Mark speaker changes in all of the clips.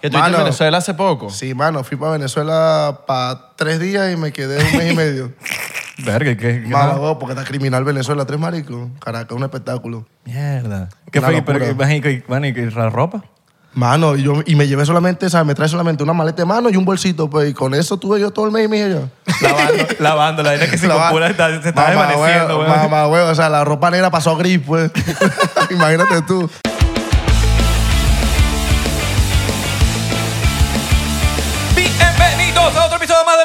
Speaker 1: Que tú estuviste en
Speaker 2: Mano.
Speaker 1: Venezuela hace poco.
Speaker 2: Sí, mano, fui para Venezuela para tres días y me quedé un mes y medio.
Speaker 1: Verga, ¿qué? qué
Speaker 2: Mano, huevón, porque está criminal Venezuela, tres maricos. Caracas, un espectáculo.
Speaker 1: Mierda. ¿Qué
Speaker 2: Una
Speaker 1: fue?
Speaker 2: locura.
Speaker 1: ¿Pero qué? ¿Vas a ir- van a ir con la ropa?
Speaker 2: Mano, y, yo, y me llevé solamente, o sea, me trae solamente una maleta de mano y un bolsito, pues, y con eso tuve yo todo el mes y me dije yo.
Speaker 1: Lavando, lavando la vaina que se compura, está- se está
Speaker 2: Mamá,
Speaker 1: desvaneciendo,
Speaker 2: huevo,
Speaker 1: weón.
Speaker 2: Mamá, huevo, o sea, la ropa negra pasó gris, pues. Imagínate tú.
Speaker 3: Bienvenidos a otro episodio más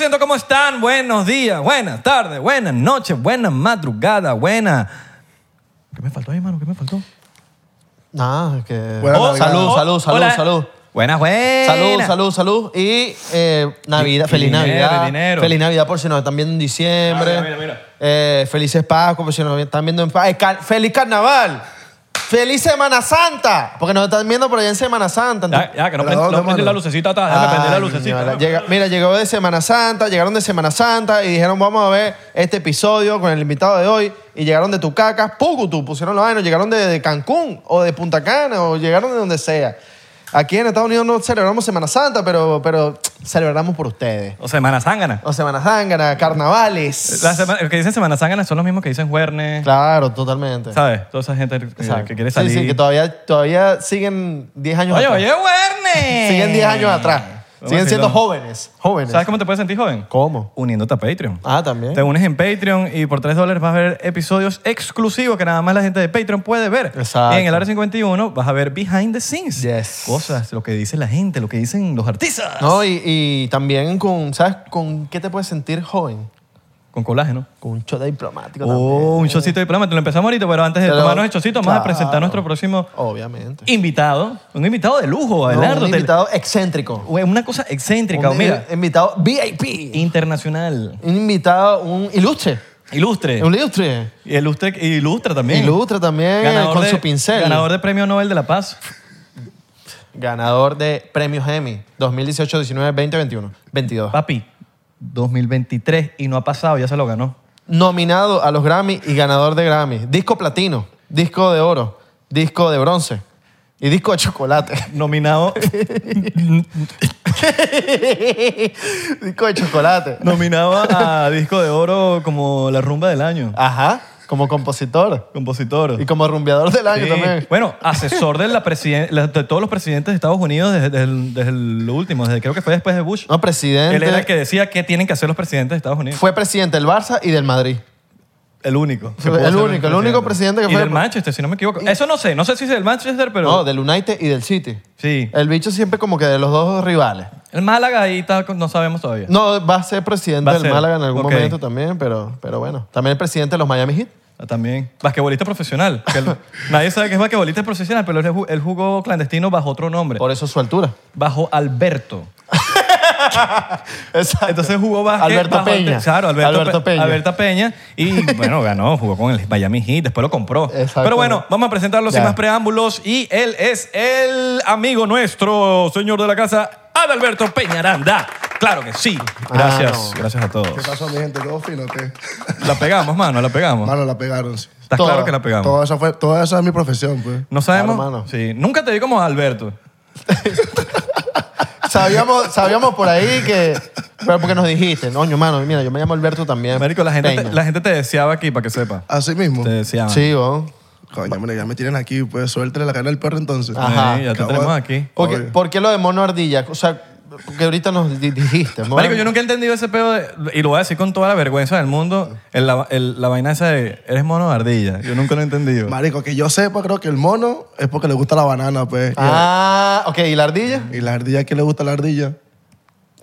Speaker 3: de 99%. ¿Cómo están? Buenos días, buenas tardes, buenas noches, buenas madrugadas, buenas. ¿Qué me faltó ahí, mano? ¿Qué me faltó?
Speaker 4: Nada, es que.
Speaker 2: Buena Navidad.
Speaker 4: Oh, salud, salud, salud,
Speaker 3: Oh, hola. Eh,
Speaker 4: salud.
Speaker 3: Buenas, buenas.
Speaker 4: Salud, salud, salud. Y eh, Navidad,
Speaker 3: Y- y
Speaker 4: feliz
Speaker 3: dinero,
Speaker 4: Navidad.
Speaker 3: dinero.
Speaker 4: Feliz Navidad por si nos están viendo en diciembre.
Speaker 3: Ah, mira, mira, mira.
Speaker 4: Eh, felices Pascua por si nos están viendo en Pascua. ¡Feliz Carnaval! ¡Feliz Semana Santa! Porque nos están viendo por allá en Semana Santa.
Speaker 3: Ya, ya, que no,
Speaker 2: ¿Pero
Speaker 3: prend-
Speaker 2: dónde,
Speaker 3: no prende
Speaker 2: mano?
Speaker 3: la lucecita atrás. Ah, Déjame
Speaker 4: Ay,
Speaker 3: prender la lucecita.
Speaker 4: mira, llega- mira, llegó de Semana Santa, llegaron de Semana Santa y dijeron, vamos a ver este episodio con el invitado de hoy. Y llegaron de Tucacas, Pucutu, pusieron los años, llegaron de, de Cancún o de Punta Cana o llegaron de donde sea. Aquí en Estados Unidos no celebramos Semana Santa, pero, pero celebramos por ustedes.
Speaker 3: O Semana Zángana.
Speaker 4: O Semana Zángana, carnavales.
Speaker 3: La sema- los que dicen Semana Zángana son los mismos que dicen Huerne.
Speaker 4: Claro, totalmente.
Speaker 3: ¿Sabes? Toda esa gente que-
Speaker 4: Exacto.
Speaker 3: que quiere salir.
Speaker 4: Sí, sí, que todavía, todavía siguen 10 años
Speaker 3: Oye,
Speaker 4: atrás.
Speaker 3: oye, Huerne.
Speaker 4: Siguen 10 años atrás.
Speaker 3: Vamos a
Speaker 4: Siguen siendo
Speaker 3: decirlo.
Speaker 4: jóvenes. Jóvenes.
Speaker 3: ¿Sabes cómo te puedes sentir joven?
Speaker 4: ¿Cómo?
Speaker 3: Uniéndote a Patreon.
Speaker 4: Ah, también.
Speaker 3: Te unes en Patreon y por 3 dólares vas a ver episodios exclusivos que nada más la gente de Patreon puede ver.
Speaker 4: Exacto.
Speaker 3: Y en el área 51 vas a ver behind the scenes.
Speaker 4: Yes.
Speaker 3: Cosas, lo que dice la gente, lo que dicen los artistas.
Speaker 4: No, y, y también con, ¿sabes? ¿Con qué te puedes sentir joven?
Speaker 3: Con colágeno.
Speaker 4: Con un show diplomático
Speaker 3: Oh, un chocito de plama. Te lo empezamos ahorita, pero antes de
Speaker 4: Pero-
Speaker 3: tomarnos el chocito, vamos a presentar a
Speaker 4: claro.
Speaker 3: nuestro próximo
Speaker 4: también. Obviamente.
Speaker 3: invitado. Un invitado de lujo,
Speaker 4: No,
Speaker 3: Abelardo.
Speaker 4: un
Speaker 3: Te-
Speaker 4: invitado excéntrico.
Speaker 3: Güey, Una cosa excéntrica.
Speaker 4: Un
Speaker 3: mira,
Speaker 4: invitado VIP.
Speaker 3: internacional.
Speaker 4: Un invitado, un ilustre.
Speaker 3: Ilustre.
Speaker 4: Un ilustre.
Speaker 3: Y ilustre, ilustra también.
Speaker 4: Ilustre también eh, con su pincel.
Speaker 3: Ganador de Premio Nobel de la Paz.
Speaker 4: Ganador de premios Emmy 2018, 19, 20, 21, 22.
Speaker 3: Papi, 2023 y no ha pasado, ya se lo ganó.
Speaker 4: Nominado a los Grammy y ganador de Grammy. Disco platino, disco de oro, disco de bronce y disco de chocolate.
Speaker 3: Nominado,
Speaker 4: disco de chocolate.
Speaker 3: nominado a disco de oro como la rumba del año.
Speaker 4: Ajá, como compositor
Speaker 3: Compositor.
Speaker 4: y como rumbeador del año
Speaker 3: Sí.
Speaker 4: también.
Speaker 3: Bueno, asesor de, la presiden- la- de todos los presidentes de Estados Unidos desde, desde el, desde el último, desde creo que fue después de Bush.
Speaker 4: No, presidente.
Speaker 3: Él era el que decía qué tienen que hacer los presidentes de Estados Unidos.
Speaker 4: Fue presidente del Barça y del Madrid.
Speaker 3: el único. que
Speaker 4: el
Speaker 3: pudo ser
Speaker 4: único, el único presidente que
Speaker 3: Y
Speaker 4: fue-
Speaker 3: del Manchester, si no me equivoco. Eso no sé, no sé si es del Manchester, pero...
Speaker 4: No, del United y del City.
Speaker 3: Sí.
Speaker 4: El bicho siempre como que de los dos rivales.
Speaker 3: El Málaga ahí está, no sabemos todavía.
Speaker 4: No, va a ser presidente
Speaker 3: Va a
Speaker 4: del
Speaker 3: ser,
Speaker 4: Málaga en algún
Speaker 3: ok.
Speaker 4: momento también, pero, pero bueno. También el presidente de los Miami Heat.
Speaker 3: Ah, También. Basquetbolista profesional. que el- nadie sabe que es basquetbolista profesional, pero él, ju- él jugó clandestino bajo otro nombre.
Speaker 4: Por eso su altura.
Speaker 3: Bajo Alberto.
Speaker 4: Exacto.
Speaker 3: Entonces jugó básquet
Speaker 4: Ah, Alberto
Speaker 3: bajo-
Speaker 4: Peña.
Speaker 3: Claro, Alberto,
Speaker 4: Alberto
Speaker 3: Pe-
Speaker 4: Peña.
Speaker 3: Alberto Peña. Y bueno, ganó, jugó con el Miami Heat, después lo compró.
Speaker 4: Exactamente.
Speaker 3: Pero bueno, vamos a presentarlo sin
Speaker 4: Ya.
Speaker 3: más preámbulos. Y él es el amigo nuestro, señor de la casa, Adalberto Peñaranda. Claro que sí. Gracias,
Speaker 4: Ah, no.
Speaker 3: gracias a
Speaker 2: ¿Qué
Speaker 3: todos.
Speaker 2: pasó, mi gente? ¿Todo fino o qué?
Speaker 3: La pegamos, mano, la pegamos.
Speaker 2: Mano, la pegaron, sí.
Speaker 3: ¿Estás
Speaker 4: toda-
Speaker 3: claro que la pegamos?
Speaker 2: Toda esa, fue, toda esa es mi profesión, pues.
Speaker 3: No sabemos.
Speaker 4: Claro, mano.
Speaker 3: Sí. Nunca te vi como Alberto.
Speaker 4: Sabíamos, sabíamos por ahí que... Pero porque nos dijiste, oño, mano, mira, yo me llamo Alberto también.
Speaker 3: Marico, la gente, te,
Speaker 4: Peña".
Speaker 3: la gente te deseaba aquí, para que sepa.
Speaker 2: Así mismo.
Speaker 3: Te deseaba.
Speaker 4: Sí, vos.
Speaker 2: Coño, mira, ya me tienen aquí, pues suéltale la cara al perro entonces.
Speaker 4: Ajá.
Speaker 3: Sí, ya te
Speaker 2: Cabrón.
Speaker 3: tenemos aquí.
Speaker 4: ¿Por qué,
Speaker 2: Obvio.
Speaker 4: por qué lo de mono ardilla? O sea, porque ahorita nos di- dijiste. mono-
Speaker 3: Marico, yo nunca he entendido ese pedo, de- y lo voy a decir con toda la vergüenza del mundo, el- la, el- la vaina esa de eres mono de ardilla. Yo nunca lo he entendido.
Speaker 2: Marico, que yo sepa, creo que el mono es porque le gusta la banana, pues. Y-
Speaker 4: Ah, ok, ¿y la ardilla?
Speaker 2: Y la ardilla, ¿qué le gusta la ardilla?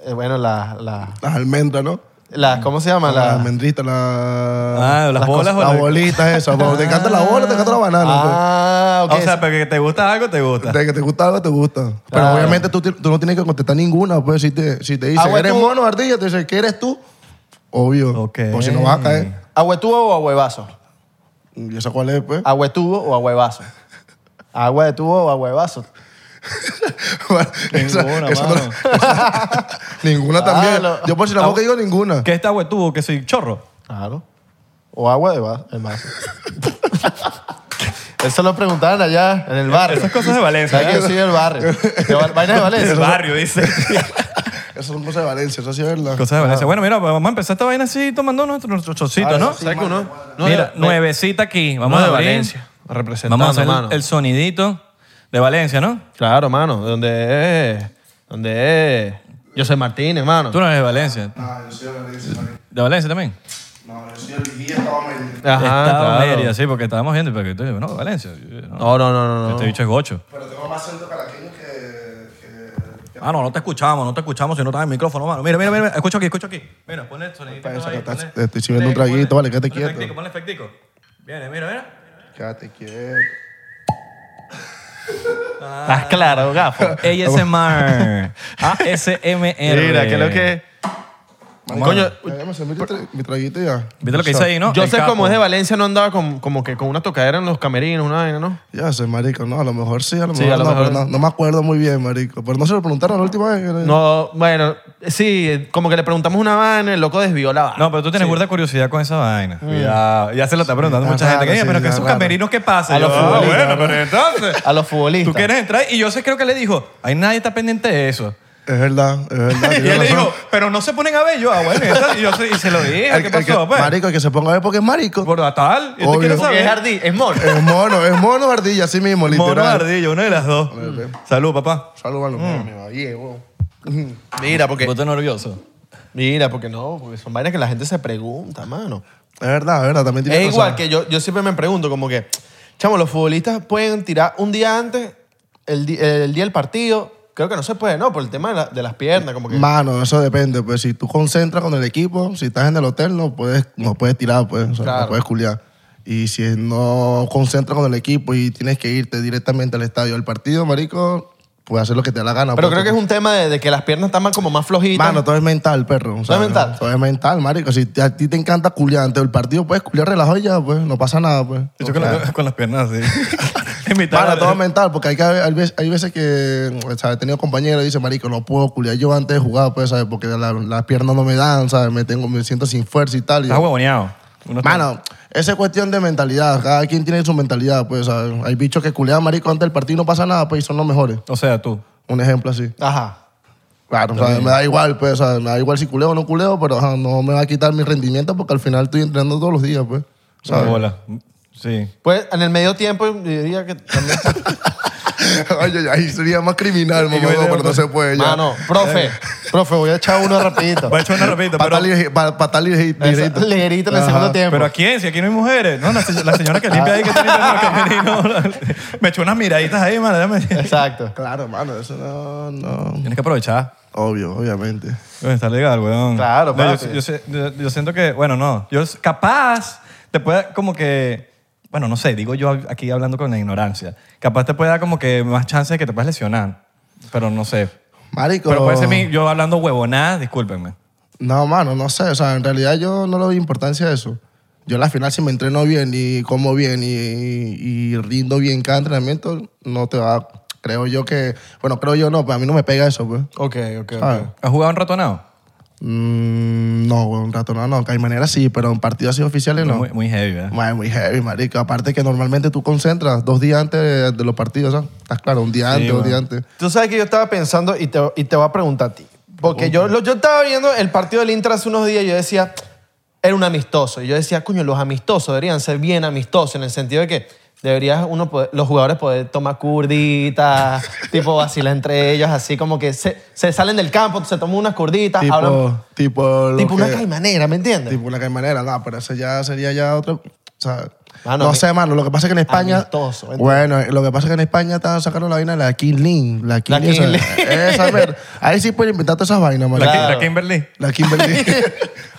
Speaker 4: Eh, bueno, la, la,
Speaker 2: Las almendras, ¿no?
Speaker 4: la- ¿Cómo se llama?
Speaker 2: Las
Speaker 4: La,
Speaker 2: almendritas, la...
Speaker 3: Ah, las bolas,
Speaker 2: cosas- Las
Speaker 3: ¿vale?
Speaker 2: bolitas, eso. Porque te encanta la bola, te encanta la banana. pues.
Speaker 4: ah, ok.
Speaker 3: o sea, pero que te gusta algo, te gusta.
Speaker 2: De que te gusta algo, te gusta. Pero
Speaker 4: Claro. Ah,
Speaker 2: obviamente tú, ti- tú no tienes que contestar ninguna. Pues si te, si te dicen,
Speaker 4: bueno,
Speaker 2: ¿eres
Speaker 4: tú-
Speaker 2: mono o ardilla? Te dicen, ¿qué eres tú? Obvio.
Speaker 3: Ok.
Speaker 2: Por si no vas a caer.
Speaker 4: ¿Agüetubo o agüevaso?
Speaker 2: ¿Y esa cuál es, pues?
Speaker 4: Ah, ¿Agüetubo o agüevaso? ¿Agua de tubo o agüevaso?
Speaker 2: Esa-
Speaker 3: Ninguna,
Speaker 2: esa no-
Speaker 3: mano.
Speaker 2: esa- ninguna también.
Speaker 4: Claro.
Speaker 2: Yo por si la boca digo ninguna.
Speaker 3: ¿Qué está huetudo? Que soy chorro.
Speaker 4: Claro. O agua de vaso, el vaso. Eso lo preguntaban allá en el barrio.
Speaker 1: Esas cosas de Valencia,
Speaker 4: ¿Sabes que yo soy del barrio? De Val- Vainas de Valencia.
Speaker 1: El barrio, dice.
Speaker 2: Eso son cosas de Valencia, eso sí es verdad.
Speaker 3: Cosas de Valencia. Bueno, mira, vamos a empezar esta vaina así tomando nuestro, nuestro chocito, ¿no?
Speaker 4: ¿Sabes que uno? no
Speaker 3: Mira,
Speaker 4: de-
Speaker 3: nuevecita aquí. Vamos
Speaker 4: no
Speaker 3: a
Speaker 4: de
Speaker 3: abrir.
Speaker 4: Valencia. Representando,
Speaker 3: Vamos a hacer
Speaker 4: mano.
Speaker 3: el, el sonidito de Valencia, ¿no?
Speaker 4: Claro, mano. Donde es. Donde es. Yo soy Martín, hermano.
Speaker 3: Tú no eres de Valencia.
Speaker 2: No, Ah, yo soy de Valencia. marico.
Speaker 3: ¿De Valencia también?
Speaker 2: No, yo soy el guía, estaba medio.
Speaker 4: Ajá,
Speaker 3: Estaba
Speaker 4: claro.
Speaker 3: Mérida, sí, porque estábamos viendo. Pero que tú, no, Valencia. No,
Speaker 4: No, no, no, no. no.
Speaker 3: Este bicho es gocho.
Speaker 2: Pero tengo más acento caraqueño que. que...
Speaker 3: Ah, no, no te escuchamos, no te escuchamos si no estás en el micrófono, mano. Mira, mira, mira, mira, escucho aquí, escucho aquí. Mira, ponle el sonidito.
Speaker 2: Para eso
Speaker 3: ahí,
Speaker 2: que estás-
Speaker 3: ponle-
Speaker 2: te estoy sirviendo un
Speaker 3: ponle-
Speaker 2: traguito, vale, quédate
Speaker 3: ponle
Speaker 2: quieto.
Speaker 3: efectico, Ponle efectico. Viene, mira, mira.
Speaker 2: Quédate quieto.
Speaker 4: Estás claro, gafo.
Speaker 3: ASMR. ASMR.
Speaker 4: Mira, que lo que. Coño,
Speaker 2: Ya, ya me serví mi, tra- mi traguito y ya.
Speaker 3: ¿Viste lo que dice ahí, no?
Speaker 4: yo
Speaker 3: El
Speaker 4: sé
Speaker 3: capo.
Speaker 4: como es de Valencia, no andaba con, como que con una tocadera en los camerinos, una vaina, ¿no?
Speaker 2: Ya sé, marico, no, a lo mejor sí, a lo
Speaker 4: Sí,
Speaker 2: mejor,
Speaker 4: a lo
Speaker 2: no,
Speaker 4: mejor.
Speaker 2: pero no, no me acuerdo muy bien, marico. Pero no se lo preguntaron la última vez.
Speaker 4: No, bueno, sí, como que le preguntamos una vaina, el loco desvió la vaina.
Speaker 3: No, pero tú tienes burda curiosidad con esa vaina. Cuidado. Ya se lo está preguntando
Speaker 2: Mm. Sí,
Speaker 3: mucha
Speaker 2: está
Speaker 3: gente.
Speaker 2: raro,
Speaker 3: Que,
Speaker 2: sí,
Speaker 3: pero que
Speaker 2: está
Speaker 3: esos
Speaker 2: raro.
Speaker 3: camerinos, ¿qué pasa?
Speaker 4: A
Speaker 3: Y yo,
Speaker 4: los
Speaker 3: "Ah,
Speaker 4: futbolistas,
Speaker 3: bueno, pero entonces.
Speaker 4: A los futbolistas.
Speaker 3: Tú quieres entrar y yo sé creo que le dijo, ahí nadie está pendiente de eso.
Speaker 2: Es verdad, es verdad.
Speaker 3: Y
Speaker 2: tiene
Speaker 3: él le
Speaker 2: razón.
Speaker 3: dijo, pero no se ponen a ver yo, ah, bueno, y, esta- y yo se- y se lo dije,
Speaker 2: El-
Speaker 3: ¿qué pasó?
Speaker 2: el que-
Speaker 3: pues?
Speaker 2: Marico, el que se ponga a ver porque es marico.
Speaker 3: Por la tal, yo te
Speaker 2: Obvio.
Speaker 3: quiero
Speaker 4: Porque es
Speaker 3: saber.
Speaker 4: jardín, es mono.
Speaker 2: Es mono, es mono ardilla, así mismo,
Speaker 3: Mono
Speaker 2: literal.
Speaker 3: ardillo, una de las dos. Salud, papá.
Speaker 2: Saludos a los míos, ahí, eh, huevón.
Speaker 4: Mira, porque.
Speaker 3: ¿Vos estás nervioso?
Speaker 4: Mira, porque no, porque son vainas que la gente se pregunta, mano.
Speaker 2: Es verdad, es verdad, también tiene
Speaker 4: Es
Speaker 2: razón.
Speaker 4: igual que yo, yo siempre me pregunto, como que, chamo, los futbolistas pueden tirar un día antes, el, di- el día del partido. Creo que no se puede, ¿no? Por el tema de, la- de las piernas, como que.
Speaker 2: Mano, eso depende, pues si tú concentras con el equipo, si estás en el hotel, no puedes, no puedes tirar, pues, o sea,
Speaker 4: Claro.
Speaker 2: no puedes culiar. Y si no concentras con el equipo y tienes que irte directamente al estadio al partido, marico, puedes hacer lo que te dé la gana.
Speaker 4: pero
Speaker 2: pues,
Speaker 4: creo que es un tema de, de que las piernas están más- como más flojitas.
Speaker 2: Mano, todo es mental, perro. o sea,
Speaker 4: es mental?
Speaker 2: Todo es mental, marico. Si te- a ti te encanta culiar ante el partido, puedes culiar relajado y ya, pues, no pasa nada, pues.
Speaker 3: Yo con, la- con las piernas así. en mitad
Speaker 2: Mano,
Speaker 3: de-
Speaker 2: todo es mental, porque hay, que- hay veces, hay veces que, o sea, he tenido compañeros y dicen, marico, no puedo culiar yo antes de jugar, pues, ¿sabes? Porque la- las piernas no me dan, ¿sabes? Me, tengo, me siento sin fuerza y tal. Y
Speaker 3: Estás
Speaker 2: yo,
Speaker 3: huevoneado. Uno Ah, está-
Speaker 2: Mano, esa es cuestión de mentalidad. Cada quien tiene su mentalidad, pues, ¿sabes? Hay bichos que culean marico antes del partido y no pasa nada, pues, y son los mejores.
Speaker 3: O sea, tú.
Speaker 2: Un ejemplo así.
Speaker 4: Ajá.
Speaker 2: Claro, ¿sabes? me da igual, pues, ¿sabes? Me da igual si culeo o no culeo, pero ajá, no me va a quitar mi rendimiento porque al final estoy entrenando todos los días, pues. ¿sabes?
Speaker 3: Bola. Sí.
Speaker 4: Pues en el medio tiempo, yo diría que también.
Speaker 2: Oye, ahí sería más criminal, mamá,
Speaker 3: yo-
Speaker 2: pero no se puede pues, ya.
Speaker 4: Mano, profe, profe, voy a echar uno rapidito.
Speaker 3: Voy a echar una repita, pero...
Speaker 2: Patal y- pa- patal y directo.
Speaker 4: Esa- Ligerito en el segundo tiempo.
Speaker 3: ¿Pero a quién? Si aquí no hay mujeres. No, la, se- la señora que limpia ahí que está limpiando el camerino. Me echó unas miraditas ahí, man. déjame-
Speaker 4: Exacto.
Speaker 2: Claro, mano, eso no, no.
Speaker 3: Tienes que aprovechar.
Speaker 2: Obvio, obviamente.
Speaker 3: Bueno, Está legal, weón.
Speaker 4: Claro,
Speaker 3: No, yo,
Speaker 4: papi.
Speaker 3: yo sé- yo- yo siento que, bueno, no. Yo s- capaz te pueda como que... Bueno, no sé, digo yo aquí hablando con la ignorancia. Capaz te puede dar como que más chance de que te puedas lesionar. Pero no sé.
Speaker 2: Marico.
Speaker 3: Pero puede ser mi- yo hablando huevonada, discúlpenme.
Speaker 2: No, mano, no sé. O sea, en realidad yo no le doy importancia a eso. Yo la final, si me entreno bien y como bien y, y rindo bien cada entrenamiento, no te va. Creo yo que. Bueno, creo yo no, pero a mí no me pega eso, pues.
Speaker 4: Ok, ok,
Speaker 2: ¿Sabes?
Speaker 4: ok.
Speaker 3: ¿Has jugado un ratonado?
Speaker 2: Mm, no, güey, un rato no, no. Hay manera sí, pero en partidos así oficiales no.
Speaker 3: Muy, muy heavy, ¿verdad?
Speaker 2: Ma, es muy heavy, marico. Aparte que normalmente tú concentras dos días antes de, de los partidos, ¿sabes? Estás claro, un día antes, dos días antes.
Speaker 4: Tú sabes que yo estaba pensando y te, y te voy a preguntar a ti. Porque yo, lo- yo estaba viendo el partido del Inter hace unos días y yo decía, era un amistoso. Y yo decía, coño, los amistosos deberían ser bien amistosos en el sentido de que deberías uno poder- los jugadores poder tomar curditas, tipo vacilar entre ellos, así como que se, se salen del campo, se toman unas curditas,
Speaker 2: Tipo,
Speaker 4: hablan-
Speaker 2: tipo, lo
Speaker 4: tipo una
Speaker 2: que-
Speaker 4: caimanera, ¿me entiendes?
Speaker 2: Tipo una manera, no, pero eso ya sería ya otro. O sea,
Speaker 4: Mano,
Speaker 2: no
Speaker 4: mi-
Speaker 2: sé, mano. Lo que pasa es que en España.
Speaker 4: Amistoso, ¿entiendes?
Speaker 2: bueno, lo que pasa es que en España están sacando la vaina de la King Lin. La King,
Speaker 4: La
Speaker 2: Lin,
Speaker 4: King
Speaker 2: o sea,
Speaker 4: Lin.
Speaker 2: Esa, a ver. Ahí sí pueden inventarte esas vainas, marico.
Speaker 3: La, Ki-
Speaker 4: Claro.
Speaker 3: la Kimberly.
Speaker 2: La Kimberly.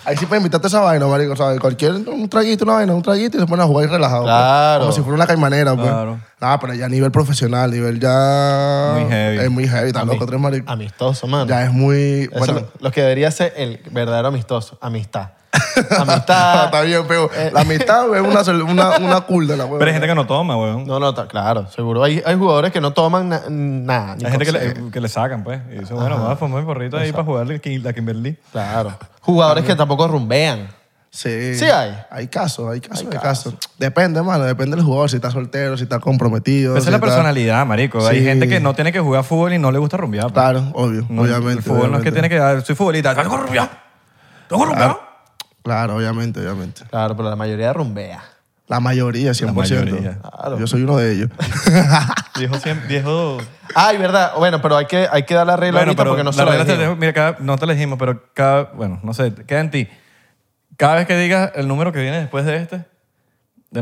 Speaker 2: Ahí sí pueden inventarte esa vaina, marico. ¿sabes? Cualquier un traguito, una vaina, un traguito y se ponen a jugar ahí relajado. pues.
Speaker 4: Claro.
Speaker 2: Como si fuera una caimanera, pues.
Speaker 3: Claro.
Speaker 2: Nah, pero ya a nivel profesional, nivel ya.
Speaker 3: Muy heavy.
Speaker 2: Es muy heavy, tan loco, tres maricos.
Speaker 4: Amistoso, mano.
Speaker 2: Ya es muy.
Speaker 4: Eso es lo, lo que debería ser el verdadero amistoso, amistad.
Speaker 3: Ah.
Speaker 4: Amistad.
Speaker 2: Está bien, pero la amistad es una, sol- una, una cool de la hueva.
Speaker 3: Eh. Pero hay gente que no toma, weón.
Speaker 4: No, no, ta- claro, seguro. Hay, hay jugadores que no toman na- nada. ni
Speaker 3: Hay gente que
Speaker 4: consejo.
Speaker 3: le, que le sacan, pues. Y dicen, bueno, vamos a formar un porrito ahí para jugar la Kim- la Kimberly.
Speaker 4: Claro. Jugadores que tampoco rumbean.
Speaker 2: Sí.
Speaker 4: Sí hay.
Speaker 2: Hay casos, hay casos,
Speaker 4: Hay
Speaker 2: hay, casos. Depende, mano, depende del jugador, si está soltero, si está comprometido.
Speaker 3: Esa
Speaker 2: si
Speaker 3: es la
Speaker 2: está-
Speaker 3: personalidad, marico. Hay
Speaker 2: Sí.
Speaker 3: gente que no tiene que jugar fútbol y no le gusta rumbear. pues.
Speaker 2: Claro, obvio,
Speaker 3: No,
Speaker 2: obviamente.
Speaker 3: El fútbol no es que
Speaker 2: obviamente.
Speaker 3: tiene que dar. Soy futbolista. Ah, Tengo que rumbear. Tengo que rumbear.
Speaker 2: Claro, obviamente, obviamente.
Speaker 4: Claro, pero la mayoría rumbea.
Speaker 2: La mayoría, 100%.
Speaker 3: mayoría.
Speaker 4: Claro.
Speaker 2: Yo soy uno de ellos.
Speaker 3: Viejo siempre. Viejo.
Speaker 4: Ay, verdad. Bueno, pero hay que, hay que dar la regla
Speaker 3: Bueno,
Speaker 4: ahorita
Speaker 3: pero
Speaker 4: porque no
Speaker 3: la
Speaker 4: se la
Speaker 3: regla te
Speaker 4: dijimos.
Speaker 3: dejo- mira, cada- no te la dijimos, pero cada, bueno, no sé, queda en ti. Cada vez que digas el número que viene después de este, de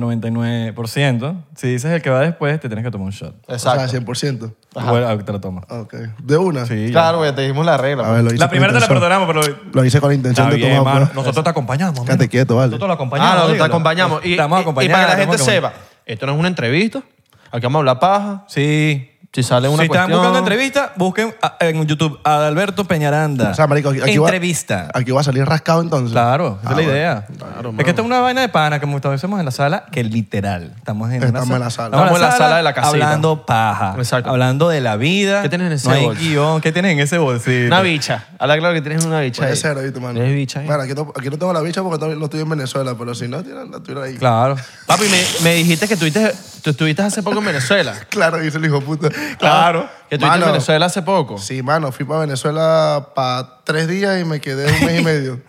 Speaker 3: 99%, si dices el que va después, te tienes que tomar un shot.
Speaker 4: Exacto.
Speaker 2: O sea, 100%.
Speaker 3: Bueno, ah, te lo tomas.
Speaker 2: Ok. ¿De una?
Speaker 3: Sí, ya.
Speaker 4: claro, güey, te dijimos la regla. pues.
Speaker 2: A ver, lo hice
Speaker 3: La
Speaker 2: con
Speaker 3: primera te la
Speaker 2: intención.
Speaker 3: perdonamos, pero
Speaker 2: Lo hice con la intención
Speaker 3: está
Speaker 2: de
Speaker 3: bien,
Speaker 2: tomar.
Speaker 3: mano.
Speaker 2: pues.
Speaker 3: Nosotros te acompañamos. mano.
Speaker 2: Quédate quieto, vale.
Speaker 3: Nosotros lo acompañamos.
Speaker 4: Ah, no, te
Speaker 3: dígalo.
Speaker 4: acompañamos. Y,
Speaker 3: Te vamos a
Speaker 4: y- y
Speaker 3: acompañar.
Speaker 4: para que la
Speaker 3: te
Speaker 4: gente
Speaker 3: vamos a acompañar.
Speaker 4: sepa, esto no es una entrevista. Aquí vamos a hablar paja.
Speaker 3: Sí.
Speaker 4: Si sale una
Speaker 3: si están
Speaker 4: cuestión-
Speaker 3: buscando entrevista, busquen a- en YouTube a Alberto Peñaranda.
Speaker 2: O sea, marico, aquí, aquí va-
Speaker 3: entrevista.
Speaker 2: aquí va a salir rascado entonces.
Speaker 3: Claro, esa es
Speaker 2: Ah,
Speaker 3: la
Speaker 2: bueno.
Speaker 3: idea. es que esta es una vaina de pana, como establecemos en la sala, que literal. Estamos en,
Speaker 2: Estamos
Speaker 3: una
Speaker 2: en la sala.
Speaker 4: Estamos en la sala de la casita.
Speaker 3: Hablando paja.
Speaker 4: Exacto.
Speaker 3: Hablando de la vida.
Speaker 4: ¿Qué tienes en ese
Speaker 3: No hay
Speaker 4: bolso?
Speaker 3: guión. ¿Qué tienes en ese bolsillo?
Speaker 4: Una bicha. Habla claro que tienes una bicha.
Speaker 2: Puede
Speaker 4: ahí.
Speaker 2: ser, ¿viste, mano?
Speaker 4: Tienes
Speaker 3: eh.
Speaker 4: bicha ahí.
Speaker 2: Bueno, aquí no, aquí no tengo la bicha porque todavía no estoy en Venezuela, pero si no, tiene- la tuviera ahí.
Speaker 3: Claro.
Speaker 4: Papi, me, me dijiste que tuviste, tú estuviste hace poco en Venezuela.
Speaker 2: Claro, dice el hijo puta.
Speaker 4: Claro. Que estuviste en
Speaker 2: Mano.
Speaker 4: Venezuela hace poco.
Speaker 2: Sí, mano, fui para Venezuela para tres días y me quedé un mes y medio.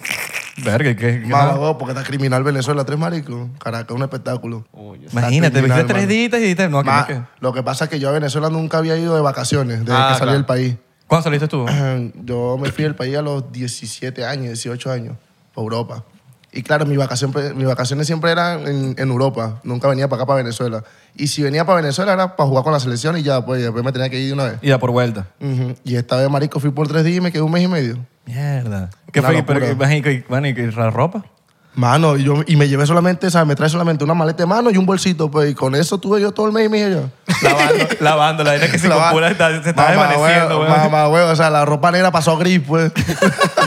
Speaker 3: Verga, ¿qué? qué-
Speaker 2: Mamá, huevo, porque está criminal Venezuela, tres maricos. Caracas, un espectáculo. Está
Speaker 3: Imagínate,
Speaker 2: criminal,
Speaker 3: viste tres
Speaker 2: mano.
Speaker 3: días y dijiste, no, que
Speaker 2: Ma-
Speaker 3: no, que-
Speaker 2: Lo que pasa es que yo a Venezuela nunca había ido de vacaciones desde
Speaker 4: Ah,
Speaker 2: que salí
Speaker 4: claro.
Speaker 2: del país.
Speaker 3: ¿Cuándo saliste tú?
Speaker 2: Yo me fui del país a los 17 años, 18 años, para Europa. Y claro, mi vacación, pues, mis vacaciones siempre eran en, en Europa. Nunca venía para acá, para Venezuela. Y si venía para Venezuela era para jugar con la selección y ya, pues y después me tenía que ir de una vez.
Speaker 3: Y da por vuelta.
Speaker 2: Ujú. Y esta vez, marico, fui por tres días y me quedé un mes y medio.
Speaker 3: Mierda. ¿Qué
Speaker 2: Una
Speaker 3: fue?
Speaker 2: locura.
Speaker 3: Pero, marico, y- bueno, y- y la ropa?
Speaker 2: Mano, y, yo, y me llevé solamente, o sea, me trae solamente una maleta de mano y un bolsito, pues, y con eso tuve yo todo el mes y me yo.
Speaker 3: Lavando, lavando. La vaina que se compura está- se está desvaneciendo, weón.
Speaker 2: Mamá, huevo, o sea, la ropa negra pasó gris, pues.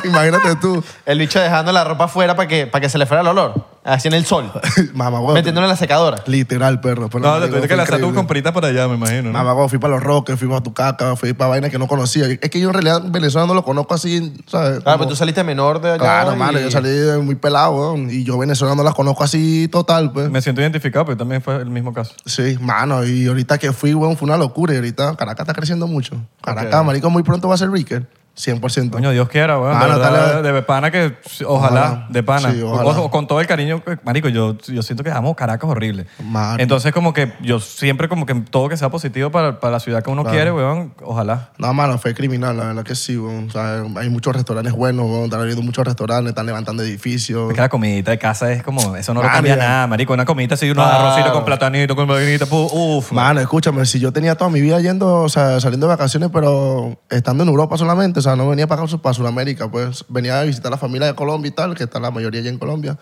Speaker 2: Imagínate tú.
Speaker 4: El bicho dejando la ropa afuera para que, para que se le fuera el olor. Así en el sol.
Speaker 2: Mamá, huevo.
Speaker 4: Metiéndolo en la secadora.
Speaker 2: Literal, perro. pero
Speaker 3: No,
Speaker 2: marico,
Speaker 3: te tuviste que
Speaker 2: fue
Speaker 3: lanzar tus
Speaker 2: increíble.
Speaker 3: compritas para allá, me imagino. ¿no?
Speaker 2: Mamá, huevo, fui para los Roques, fui para Tucaca, fui para vainas que no conocía. Es que yo en realidad en Venezuela no lo conozco así, ¿sabes?
Speaker 4: Claro,
Speaker 2: Como-
Speaker 4: pero Ah, pues tú saliste menor de allá.
Speaker 2: Claro,
Speaker 4: y-
Speaker 2: mano, yo salí muy pelado, weón, y yo Venezuela no las conozco así total, pues.
Speaker 3: Me siento identificado, pero también fue el mismo caso.
Speaker 2: Sí, mano, y ahorita que fui, weón, fue una locura. Y ahorita Caracas está creciendo mucho. Caracas, marico, muy pronto va a ser Ricker. 100%.
Speaker 3: Coño, Dios quiera, weón. de,
Speaker 2: Ah, no,
Speaker 3: verdad,
Speaker 2: tal vez-
Speaker 3: de pana que, ojalá,
Speaker 2: Ojalá.
Speaker 3: de pana.
Speaker 2: Sí, ojalá.
Speaker 3: O- o con todo el cariño, que- marico, yo, yo siento que amo Caracas horrible.
Speaker 2: Mano.
Speaker 3: Entonces, como que yo siempre, como que todo que sea positivo para, para la ciudad que uno quiere, weón, ojalá.
Speaker 2: No, mano, fue criminal, la verdad que sí, weón. O sea, hay muchos restaurantes buenos, weón. Están abriendo muchos restaurantes, están levantando edificios.
Speaker 3: Porque la comidita de casa es como, eso no lo
Speaker 2: Mano,
Speaker 3: cambia
Speaker 2: ya.
Speaker 3: nada, marico. Una comidita así, unos
Speaker 4: Claro.
Speaker 3: arrocitos con platanito, con vainita, pu- uff.
Speaker 2: Mano, escúchame, si yo tenía toda mi vida yendo, o sea, saliendo de vacaciones, pero estando en Europa solamente, o sea, no venía para acá, para Sudamérica, pues venía a visitar a la familia de Colombia y tal, que está la mayoría allá en Colombia.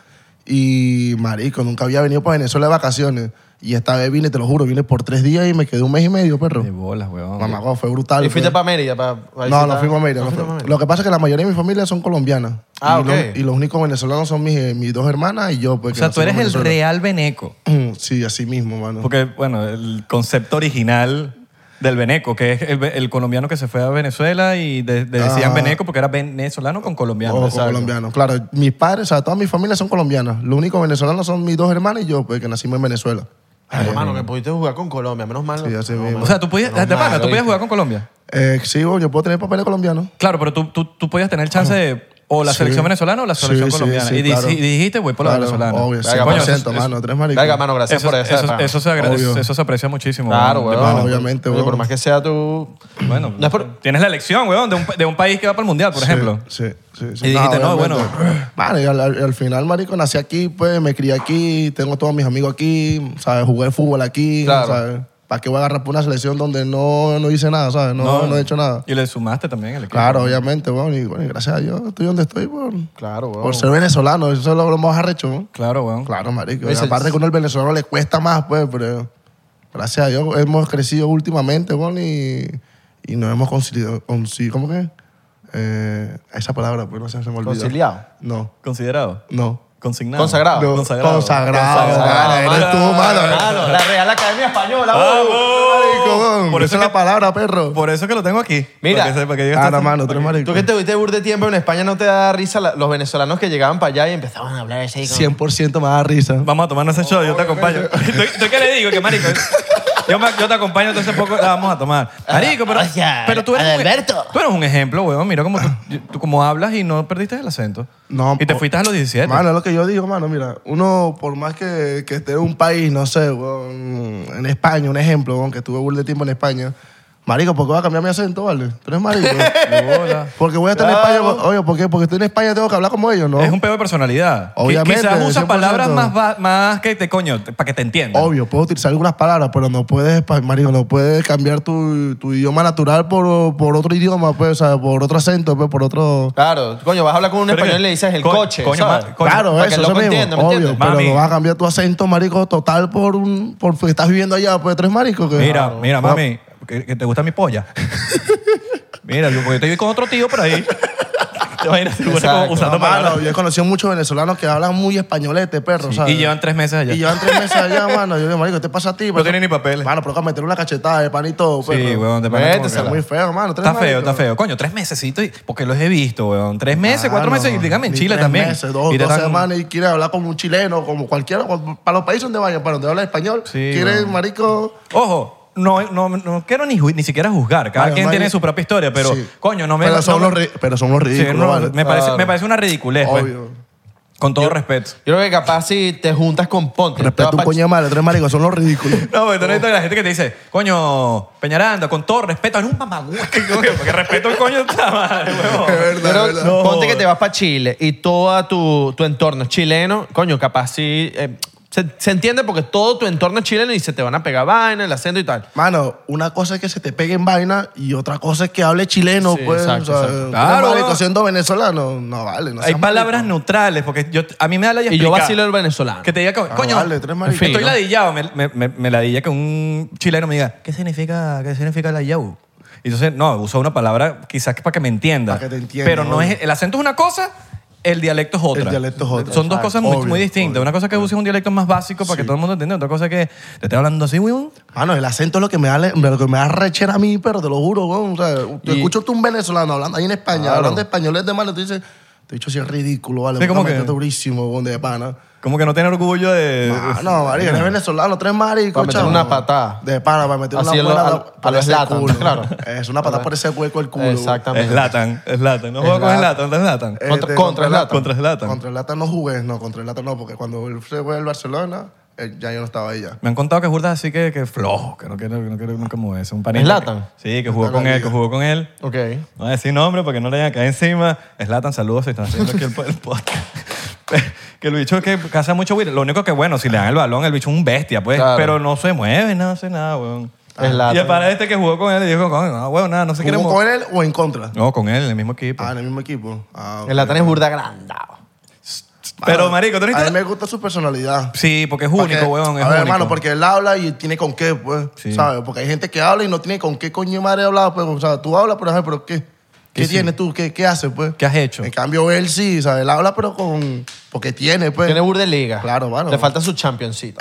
Speaker 2: Y, marico, nunca había venido para Venezuela de vacaciones. Y esta vez vine, te lo juro, vine por tres días y me quedé un mes y medio, perro.
Speaker 3: De bolas, weón.
Speaker 2: Mamá, guau, fue brutal.
Speaker 4: Y fuiste
Speaker 2: fue.
Speaker 4: para Mérida. pa- pa
Speaker 2: No,
Speaker 4: visitar-
Speaker 2: no fuimos a Mérida.
Speaker 4: ¿No
Speaker 2: no
Speaker 4: fuiste
Speaker 2: fui-
Speaker 4: pa' Mérida?
Speaker 2: Lo que pasa es que la mayoría de mi familia son colombianas.
Speaker 4: Ah,
Speaker 2: y,
Speaker 4: ok.
Speaker 2: los, y los únicos venezolanos son mis, eh, mis dos hermanas y yo. Pues,
Speaker 3: o sea, tú eres el real veneco.
Speaker 2: rey. Sí, así mismo, mano.
Speaker 3: Porque, bueno, el concepto original del veneco, que es el, el colombiano que se fue a Venezuela y de- de- decían
Speaker 2: Ah.
Speaker 3: veneco porque era venezolano con colombiano.
Speaker 2: Ojo,
Speaker 3: Exacto.
Speaker 2: colombiano. Claro, mis padres, o sea, toda mi familia son colombianas. Los únicos venezolanos son mis dos hermanas y yo, pues, que nacimos en Venezuela.
Speaker 4: Ay, hermano, que pudiste jugar con Colombia. Menos mal.
Speaker 2: Sí, así
Speaker 4: No,
Speaker 2: mismo.
Speaker 3: O sea, tú podías,
Speaker 4: Menos
Speaker 3: de pana,
Speaker 4: mal,
Speaker 3: tú podías
Speaker 4: ¿oíste?
Speaker 3: jugar con Colombia.
Speaker 2: Eh, sí, bueno, yo puedo tener papeles colombianos.
Speaker 3: Claro, pero tú, tú, tú podías tener chance de o la
Speaker 2: Sí.
Speaker 3: selección venezolana o la
Speaker 2: Sí,
Speaker 3: selección
Speaker 2: sí,
Speaker 3: colombiana.
Speaker 2: sí,
Speaker 3: y, di-
Speaker 2: claro.
Speaker 3: y dijiste, voy por la
Speaker 2: Claro,
Speaker 3: venezolana. pues,
Speaker 2: Obvio,
Speaker 4: Verga,
Speaker 2: 100%,
Speaker 4: mano,
Speaker 2: mano. Tres maricos.
Speaker 4: Venga, mano, gracias
Speaker 3: Eso,
Speaker 4: por eso.
Speaker 3: eso,
Speaker 4: hermano.
Speaker 3: eso se agradece,
Speaker 2: Obvio.
Speaker 3: eso se aprecia muchísimo.
Speaker 4: Claro,
Speaker 3: weón.
Speaker 4: weón.
Speaker 2: mano, obviamente,
Speaker 4: Oye,
Speaker 2: weón.
Speaker 4: Por más que sea tú.
Speaker 3: Bueno,
Speaker 4: No es por-
Speaker 3: tienes la elección, weón, de un, de un país que va para el mundial, por
Speaker 2: Sí,
Speaker 3: ejemplo.
Speaker 2: Sí, sí, sí.
Speaker 3: Y dijiste, no,
Speaker 2: obviamente.
Speaker 3: bueno.
Speaker 2: Mano, y al, al- al final, marico, nací aquí, pues, me crié aquí, tengo todos mis amigos aquí, ¿sabes? Jugué fútbol aquí,
Speaker 4: Claro.
Speaker 2: ¿sabes? ¿Para qué voy a agarrar por una selección donde no, no hice nada, ¿sabes? No, no, he hecho nada.
Speaker 3: Y le sumaste también el equipo.
Speaker 2: Ah. Claro, obviamente, bueno, y, bueno, y gracias a Dios estoy donde estoy por,
Speaker 4: Claro, weón.
Speaker 2: por ser venezolano, eso es lo, lo más arrecho, ¿no?
Speaker 3: Claro, weón.
Speaker 2: Claro, marico.
Speaker 4: Ese-
Speaker 2: Aparte que uno el venezolano le cuesta más, pues, pero gracias a Dios hemos crecido últimamente, bueno, y, y nos hemos conciliado, conci- ¿cómo que? Eh, esa palabra, pues, no sé, se me olvidó.
Speaker 4: Conciliado.
Speaker 2: No,
Speaker 3: Considerado.
Speaker 2: no.
Speaker 3: Consignado.
Speaker 4: Consagrado.
Speaker 2: No,
Speaker 3: Consagrado.
Speaker 2: consagrado,
Speaker 3: Consagrado.
Speaker 2: mano, eres tú, mano.
Speaker 4: Claro, la Real Academia Española.
Speaker 2: Marico, weón,
Speaker 3: Por eso
Speaker 2: esa es
Speaker 3: que-
Speaker 2: la palabra, perro.
Speaker 3: Por eso que lo tengo aquí.
Speaker 4: Mira.
Speaker 3: Para que sepa que yo
Speaker 2: Ah,
Speaker 3: estoy-
Speaker 2: no, mano, tú eres
Speaker 4: Tú
Speaker 2: marico.
Speaker 4: que te oíste burde tiempo en España, ¿no te da risa la- los venezolanos que llegaban para allá y empezaban a hablar así? como-
Speaker 2: 100% me da risa.
Speaker 3: Vamos a tomarnos ese show, yo te acompaño. ¿Tú, tú qué le digo? Que marico. Yo, me- yo te acompaño, entonces poco la vamos a tomar. Marico, pero,
Speaker 5: o sea,
Speaker 3: pero tú eres.
Speaker 5: Adalberto.
Speaker 3: Un, e-, tú eres un ejemplo, weón. Mira cómo tú, tú como hablas y no perdiste el acento.
Speaker 2: No,
Speaker 3: Y te
Speaker 2: po-
Speaker 3: fuiste a los 17.
Speaker 2: Mano, es lo que yo digo, mano. Mira, uno, por más que, que esté en un país, no sé, weón, en España, un ejemplo, weón, que estuve burda de tiempo en España. Marico, ¿por qué voy a cambiar mi acento, vale? Tú eres marico.
Speaker 3: De bola.
Speaker 2: Porque voy a estar en España. Oye, ¿por qué? Porque estoy en España tengo que hablar como ellos, ¿no?
Speaker 3: Es un pedo de personalidad. Qui-
Speaker 2: Obviamente,
Speaker 3: Quizás usas
Speaker 2: 100%.
Speaker 3: palabras más, va- más que te coño, te- para que te entiendan.
Speaker 2: Obvio, puedo utilizar algunas palabras, pero no puedes, pa- marico, no puedes cambiar tu, tu idioma natural por, por otro idioma, pues, o sea, por otro acento, pues, por otro...
Speaker 4: Claro, coño, vas a hablar con un
Speaker 3: Pero
Speaker 4: español
Speaker 3: que-
Speaker 4: y le dices el
Speaker 3: co-
Speaker 4: coche.
Speaker 3: coño,
Speaker 4: ¿sabes?
Speaker 3: ma- coño.
Speaker 2: claro,
Speaker 4: para que
Speaker 2: eso, eso
Speaker 4: el loco
Speaker 2: mismo.
Speaker 4: entienda, ¿me
Speaker 2: obvio,
Speaker 4: entiendes?
Speaker 2: pero
Speaker 3: Mami.
Speaker 2: no vas a cambiar tu acento, marico, total por un... Porque estás viviendo allá, pues, tú eres marico. Que,
Speaker 3: Mira,
Speaker 2: Claro.
Speaker 3: mira, mami, que, que te gusta mi polla. mira, yo, porque estoy con otro tío por ahí. Te imaginas, tú
Speaker 4: Exacto.
Speaker 3: usando
Speaker 2: No,
Speaker 3: palabras.
Speaker 2: mano, yo he conocido muchos venezolanos que hablan muy españolete, perro, ¿sabes?
Speaker 3: Y llevan tres meses allá.
Speaker 2: Y llevan tres meses allá, mano. Yo digo, marico, ¿qué te pasa a ti?
Speaker 3: No tienen ni papeles.
Speaker 2: Mano, pero acá meter una cachetada de panito, perro.
Speaker 3: Sí, weón, de pana
Speaker 4: Vete,
Speaker 3: como que
Speaker 2: Eso es
Speaker 3: la-
Speaker 2: muy feo, mano. tú eres
Speaker 3: Está feo,
Speaker 2: marico.
Speaker 3: está feo. Coño, tres mesecitos, y- porque los he visto, weón. Tres meses, cuatro
Speaker 2: Claro,
Speaker 3: meses, y dígame en
Speaker 2: ni
Speaker 3: Chile
Speaker 2: tres
Speaker 3: también.
Speaker 2: Meses, dos,
Speaker 3: Y te
Speaker 2: dos
Speaker 3: dan-
Speaker 2: semanas y quiere hablar como un chileno, como cualquiera, cual- para los países donde vayan, para donde habla español.
Speaker 3: Sí,
Speaker 2: quiere,
Speaker 3: weón.
Speaker 2: marico.
Speaker 3: Ojo, no, no, no quiero ni, ju- ni siquiera juzgar. Cada
Speaker 2: Vale,
Speaker 3: quien
Speaker 2: no hay-
Speaker 3: tiene su propia historia, pero
Speaker 2: Sí.
Speaker 3: coño, no me.
Speaker 2: Pero
Speaker 3: no
Speaker 2: son,
Speaker 3: me-
Speaker 2: los, ri- pero son los
Speaker 3: Sí,
Speaker 2: ridículos,
Speaker 3: no,
Speaker 2: ¿vale?
Speaker 3: me, parece,
Speaker 4: Claro.
Speaker 3: me parece una ridiculez, pues.
Speaker 2: Obvio.
Speaker 3: Con todo respeto.
Speaker 4: Yo creo que capaz si te juntas con Ponte. te
Speaker 2: Respeto
Speaker 4: vas
Speaker 2: un
Speaker 4: pa-
Speaker 2: coño de madre, tres maricos, son los ridículos.
Speaker 3: No, pero tú necesitas la gente que te dice, coño, Peñaranda, con todo respeto, eres un mamagüey. Coño, Porque respeto el coño de esta madre, huevón.
Speaker 4: Yo creo- Ponte que te vas para Chile y todo tu, tu entorno es chileno, coño, capaz si eh, se, se entiende porque todo tu entorno es chileno y se te van a pegar vainas, el acento y tal.
Speaker 2: Mano, una cosa es que se te pegue en vaina y otra cosa es que hable chileno,
Speaker 4: Sí,
Speaker 2: pues.
Speaker 4: exacto,
Speaker 2: o sea,
Speaker 4: exacto.
Speaker 2: tú
Speaker 3: Claro.
Speaker 2: eres marico siendo venezolano, no vale. No
Speaker 3: Hay
Speaker 2: seas
Speaker 3: palabras
Speaker 2: marico.
Speaker 3: neutrales, porque yo, a mí me da la idea
Speaker 4: Y yo
Speaker 3: explicar.
Speaker 4: vacilo el venezolano.
Speaker 3: Que te diga, co-
Speaker 2: Ah,
Speaker 3: coño,
Speaker 2: vale, tres maricas.
Speaker 3: estoy
Speaker 4: Fino.
Speaker 3: ladillado. Me, me, me, me ladilla que un chileno me diga, ¿qué significa, qué significa ladillado? Y entonces, no, usa una palabra quizás que para que me entienda.
Speaker 2: Para que te entienda,
Speaker 3: Pero no
Speaker 2: obvio.
Speaker 3: es, el acento es una cosa, el dialecto es otra.
Speaker 2: El dialecto es otra,
Speaker 3: Son dos
Speaker 2: exacto,
Speaker 3: cosas muy,
Speaker 2: obvio,
Speaker 3: muy distintas.
Speaker 2: obvio,
Speaker 3: una cosa que uses un dialecto más básico para que todo el mundo entienda. Otra cosa que te estoy hablando así, weón.
Speaker 2: Mano, el acento es lo que me da, le- lo que me da rechera a mí, pero te lo juro, weón. O sea, te escucho tú un venezolano hablando ahí en España, hablando español es de mano, tú dices, te he dicho si es ridículo, vale.
Speaker 3: Sí,
Speaker 2: me
Speaker 3: como
Speaker 2: está
Speaker 3: que-
Speaker 2: metiendo durísimo, weón, de pana.
Speaker 3: Como que no tiene orgullo de...
Speaker 2: Ah, no, marico, eres venezolano, tres maricos.
Speaker 4: Para meter
Speaker 2: chamo.
Speaker 4: una patada.
Speaker 2: De pana, para meter
Speaker 4: Así
Speaker 2: una
Speaker 4: lo-
Speaker 2: buena
Speaker 4: al-
Speaker 2: da-
Speaker 4: a lo Zlatan, claro.
Speaker 2: Es una patada por ese hueco el culo.
Speaker 4: Exactamente.
Speaker 3: Slatan, Slatan. No juego con Slatan, no es Slatan.
Speaker 2: Eh,
Speaker 4: Contra-
Speaker 2: de-
Speaker 4: contra Zlatan.
Speaker 3: Contra Zlatan.
Speaker 2: Contra Zlatan no jugué, no, contra Zlatan no, porque cuando él se fue al Barcelona, eh, ya yo no estaba ahí ya.
Speaker 3: Me han contado que Jurda así que, que flojo, que no quiero, que no quiero nunca moverse. Un panita.
Speaker 4: ¿Zlatan?
Speaker 3: que- Sí, que jugó con él, que jugó con él.
Speaker 4: Ok.
Speaker 3: No voy a decir nombre porque no le vayan a caer encima. Slatan, saludos si están haciendo aquí el, po- el podcast. que el bicho que caza mucho güey. Lo único que, bueno, si le dan el balón, el bicho es un bestia, pues.
Speaker 4: Claro.
Speaker 3: Pero no se mueve, no hace nada, weón.
Speaker 4: Zlatan.
Speaker 3: Y para este que jugó con él, le dijo, "Coño, no, weón, nada, no se quiere
Speaker 2: ¿Jugó
Speaker 3: mover.
Speaker 2: con él o en contra?
Speaker 3: No, con él, en el mismo equipo.
Speaker 2: Ah, en el mismo equipo. Ah, ok.
Speaker 4: El latán es burda agrandado.
Speaker 2: ah,
Speaker 3: Pero, marico, ¿tú no
Speaker 2: A mí
Speaker 3: viste-
Speaker 2: me gusta su personalidad.
Speaker 3: Sí, porque es
Speaker 2: Porque-
Speaker 3: único, weón. Es
Speaker 2: a
Speaker 3: único.
Speaker 2: ver, hermano, porque él habla y tiene con qué, pues,
Speaker 3: Sí.
Speaker 2: ¿sabes? Porque hay gente que habla y no tiene con qué coño madre hablar, pues, o sea, tú hablas, pero, ajá, pero ¿qué? ¿Qué
Speaker 3: sí.
Speaker 2: tienes tú? ¿Qué, ¿Qué haces, pues?
Speaker 3: ¿Qué has hecho?
Speaker 2: En cambio, él sí, ¿sabes? Él habla, pero con... Porque tiene, pues.
Speaker 4: Tiene burda de liga.
Speaker 2: Claro, mano.
Speaker 4: Le falta su championcito.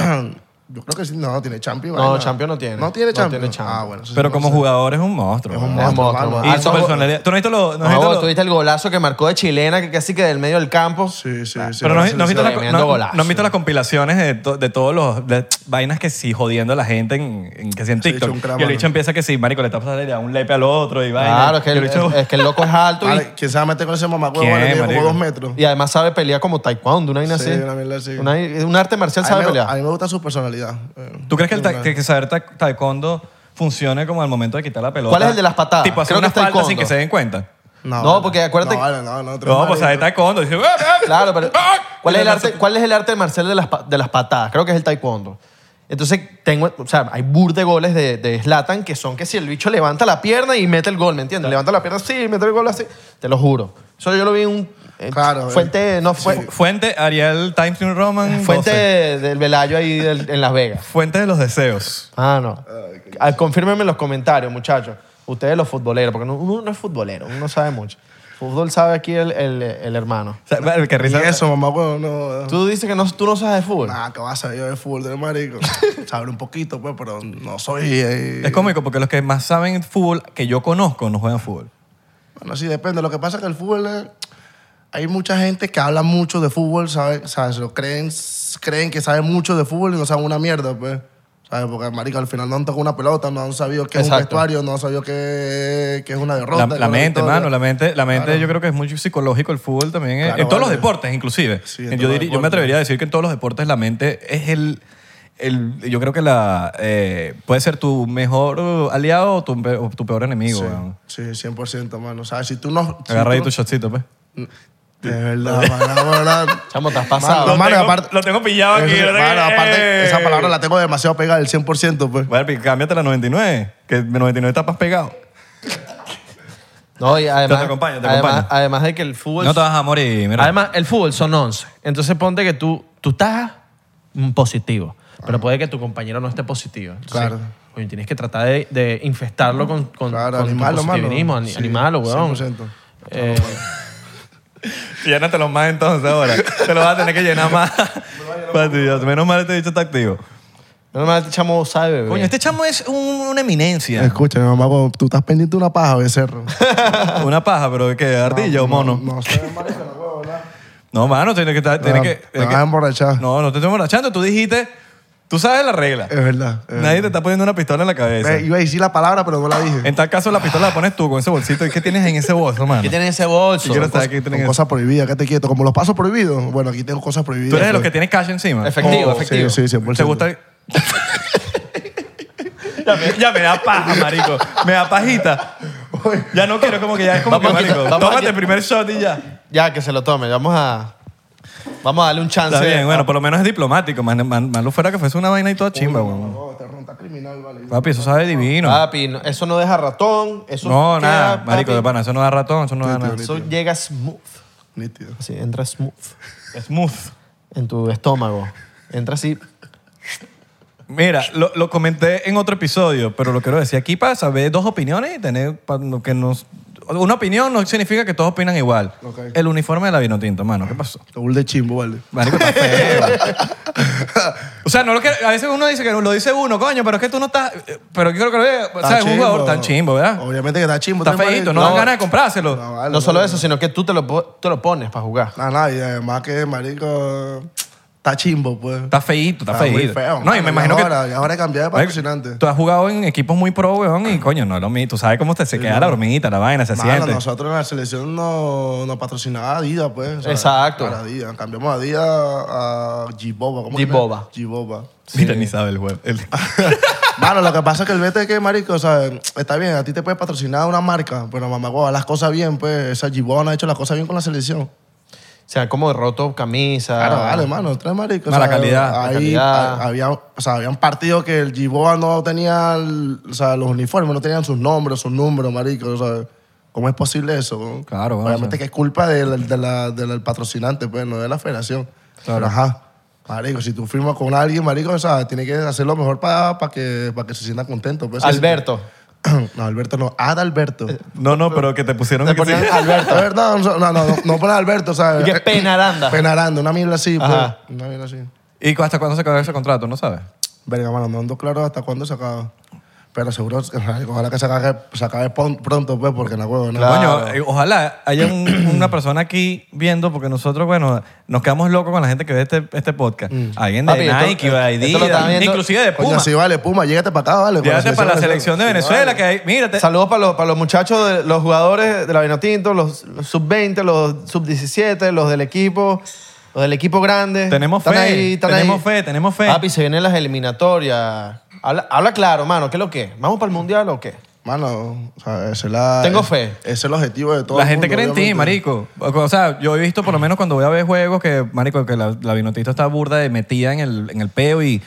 Speaker 2: Yo creo que sí, no, tiene Champions.
Speaker 4: No,
Speaker 2: vaina.
Speaker 4: Champions no tiene.
Speaker 2: No tiene
Speaker 4: No
Speaker 2: Champions.
Speaker 4: tiene Champions.
Speaker 2: Ah, bueno. eso sí
Speaker 3: Pero
Speaker 2: no
Speaker 3: como
Speaker 2: sé.
Speaker 3: jugador es un monstruo. weón.
Speaker 4: Es monstruo,
Speaker 2: mano.
Speaker 4: mano.
Speaker 3: Y
Speaker 4: Ah,
Speaker 3: su
Speaker 4: no,
Speaker 3: personalidad. ¿Tú no has visto lo- no has
Speaker 4: No,
Speaker 3: visto
Speaker 4: vos
Speaker 3: lo-
Speaker 4: tuviste el golazo que marcó de chilena, que casi que del medio del campo.
Speaker 2: Sí, sí, sí.
Speaker 3: Ah, pero no,
Speaker 2: ahora
Speaker 3: has-
Speaker 2: sí
Speaker 3: no has
Speaker 2: lo
Speaker 3: visto
Speaker 2: sé.
Speaker 3: la-
Speaker 4: Tremendo
Speaker 3: no-
Speaker 4: golazo.
Speaker 3: no has visto las compilaciones de, to- de todos los de vainas que sí jodiendo a la gente en, en- que sí en
Speaker 2: Sí,
Speaker 3: TikTok.
Speaker 2: son cramas,
Speaker 3: y el bicho
Speaker 2: ¿no?
Speaker 3: empieza que sí, marico, le está pasando a un lepe al otro y vaina.
Speaker 4: Claro, es que,
Speaker 3: Y el
Speaker 4: el,
Speaker 3: bicho-
Speaker 4: es, es que el loco es alto y,
Speaker 2: Vale, ¿Quién se va a meter con ese mamagüevo?
Speaker 3: ¿Quién,
Speaker 2: Vale, tiene como
Speaker 3: marico?
Speaker 2: dos metros.
Speaker 4: y además sabe pelear como taekwondo, una vaina
Speaker 2: Sí,
Speaker 4: así.
Speaker 2: una mierda así.
Speaker 4: Una- un arte marcial
Speaker 2: A mí
Speaker 4: sabe
Speaker 2: me- A
Speaker 4: pelear.
Speaker 2: mí me gusta su personalidad. Eh,
Speaker 3: ¿Tú crees que el ta-
Speaker 2: una-
Speaker 3: que saber ta- taekwondo funcione como al momento de quitar la pelota?
Speaker 4: ¿Cuál es el de las patadas?
Speaker 3: Tipo, hacer
Speaker 4: Creo que
Speaker 3: una
Speaker 4: es
Speaker 3: falta sin
Speaker 4: taekwondo.
Speaker 3: que se den cuenta.
Speaker 4: No, porque acuérdate-
Speaker 2: No, vale, no, no. tres
Speaker 3: No, pues saber
Speaker 2: maricos.
Speaker 3: taekwondo. Dice, "Ah, ah".
Speaker 4: Claro, pero
Speaker 3: ¡Ah! Y
Speaker 4: ¿cuál es el
Speaker 3: le
Speaker 4: arte, cuál es el arte marcial de las, pa- de las patadas? Creo que es el taekwondo. Entonces, tengo, o sea, hay bur de goles de, de Zlatan que son que si el bicho levanta la pierna y mete el gol, ¿me entiendes? Levanta la pierna así y mete el gol así. Te lo juro. Eso yo lo vi en un... eh,
Speaker 2: Claro,
Speaker 4: Fuente, no fue...
Speaker 3: Fuente Ariel Times New Roman. 12.
Speaker 4: Fuente del Velayo ahí del- en Las Vegas.
Speaker 3: Fuente de los deseos.
Speaker 4: Ah, no. Ah, Confírmenme en los comentarios, muchachos. Ustedes los futboleros, porque no- uno no es futbolero, uno no sabe mucho. Fútbol sabe aquí el, el- el hermano.
Speaker 3: O sea, vale, qué
Speaker 2: Ni
Speaker 3: risa.
Speaker 2: eso, mamá, huevo, no.
Speaker 4: Tú dices que no, tú no sabes de fútbol.
Speaker 2: Nada, que vas a saber yo de fútbol de marico. Sabré un poquito, pues, pero no soy. eh,
Speaker 3: Es cómico porque los que más saben fútbol que yo conozco no juegan fútbol.
Speaker 2: Bueno, sí, depende. Lo que pasa es que el fútbol es- Hay mucha gente que habla mucho de fútbol, ¿sabes? O sea, se lo creen, creen que saben mucho de fútbol y no saben una mierda, pues. ¿Sabes? Porque, marico, al final no han tocado una pelota, no han sabido qué es un
Speaker 4: Exacto.
Speaker 2: vestuario, no han sabido qué, qué es una
Speaker 3: La,
Speaker 2: derrota. qué
Speaker 3: la
Speaker 2: es una
Speaker 3: mente,
Speaker 2: victoria.
Speaker 3: mano, la mente, la mente
Speaker 2: Claro.
Speaker 3: yo creo que es muy psicológico el fútbol también. es-
Speaker 2: Claro,
Speaker 3: en todos los
Speaker 2: vale.
Speaker 3: deportes, inclusive.
Speaker 2: Sí, en
Speaker 3: yo,
Speaker 2: todos los
Speaker 3: diría- yo me
Speaker 2: deportes.
Speaker 3: atrevería a decir que en todos los deportes la mente es el... el- yo creo que la eh, puede ser tu mejor eh, aliado o tu, pe- o tu peor enemigo. weón.
Speaker 2: Sí, sí, 100%, mano. O sea, si tú no... si
Speaker 3: Agarra ahí
Speaker 2: tú
Speaker 3: tu shotcito, pues.
Speaker 2: no- De verdad, mano, de verdad.
Speaker 4: Chamo, estás pasado.
Speaker 2: Mano, mano,
Speaker 1: tengo-
Speaker 2: aparte-
Speaker 1: lo tengo pillado aquí,
Speaker 2: Eso-
Speaker 1: lo tengo-
Speaker 2: mano, aparte,
Speaker 1: ¡Eh!
Speaker 2: esa palabra la tengo demasiado pegada, el 100%, pues.
Speaker 3: Bueno, pi- cámbiate la 99, que 99 está más pegado.
Speaker 4: No, y además,
Speaker 3: Yo te acompaño, te
Speaker 4: además,
Speaker 3: acompaño.
Speaker 4: además de que el
Speaker 1: Pues-
Speaker 4: fútbol.
Speaker 3: No te vas a morir, mira.
Speaker 5: Además, el fútbol son 11. Entonces ponte que tú, tú estás mm, positivo, pero puede que tu compañero no esté positivo. Entonces,
Speaker 2: Claro.
Speaker 5: coño, tienes que tratar de, de infestarlo con, con,
Speaker 2: Claro,
Speaker 5: con tu
Speaker 2: animarlo, mano.
Speaker 5: positivismo, ani-
Speaker 2: Sí,
Speaker 5: animarlo, weón.
Speaker 2: 100%.
Speaker 5: Eh,
Speaker 3: Llénatelo más entonces ahora. Te lo vas a tener que llenar más. Papi, Dios, menos mal este dicho está activo.
Speaker 4: Menos mal, este chamo sabe, bebé.
Speaker 3: Coño, este chamo es un- una eminencia.
Speaker 2: Escúchame, mamá, huevo, tú estás pendiente de una paja, becerro.
Speaker 3: Una paja, pero ¿qué? ¿Ardilla o mono? Ah,
Speaker 2: No, no sé, marico, no puedo hablar.
Speaker 3: No, mano, tienes que estar.
Speaker 2: Me
Speaker 3: Tienes
Speaker 2: va-
Speaker 3: que,
Speaker 2: me
Speaker 3: tienes
Speaker 2: vas a
Speaker 3: que-
Speaker 2: emborrachar.
Speaker 3: No, no te estoy emborrachando. Tú dijiste. Tú sabes la regla.
Speaker 2: Es verdad. es
Speaker 3: Nadie te
Speaker 2: verdad.
Speaker 3: está poniendo una pistola en la cabeza.
Speaker 2: Ve, Iba a decir la palabra, pero no la dije.
Speaker 3: En tal caso, la pistola la pones tú con ese bolsito. ¿Y qué tienes en ese bolso, mano?
Speaker 4: ¿Qué tiene ese bolso?
Speaker 3: Yo quiero saber qué
Speaker 2: Con
Speaker 3: tienes.
Speaker 2: cosas prohibidas, quédate quieto. Como los pasos prohibidos, bueno, aquí tengo cosas prohibidas.
Speaker 3: Tú eres de los que
Speaker 2: pues. Oh,
Speaker 3: tienes cash encima.
Speaker 4: Efectivo, efectivo.
Speaker 2: Sí, sí, 100%.
Speaker 3: ¿Te gusta? el- ya, me, ya me da paja, marico. Me da pajita. Ya no quiero, como que ya es como
Speaker 4: Vamos a
Speaker 3: que,
Speaker 4: quitar-
Speaker 3: marico,
Speaker 4: vamos a
Speaker 3: tómate el
Speaker 4: quitar-
Speaker 3: primer shot y ya.
Speaker 4: Ya, que se lo tome. Vamos a. Vamos a darle un chance.
Speaker 3: Está bien, bueno, por lo menos es diplomático. Man, man- malo fuera que fuese una vaina y toda chimba, weón.
Speaker 2: No, esta ronda criminal, vale.
Speaker 3: Papi, eso sabe divino.
Speaker 4: Papi, no- eso no deja ratón. Ah, Eso
Speaker 3: no,
Speaker 4: queda,
Speaker 3: nada, marico,
Speaker 4: papi,
Speaker 3: de pana. Eso no da ratón, eso no da nada.
Speaker 4: Eso llega smooth.
Speaker 2: Nítido.
Speaker 4: Así, entra smooth
Speaker 3: Smooth.
Speaker 4: en tu estómago. Entra así.
Speaker 3: Mira, lo, lo comenté en otro episodio, pero lo quiero decir aquí para saber dos opiniones y tener pa- no- que nos... Una opinión no significa que todos opinan igual.
Speaker 2: Ok.
Speaker 3: El uniforme de la Vinotinto, mano, ¿qué pasó?
Speaker 2: Doble de chimbo, vale.
Speaker 3: Marico, está feo. o sea, no lo que, a veces uno dice que lo dice uno, coño, pero es que tú no estás... eh, Pero yo creo que lo veo,
Speaker 2: Está
Speaker 3: ¿sabes? Un jugador
Speaker 2: chimbo.
Speaker 3: tan chimbo, ¿verdad?
Speaker 2: Obviamente que está chimbo.
Speaker 3: Está
Speaker 2: tres
Speaker 3: feíto,
Speaker 2: maricos.
Speaker 3: no, dan ganas de comprárselo.
Speaker 2: No, vale,
Speaker 4: Ah, no Ah. solo
Speaker 2: vale.
Speaker 4: eso, sino que tú te lo, po- te lo pones para jugar.
Speaker 2: Nada, nada, y además que, marico, está chimbo, pues.
Speaker 3: Está feíto, está, feíto.
Speaker 2: muy
Speaker 3: no,
Speaker 2: feo.
Speaker 3: y
Speaker 2: mano,
Speaker 3: me imagino que...
Speaker 2: ahora, que... Ahora cambié de
Speaker 3: Oye,
Speaker 2: patrocinante.
Speaker 3: Tú has jugado en equipos muy pro, weón,
Speaker 2: Ah.
Speaker 3: y coño, no es lo mismo. Tú sabes cómo te- se queda la hormiguita, la vaina, se
Speaker 2: Mano,
Speaker 3: siente.
Speaker 2: nosotros en la selección no, no patrocinaba Adidas, pues. o sea,
Speaker 4: Exacto.
Speaker 2: para Adidas. Cambiamos a Adidas a G-Boba. ¿cómo que
Speaker 4: G-Boba.
Speaker 2: se llama? G-Boba.
Speaker 3: Mira, ni sabe el web.
Speaker 2: Mano, lo que pasa es que el vete que, marico, o sea, está bien, a ti te puede patrocinar una marca, pero mamá, guau, haz las cosas bien, pues. Esa G-Boba no ha hecho las cosas bien con la selección.
Speaker 4: O sea, como roto camisa.
Speaker 2: Claro, vale, mano, tres maricos.
Speaker 3: Ah. Mala calidad,
Speaker 4: la
Speaker 2: Ahí
Speaker 4: calidad.
Speaker 2: ha- había, o sea, habían partidos que el G-Boba no tenía, el- o sea, los uniformes no tenían sus nombres, sus números, marico, o sea, ¿cómo es posible eso? no?
Speaker 3: Claro, bueno,
Speaker 2: Obviamente
Speaker 3: o sea.
Speaker 2: que es culpa del, de la- del- del patrocinante, pues, no de la federación. Pero, ajá. Marico, si tú firmas con alguien, marico, o sea, tiene que hacer lo mejor para que, pa' que se sienta contento. Pues.
Speaker 4: Alberto.
Speaker 2: No, Alberto no. Adalberto.
Speaker 3: No, no, pero que te pusieron
Speaker 4: Te
Speaker 3: que sí.
Speaker 4: ponían Alberto.
Speaker 2: A ver, no, no, no, no, no pone Alberto, o sea... eh,
Speaker 4: Y que Penaranda.
Speaker 2: Penaranda, una mierda así, pues.
Speaker 4: Ajá.
Speaker 2: Una mierda así.
Speaker 3: ¿Y cu- hasta cuándo se acaba ese contrato? ¿No sabes?
Speaker 2: Verga, mano, no ando claro hasta cuándo se acaba. Pero seguro, ojalá que se acabe, se acabe pon- pronto, pues, porque la huevo, ¿no?
Speaker 3: Coño, eh, ojalá haya un- una persona aquí viendo, porque nosotros, bueno, nos quedamos locos con la gente que ve este, este podcast. Alguien de
Speaker 4: Mm. Papi, esto-
Speaker 3: Nike, de
Speaker 4: esto lo
Speaker 3: Adidas,
Speaker 4: estaba viendo-
Speaker 3: inclusive de
Speaker 2: Coño,
Speaker 3: Puma.
Speaker 2: sí, vale, Puma, llégate para acá, vale. con
Speaker 3: Llévate para la selección de Venezuela,
Speaker 2: Sí,
Speaker 3: que hay... Mírate.
Speaker 4: Saludos para los, para los muchachos, de, los jugadores de la Vinotinto, los, los sub-20, los sub-17, los del equipo, los del equipo grande.
Speaker 3: Tenemos fe, tenemos fe, tenemos fe.
Speaker 4: Papi, se vienen las eliminatorias. Habla, habla claro, mano, ¿qué es lo que? ¿Vamos para el Mundial o qué?
Speaker 2: vale. Mano, o sea, ese es la...
Speaker 4: Tengo fe.
Speaker 2: Ese es el objetivo de todo
Speaker 3: la
Speaker 2: el
Speaker 3: gente
Speaker 2: mundo,
Speaker 3: cree en ti,
Speaker 2: obviamente.
Speaker 3: marico. O- O sea, yo he visto por lo menos cuando voy a ver juegos que, marico, que la, la vinotista está burda de metida en el, en el peo y,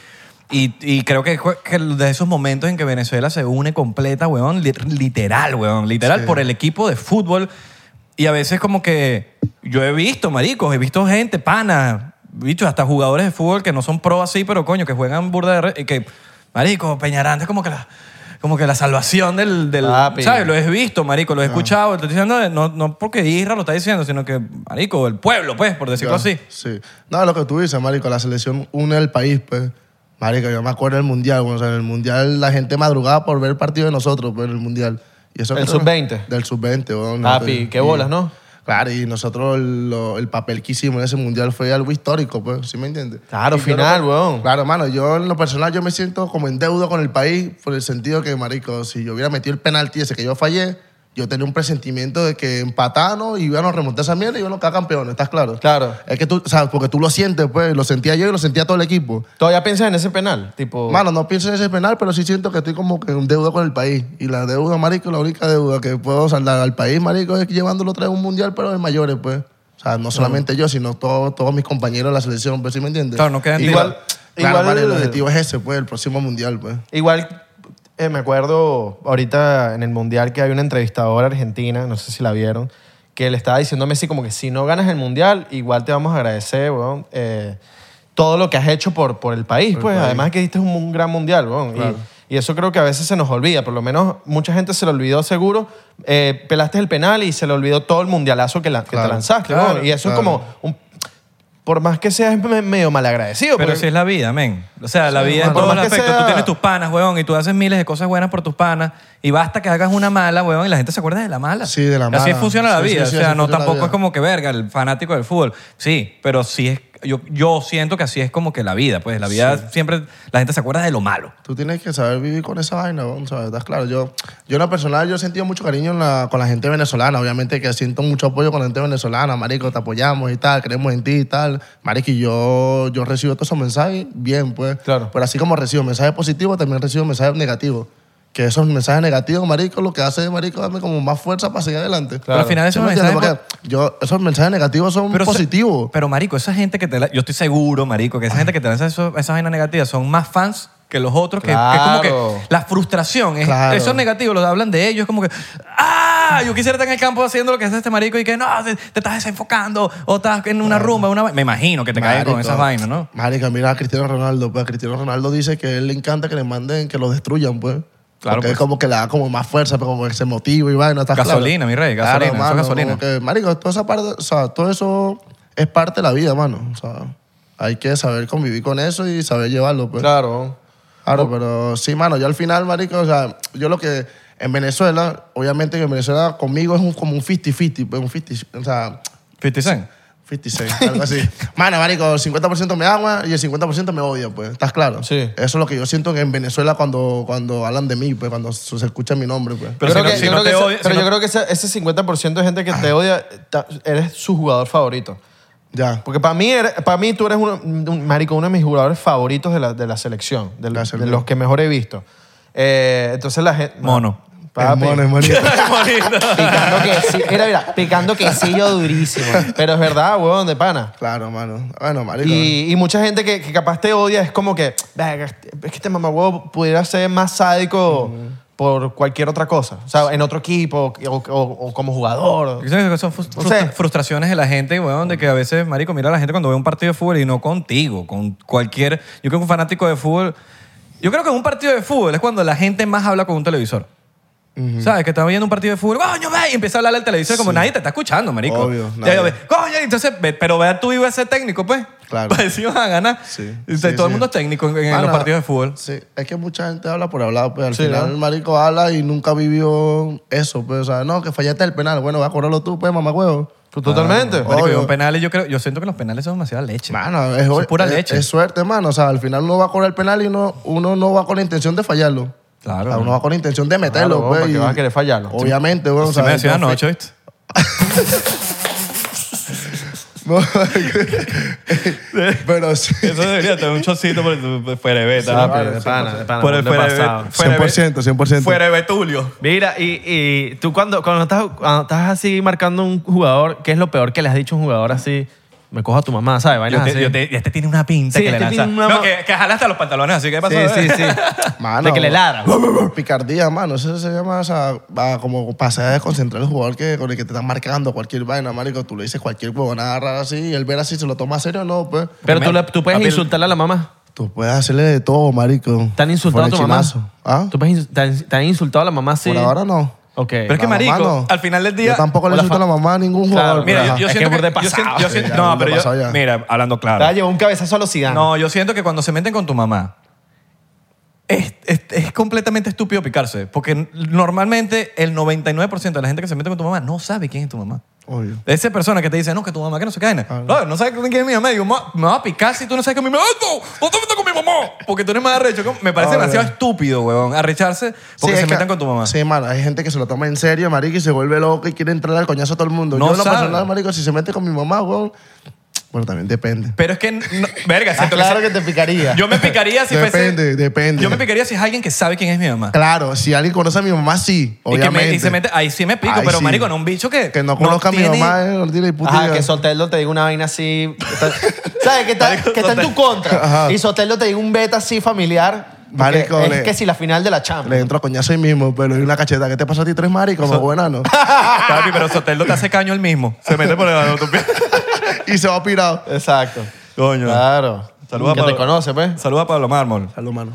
Speaker 3: y, y creo que, jue- que de esos momentos en que Venezuela se une completa, weón, li- literal, weón, literal, por el equipo de fútbol. Y a veces como que yo he visto, maricos, he visto gente, pana, bicho, hasta jugadores de fútbol que no son pro así, pero coño, que juegan burda de... re- y que, marico, Peñaranda es como que la... como que la salvación del... del
Speaker 4: Papi.
Speaker 3: ¿Sabes? Lo he visto, marico,
Speaker 2: Ah.
Speaker 3: lo he escuchado. Te estoy diciendo, de- no, no porque Isra lo está diciendo, sino que, marico, el pueblo, pues, por decirlo así.
Speaker 2: Sí. No, lo que tú dices, marico, la selección une al país, pues. Marico, yo me acuerdo del Mundial, bueno, o sea, en el Mundial la gente madrugaba por ver el partido de nosotros, pues, en el Mundial. Y eso
Speaker 4: ¿El
Speaker 2: que no-
Speaker 4: sub-20?
Speaker 2: Del sub-20, weón.
Speaker 4: Papi,
Speaker 2: Y-
Speaker 4: qué bolas, ¿no?
Speaker 2: Claro, y nosotros lo- el papel que hicimos en ese Mundial fue algo histórico, pues, ¿sí me entiendes?
Speaker 4: Claro,
Speaker 2: Y yo
Speaker 4: final,
Speaker 2: lo-
Speaker 4: weón.
Speaker 2: Claro, mano, yo en lo personal yo me siento como en deuda con el país por el sentido que, marico, si yo hubiera metido el penalti ese que yo fallé, yo tenía un presentimiento de que empataron y iban a remontar esa mierda y iban a quedar campeones, ¿estás claro?
Speaker 4: Claro.
Speaker 2: Es que tú, o sea, porque tú lo sientes, pues, lo sentía yo y lo sentía todo el equipo.
Speaker 4: ¿Todavía piensas en ese penal? Tipo,
Speaker 2: Mano, no pienso en ese penal, pero sí siento que estoy como que en deuda con el país. Y la deuda, marico, la única deuda que puedo saldar al país, marico, es que llevándolo otra vez a un mundial, pero de mayores, pues. O sea, no solamente yo, sino todo- todos mis compañeros de la selección, pues, ¿sí me entiendes?
Speaker 3: Claro, no queda en
Speaker 2: Igual,
Speaker 4: deuda.
Speaker 2: claro,
Speaker 4: Igual-
Speaker 2: marico, el objetivo es ese, pues, el próximo mundial, pues.
Speaker 4: Igual, eh, me acuerdo ahorita en el Mundial que hay una entrevistadora argentina, no sé si la vieron, que le estaba diciendo a Messi como que si no ganas el Mundial, igual te vamos a agradecer, weón, eh, todo lo que has hecho por, por el país, pues. Además que diste un, un gran Mundial, weón. Y- Y, eso creo que a veces se nos olvida, por lo menos mucha gente se lo olvidó seguro. Eh, pelaste el penal y se le olvidó todo el mundialazo que, la- que
Speaker 2: Claro,
Speaker 4: te lanzaste,
Speaker 3: claro,
Speaker 4: weón. Y eso
Speaker 2: claro.
Speaker 4: es como... un- por más que seas me- medio malagradecido. pues.
Speaker 3: Pero
Speaker 4: porque-
Speaker 3: si es la vida, men. O sea, la vida en
Speaker 4: por
Speaker 3: todos los
Speaker 4: más que
Speaker 3: aspectos.
Speaker 4: sea-
Speaker 3: Tú tienes tus panas, weón, y tú haces miles de cosas buenas por tus panas, y basta que hagas una mala, weón, y la gente se acuerda de la mala.
Speaker 2: Sí, de la
Speaker 3: Así
Speaker 2: mala.
Speaker 3: funciona la
Speaker 2: Sí, sí,
Speaker 3: vida.
Speaker 2: sí,
Speaker 3: o sea,
Speaker 2: así
Speaker 3: no
Speaker 2: funciona la
Speaker 3: tampoco
Speaker 2: vida.
Speaker 3: es como que, verga, el fanático del fútbol. Sí, pero sí es. Yo, yo siento que así es como que la vida, pues. La vida siempre. La gente se acuerda de lo malo.
Speaker 2: Tú tienes que saber vivir con esa vaina, weón, ¿sabes? ¿Estás claro? Yo, yo en lo personal, yo he sentido mucho cariño en la- con la gente venezolana. Obviamente que siento mucho apoyo con la gente venezolana. Marico, te apoyamos y tal, creemos en ti y tal. Marico, y yo, yo recibo todos esos mensajes bien, pues.
Speaker 4: Claro.
Speaker 2: Pero así como recibo mensajes positivos, también recibo mensajes negativos. Que esos mensajes negativos, marico, lo que hace, marico, darme como más fuerza para seguir adelante.
Speaker 3: Pero al final
Speaker 2: ¿Sí
Speaker 3: esos
Speaker 2: me entiendes?
Speaker 3: mensajes
Speaker 2: Porque yo, esos mensajes negativos son
Speaker 3: Pero,
Speaker 2: positivos.
Speaker 3: Pero, marico, esa gente que te la- Yo estoy seguro, marico, que esa gente que te lanza eso- esas vainas negativas son más fans que los otros, que, que es como
Speaker 4: Claro.
Speaker 3: que la frustración. Es,
Speaker 2: Claro.
Speaker 3: Eso es negativo, lo hablan de ellos, es como que. ¡Ah! Yo quisiera estar en el campo haciendo lo que hace este marico y que no, te, te estás desenfocando o estás en una rumba, una va- Me imagino que te caes con
Speaker 2: Marico.
Speaker 3: esas vainas, ¿no?
Speaker 2: Marica, mira a Cristiano Ronaldo. Pues a Cristiano Ronaldo dice que a él le encanta que le manden, que lo destruyan, pues.
Speaker 3: Claro,
Speaker 2: Porque
Speaker 3: pues.
Speaker 2: es como que le da como más fuerza, pero como que se motiva y vaina. ¿estás claro?
Speaker 3: Gasolina, mi rey, gasolina, eso es
Speaker 2: mano,
Speaker 3: gasolina.
Speaker 2: como que, marico, toda esa parte, o sea, todo eso es parte de la vida, mano. O sea, hay que saber convivir con eso y saber llevarlo, pues.
Speaker 4: Claro.
Speaker 2: Claro, pero sí, mano, yo al final, marico, o sea, yo lo que en Venezuela, obviamente que en Venezuela conmigo es un, como un 50-50, pues un 50, o sea,
Speaker 3: 50 Cent.
Speaker 2: 56, algo así. Mano, marico, el 50% me ama y el 50% me odia, pues. ¿Estás claro?
Speaker 4: Sí.
Speaker 2: Eso es lo que yo siento en Venezuela cuando, cuando hablan de mí, pues, cuando se escucha mi nombre, pues.
Speaker 3: Pero
Speaker 4: Yo
Speaker 3: si
Speaker 4: creo
Speaker 3: no-
Speaker 4: que-
Speaker 3: si
Speaker 4: yo
Speaker 3: no
Speaker 4: creo que
Speaker 3: te
Speaker 4: ese-
Speaker 3: odia-
Speaker 4: pero
Speaker 3: si no-
Speaker 4: yo creo que ese, ese 50% de gente que te odia, ta- eres su jugador favorito.
Speaker 2: ya.
Speaker 4: Porque para mí, eres- para mí tú eres uno, un- marico, uno de mis jugadores favoritos de la, de la selección, de, los-
Speaker 2: Gracias,
Speaker 4: de
Speaker 2: Luis.
Speaker 4: los que mejor he visto. Eh, entonces la gente...
Speaker 3: Mono.
Speaker 4: Papi,
Speaker 2: Es mono, es mono.
Speaker 4: Picando quesillo, mira, mira, picando quesillo durísimo. Pero es verdad, huevón, de pana.
Speaker 2: claro, mano. Bueno, marico.
Speaker 4: Y, y mucha gente que, que capaz te odia es como que, "Verga, es que este mamagüevo pudiera ser más sádico por cualquier otra cosa. O sea, en otro equipo o, o- o como jugador.
Speaker 3: Yo creo que Son frus-
Speaker 4: No sé.
Speaker 3: frustra- frustraciones de la gente, weón, de que a veces, marico, mira a la gente cuando ve un partido de fútbol y no contigo, con cualquier... Yo creo que un fanático de fútbol... Yo creo que en un partido de fútbol es cuando la gente más habla con un televisor. ¿Sabes? Que estás viendo un partido de fútbol, coño, ve, y empieza a hablar al televisor como nadie te está escuchando, marico.
Speaker 2: Obvio,
Speaker 3: Ya, ya
Speaker 2: nadie.
Speaker 3: ve, coño, y entonces, ve- pero vea tú y ve ese técnico, pues.
Speaker 2: Claro.
Speaker 3: Para decir, van a ganar.
Speaker 2: Sí,
Speaker 3: Y
Speaker 2: sí,
Speaker 3: todo el
Speaker 2: sí.
Speaker 3: mundo es técnico en, en
Speaker 2: Mano,
Speaker 3: los partidos de fútbol.
Speaker 2: Sí, es que mucha gente habla por hablar, pues. Al
Speaker 4: Sí,
Speaker 2: final,
Speaker 4: ¿no?
Speaker 2: marico habla y nunca vivió eso, pues. O sea, no, que fallaste el penal. Bueno, va a cobrarlo tú, pues, mamá huevo. Ah,
Speaker 4: Totalmente.
Speaker 3: Marico,
Speaker 2: obvio.
Speaker 3: y un penal y yo creo, yo siento que los penales son demasiada leche.
Speaker 2: Mano, es,
Speaker 3: Eso es pura
Speaker 2: es-
Speaker 3: leche.
Speaker 2: Es suerte, mano. O sea, al final uno va a cobrar el penal y uno, uno no va con la intención de fallarlo.
Speaker 3: Claro.
Speaker 2: O sea, uno va con la intención de meterlo,
Speaker 4: Claro,
Speaker 2: güey.
Speaker 4: ¿para
Speaker 2: y-
Speaker 4: qué vas a querer fallarlo?
Speaker 2: Obviamente, güey. o
Speaker 3: Sí
Speaker 2: sea,
Speaker 3: me decía
Speaker 2: yo fui-
Speaker 3: anoche, ¿viste?
Speaker 2: Pero sí.
Speaker 3: Eso debería tener un chocito por el fuera de beta.
Speaker 5: Ah,
Speaker 3: ¿no?
Speaker 5: pero de pana, de pana,
Speaker 3: Por el
Speaker 5: mundo
Speaker 3: fuera de
Speaker 5: pasado.
Speaker 3: beta. fuera de beta-
Speaker 2: 100%, 100%.
Speaker 3: Fuera de Betulio.
Speaker 5: Mira, y, y tú cuando, cuando, estás, cuando estás así marcando un jugador, ¿qué es lo peor que le has dicho a un jugador así? Me cojo a tu mamá, ¿sabes?
Speaker 3: Yo
Speaker 5: Vainas
Speaker 3: te,
Speaker 5: así.
Speaker 3: yo te- ya te tiene una pinta
Speaker 5: Ah, Sí,
Speaker 3: que le
Speaker 5: este
Speaker 3: lanza.
Speaker 5: tiene una
Speaker 3: No,
Speaker 5: ma-
Speaker 3: que, que jala hasta los pantalones así. ¿Qué pasó?
Speaker 5: Sí, sí, sí.
Speaker 2: Mano.
Speaker 5: De que le ladra.
Speaker 2: Picardía, mano. Eso se llama, o sea, va como pasar a desconcentrar al jugador que, con el que te están marcando cualquier vaina, marico. Tú le dices cualquier huevonada rara así y él ver así, ¿se lo toma a serio o no, pues?
Speaker 5: Pero tú,
Speaker 3: me-
Speaker 5: le- tú puedes
Speaker 3: papi, el-
Speaker 5: insultarle a la mamá.
Speaker 2: Tú puedes hacerle de todo, marico.
Speaker 5: ¿Te han insultado a tu mamá?
Speaker 2: Forechinazo. ¿Ah?
Speaker 5: ¿Tú puedes ins- te, han, te han insultado a la mamá? Sí.
Speaker 2: Por ahora no.
Speaker 5: Ok.
Speaker 3: Pero es que,
Speaker 2: La mamá
Speaker 3: marico,
Speaker 2: no.
Speaker 3: al final del día...
Speaker 2: Yo tampoco le
Speaker 3: la
Speaker 2: insulto a la mamá a ningún
Speaker 5: Claro,
Speaker 2: jugador.
Speaker 3: fa- Mira,
Speaker 2: pero
Speaker 3: yo,
Speaker 2: ajá.
Speaker 3: yo
Speaker 5: Es
Speaker 3: siento
Speaker 5: que
Speaker 3: que...
Speaker 5: burda de
Speaker 3: yo siento-
Speaker 5: pasado,
Speaker 3: yo
Speaker 5: sí,
Speaker 3: siento-
Speaker 2: ya,
Speaker 3: no,
Speaker 2: burda
Speaker 3: pero
Speaker 2: pasado ya.
Speaker 3: yo... Mira, hablando
Speaker 4: Te
Speaker 3: claro.
Speaker 4: llevó un cabezazo a los Zidane.
Speaker 3: No, yo siento que cuando se meten con tu mamá, es, es- es completamente estúpido picarse. Porque normalmente el 99% de la gente que se mete con tu mamá no sabe quién es tu mamá.
Speaker 2: Obvio.
Speaker 3: Esa persona que te dice, no, que tu mamá, que no se cae. No, no sabes quién es mi mamá. Digo, "Ma- me va a picar si tú no sabes que mi mamá. ¡No! ¡No te metas con mi mamá! Porque tú eres más arrecho. que- Me parece
Speaker 2: Obvio.
Speaker 3: demasiado estúpido, huevón, arrecharse porque
Speaker 2: Sí,
Speaker 3: se
Speaker 2: es que-
Speaker 3: metan con tu mamá.
Speaker 2: Sí, mano, hay gente que se lo toma en serio, marico, y se vuelve loco y quiere entrar al coñazo a todo el mundo.
Speaker 3: No
Speaker 2: yo, en lo
Speaker 3: sabe.
Speaker 2: personal, marico, si se mete con mi mamá, weón. Bueno, también depende.
Speaker 3: Pero es que, no-
Speaker 2: Ah,
Speaker 3: verga, siento
Speaker 4: Ah, claro
Speaker 3: que,
Speaker 4: que te picaría.
Speaker 3: se- yo me picaría si fuese-
Speaker 2: Depende, depende.
Speaker 3: Yo me picaría si es alguien que sabe quién es mi mamá.
Speaker 2: Claro, si alguien conoce a mi mamá, sí,
Speaker 3: Y, que me- y
Speaker 2: obviamente.
Speaker 3: se mete, ahí sí me pico,
Speaker 2: Ahí
Speaker 3: pero
Speaker 2: sí.
Speaker 3: marico, no un bicho que.
Speaker 2: Que no conozca a
Speaker 3: tiene-
Speaker 2: mi mamá, eh, no tiene puta
Speaker 4: Ajá,
Speaker 2: idea.
Speaker 4: que Soteldo te diga una vaina así. que está- ¿Sabes? Que está, que está en tu contra. Y Soteldo te diga un beta así familiar. porque
Speaker 2: Marico,
Speaker 4: es
Speaker 2: le-
Speaker 4: que si la final de la Champions.
Speaker 2: Le entro a coñazo ahí mismo, pero y una cacheta. ¿Qué te pasó a ti tres maricos, más buenano?
Speaker 3: Papi, pero Soteldo te hace caño el mismo. Se mete por debajo de tu pie.
Speaker 2: y se va pirado.
Speaker 4: Exacto.
Speaker 3: Coño.
Speaker 4: Claro.
Speaker 3: Saluda a
Speaker 4: que te
Speaker 3: Pablo.
Speaker 4: conoce, pues.
Speaker 3: Saluda a Pablo Mármol.
Speaker 2: Salud, mano.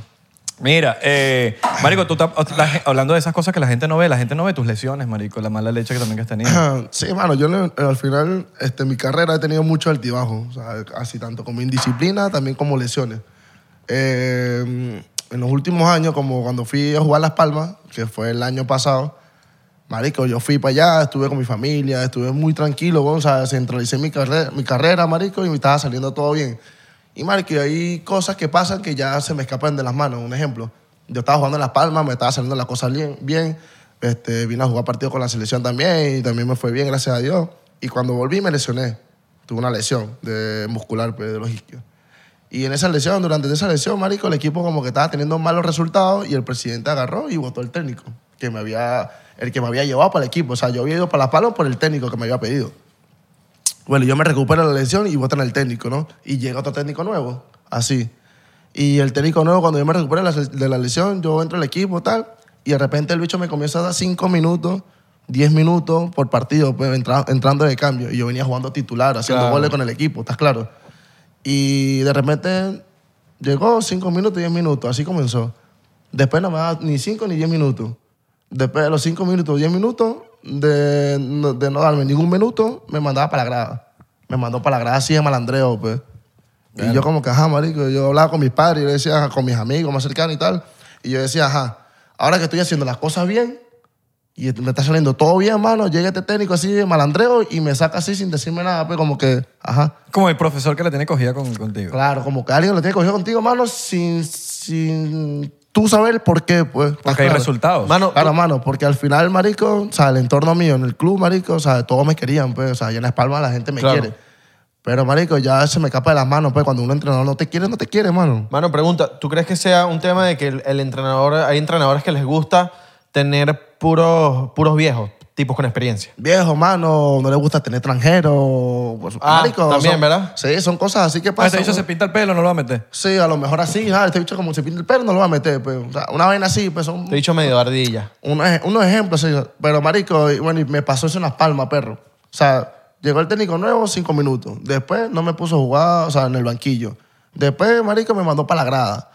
Speaker 3: Mira, eh, Marico, tú estás la gen- hablando de esas cosas que la gente no ve. La gente no ve tus lesiones, Marico. La mala leche que también que has tenido.
Speaker 2: Sí, mano, yo le- eh, al final, este, mi carrera he tenido mucho altibajo, o sea, así tanto como indisciplina, también como lesiones. Eh, en los últimos años, como cuando fui a jugar Las Palmas, que fue el año pasado, marico, yo fui para allá, estuve con mi familia, estuve muy tranquilo, weón, o sea, centralicé mi carrera, mi carrera, marico, y me estaba saliendo todo bien. Y, marico, y hay cosas que pasan que ya se me escapan de las manos. Un ejemplo, yo estaba jugando en Las Palmas, me estaba saliendo las cosas bien, bien. Este, vine a jugar partido con la selección también y también me fue bien, gracias a Dios. Y cuando volví me lesioné. Tuve una lesión de muscular pues, de los isquios. Y en esa lesión, durante esa lesión, marico, el equipo como que estaba teniendo malos resultados y el presidente agarró y votó al técnico, que me había, el que me había llevado para el equipo. O sea, yo había ido para las palos por el técnico que me había pedido. Bueno, yo me recupero de la lesión y votan al técnico, ¿no? Y llega otro técnico nuevo, así. Y el técnico nuevo, cuando yo me recupero de la, de la lesión, yo entro al equipo, tal, y de repente el bicho me comienza a dar 5 minutos, 10 minutos por partido, pues, entra- entrando de cambio. Y yo venía jugando titular, haciendo goles con el equipo, ¿estás claro? Y de repente llegó 5 minutos, 10 minutos, así comenzó. Después no me daba ni 5 ni 10 minutos. Después de los 5 minutos, 10 minutos, de, no- de no darme ningún minuto, me mandaba para la grada. Me mandó para la grada así de malandreo, pues. Y yo como que, ajá, marico, yo hablaba con mis padres, yo le decía, ajá, con mis amigos más cercanos y tal. Y yo decía, ajá, ahora que estoy haciendo las cosas bien y me está saliendo todo bien, mano, llega este técnico así de malandreo y me saca así sin decirme nada, pues como que, ajá.
Speaker 3: Como el profesor que la tiene cogida con- contigo.
Speaker 2: Claro, como que alguien lo tiene cogido contigo, mano, sin, sin tú saber por qué, pues. ¿estás
Speaker 3: Porque hay
Speaker 2: claro?
Speaker 3: resultados.
Speaker 4: Mano,
Speaker 2: Claro, mano, porque al final, marico, o sea, el entorno mío en el club, marico, o sea, todos me querían, pues, o sea, allá en Las Palmas la gente me
Speaker 4: Claro.
Speaker 2: quiere. Pero, marico, ya se me escapa de las manos, pues, cuando un entrenador no te quiere, no te quiere, mano.
Speaker 4: Mano, pregunta, ¿tú crees que sea un tema de que el, el entrenador, hay entrenadores que les gusta tener puros, puros viejos, tipos con experiencia?
Speaker 2: Viejo, mano, no le gusta tener extranjeros. pues,
Speaker 4: Ah,
Speaker 2: marico,
Speaker 4: también,
Speaker 2: son-
Speaker 4: ¿verdad?
Speaker 2: Sí, son cosas así que
Speaker 3: Ah,
Speaker 2: pasan.
Speaker 3: este bicho
Speaker 2: ¿no?
Speaker 3: se pinta el pelo, no lo va a meter.
Speaker 2: Sí, a lo mejor así, ah, este bicho como se pinta el pelo, no lo va a meter, pues. O sea, una vaina así, pues, son
Speaker 4: Te he dicho medio ardilla.
Speaker 2: Unos, ej- unos ejemplos, sí, pero marico, y bueno, y me pasó eso en Las Palmas, perro. O sea, llegó el técnico nuevo, cinco minutos. Después no me puso a jugar, o sea, en el banquillo. Después, marico, me mandó para la grada.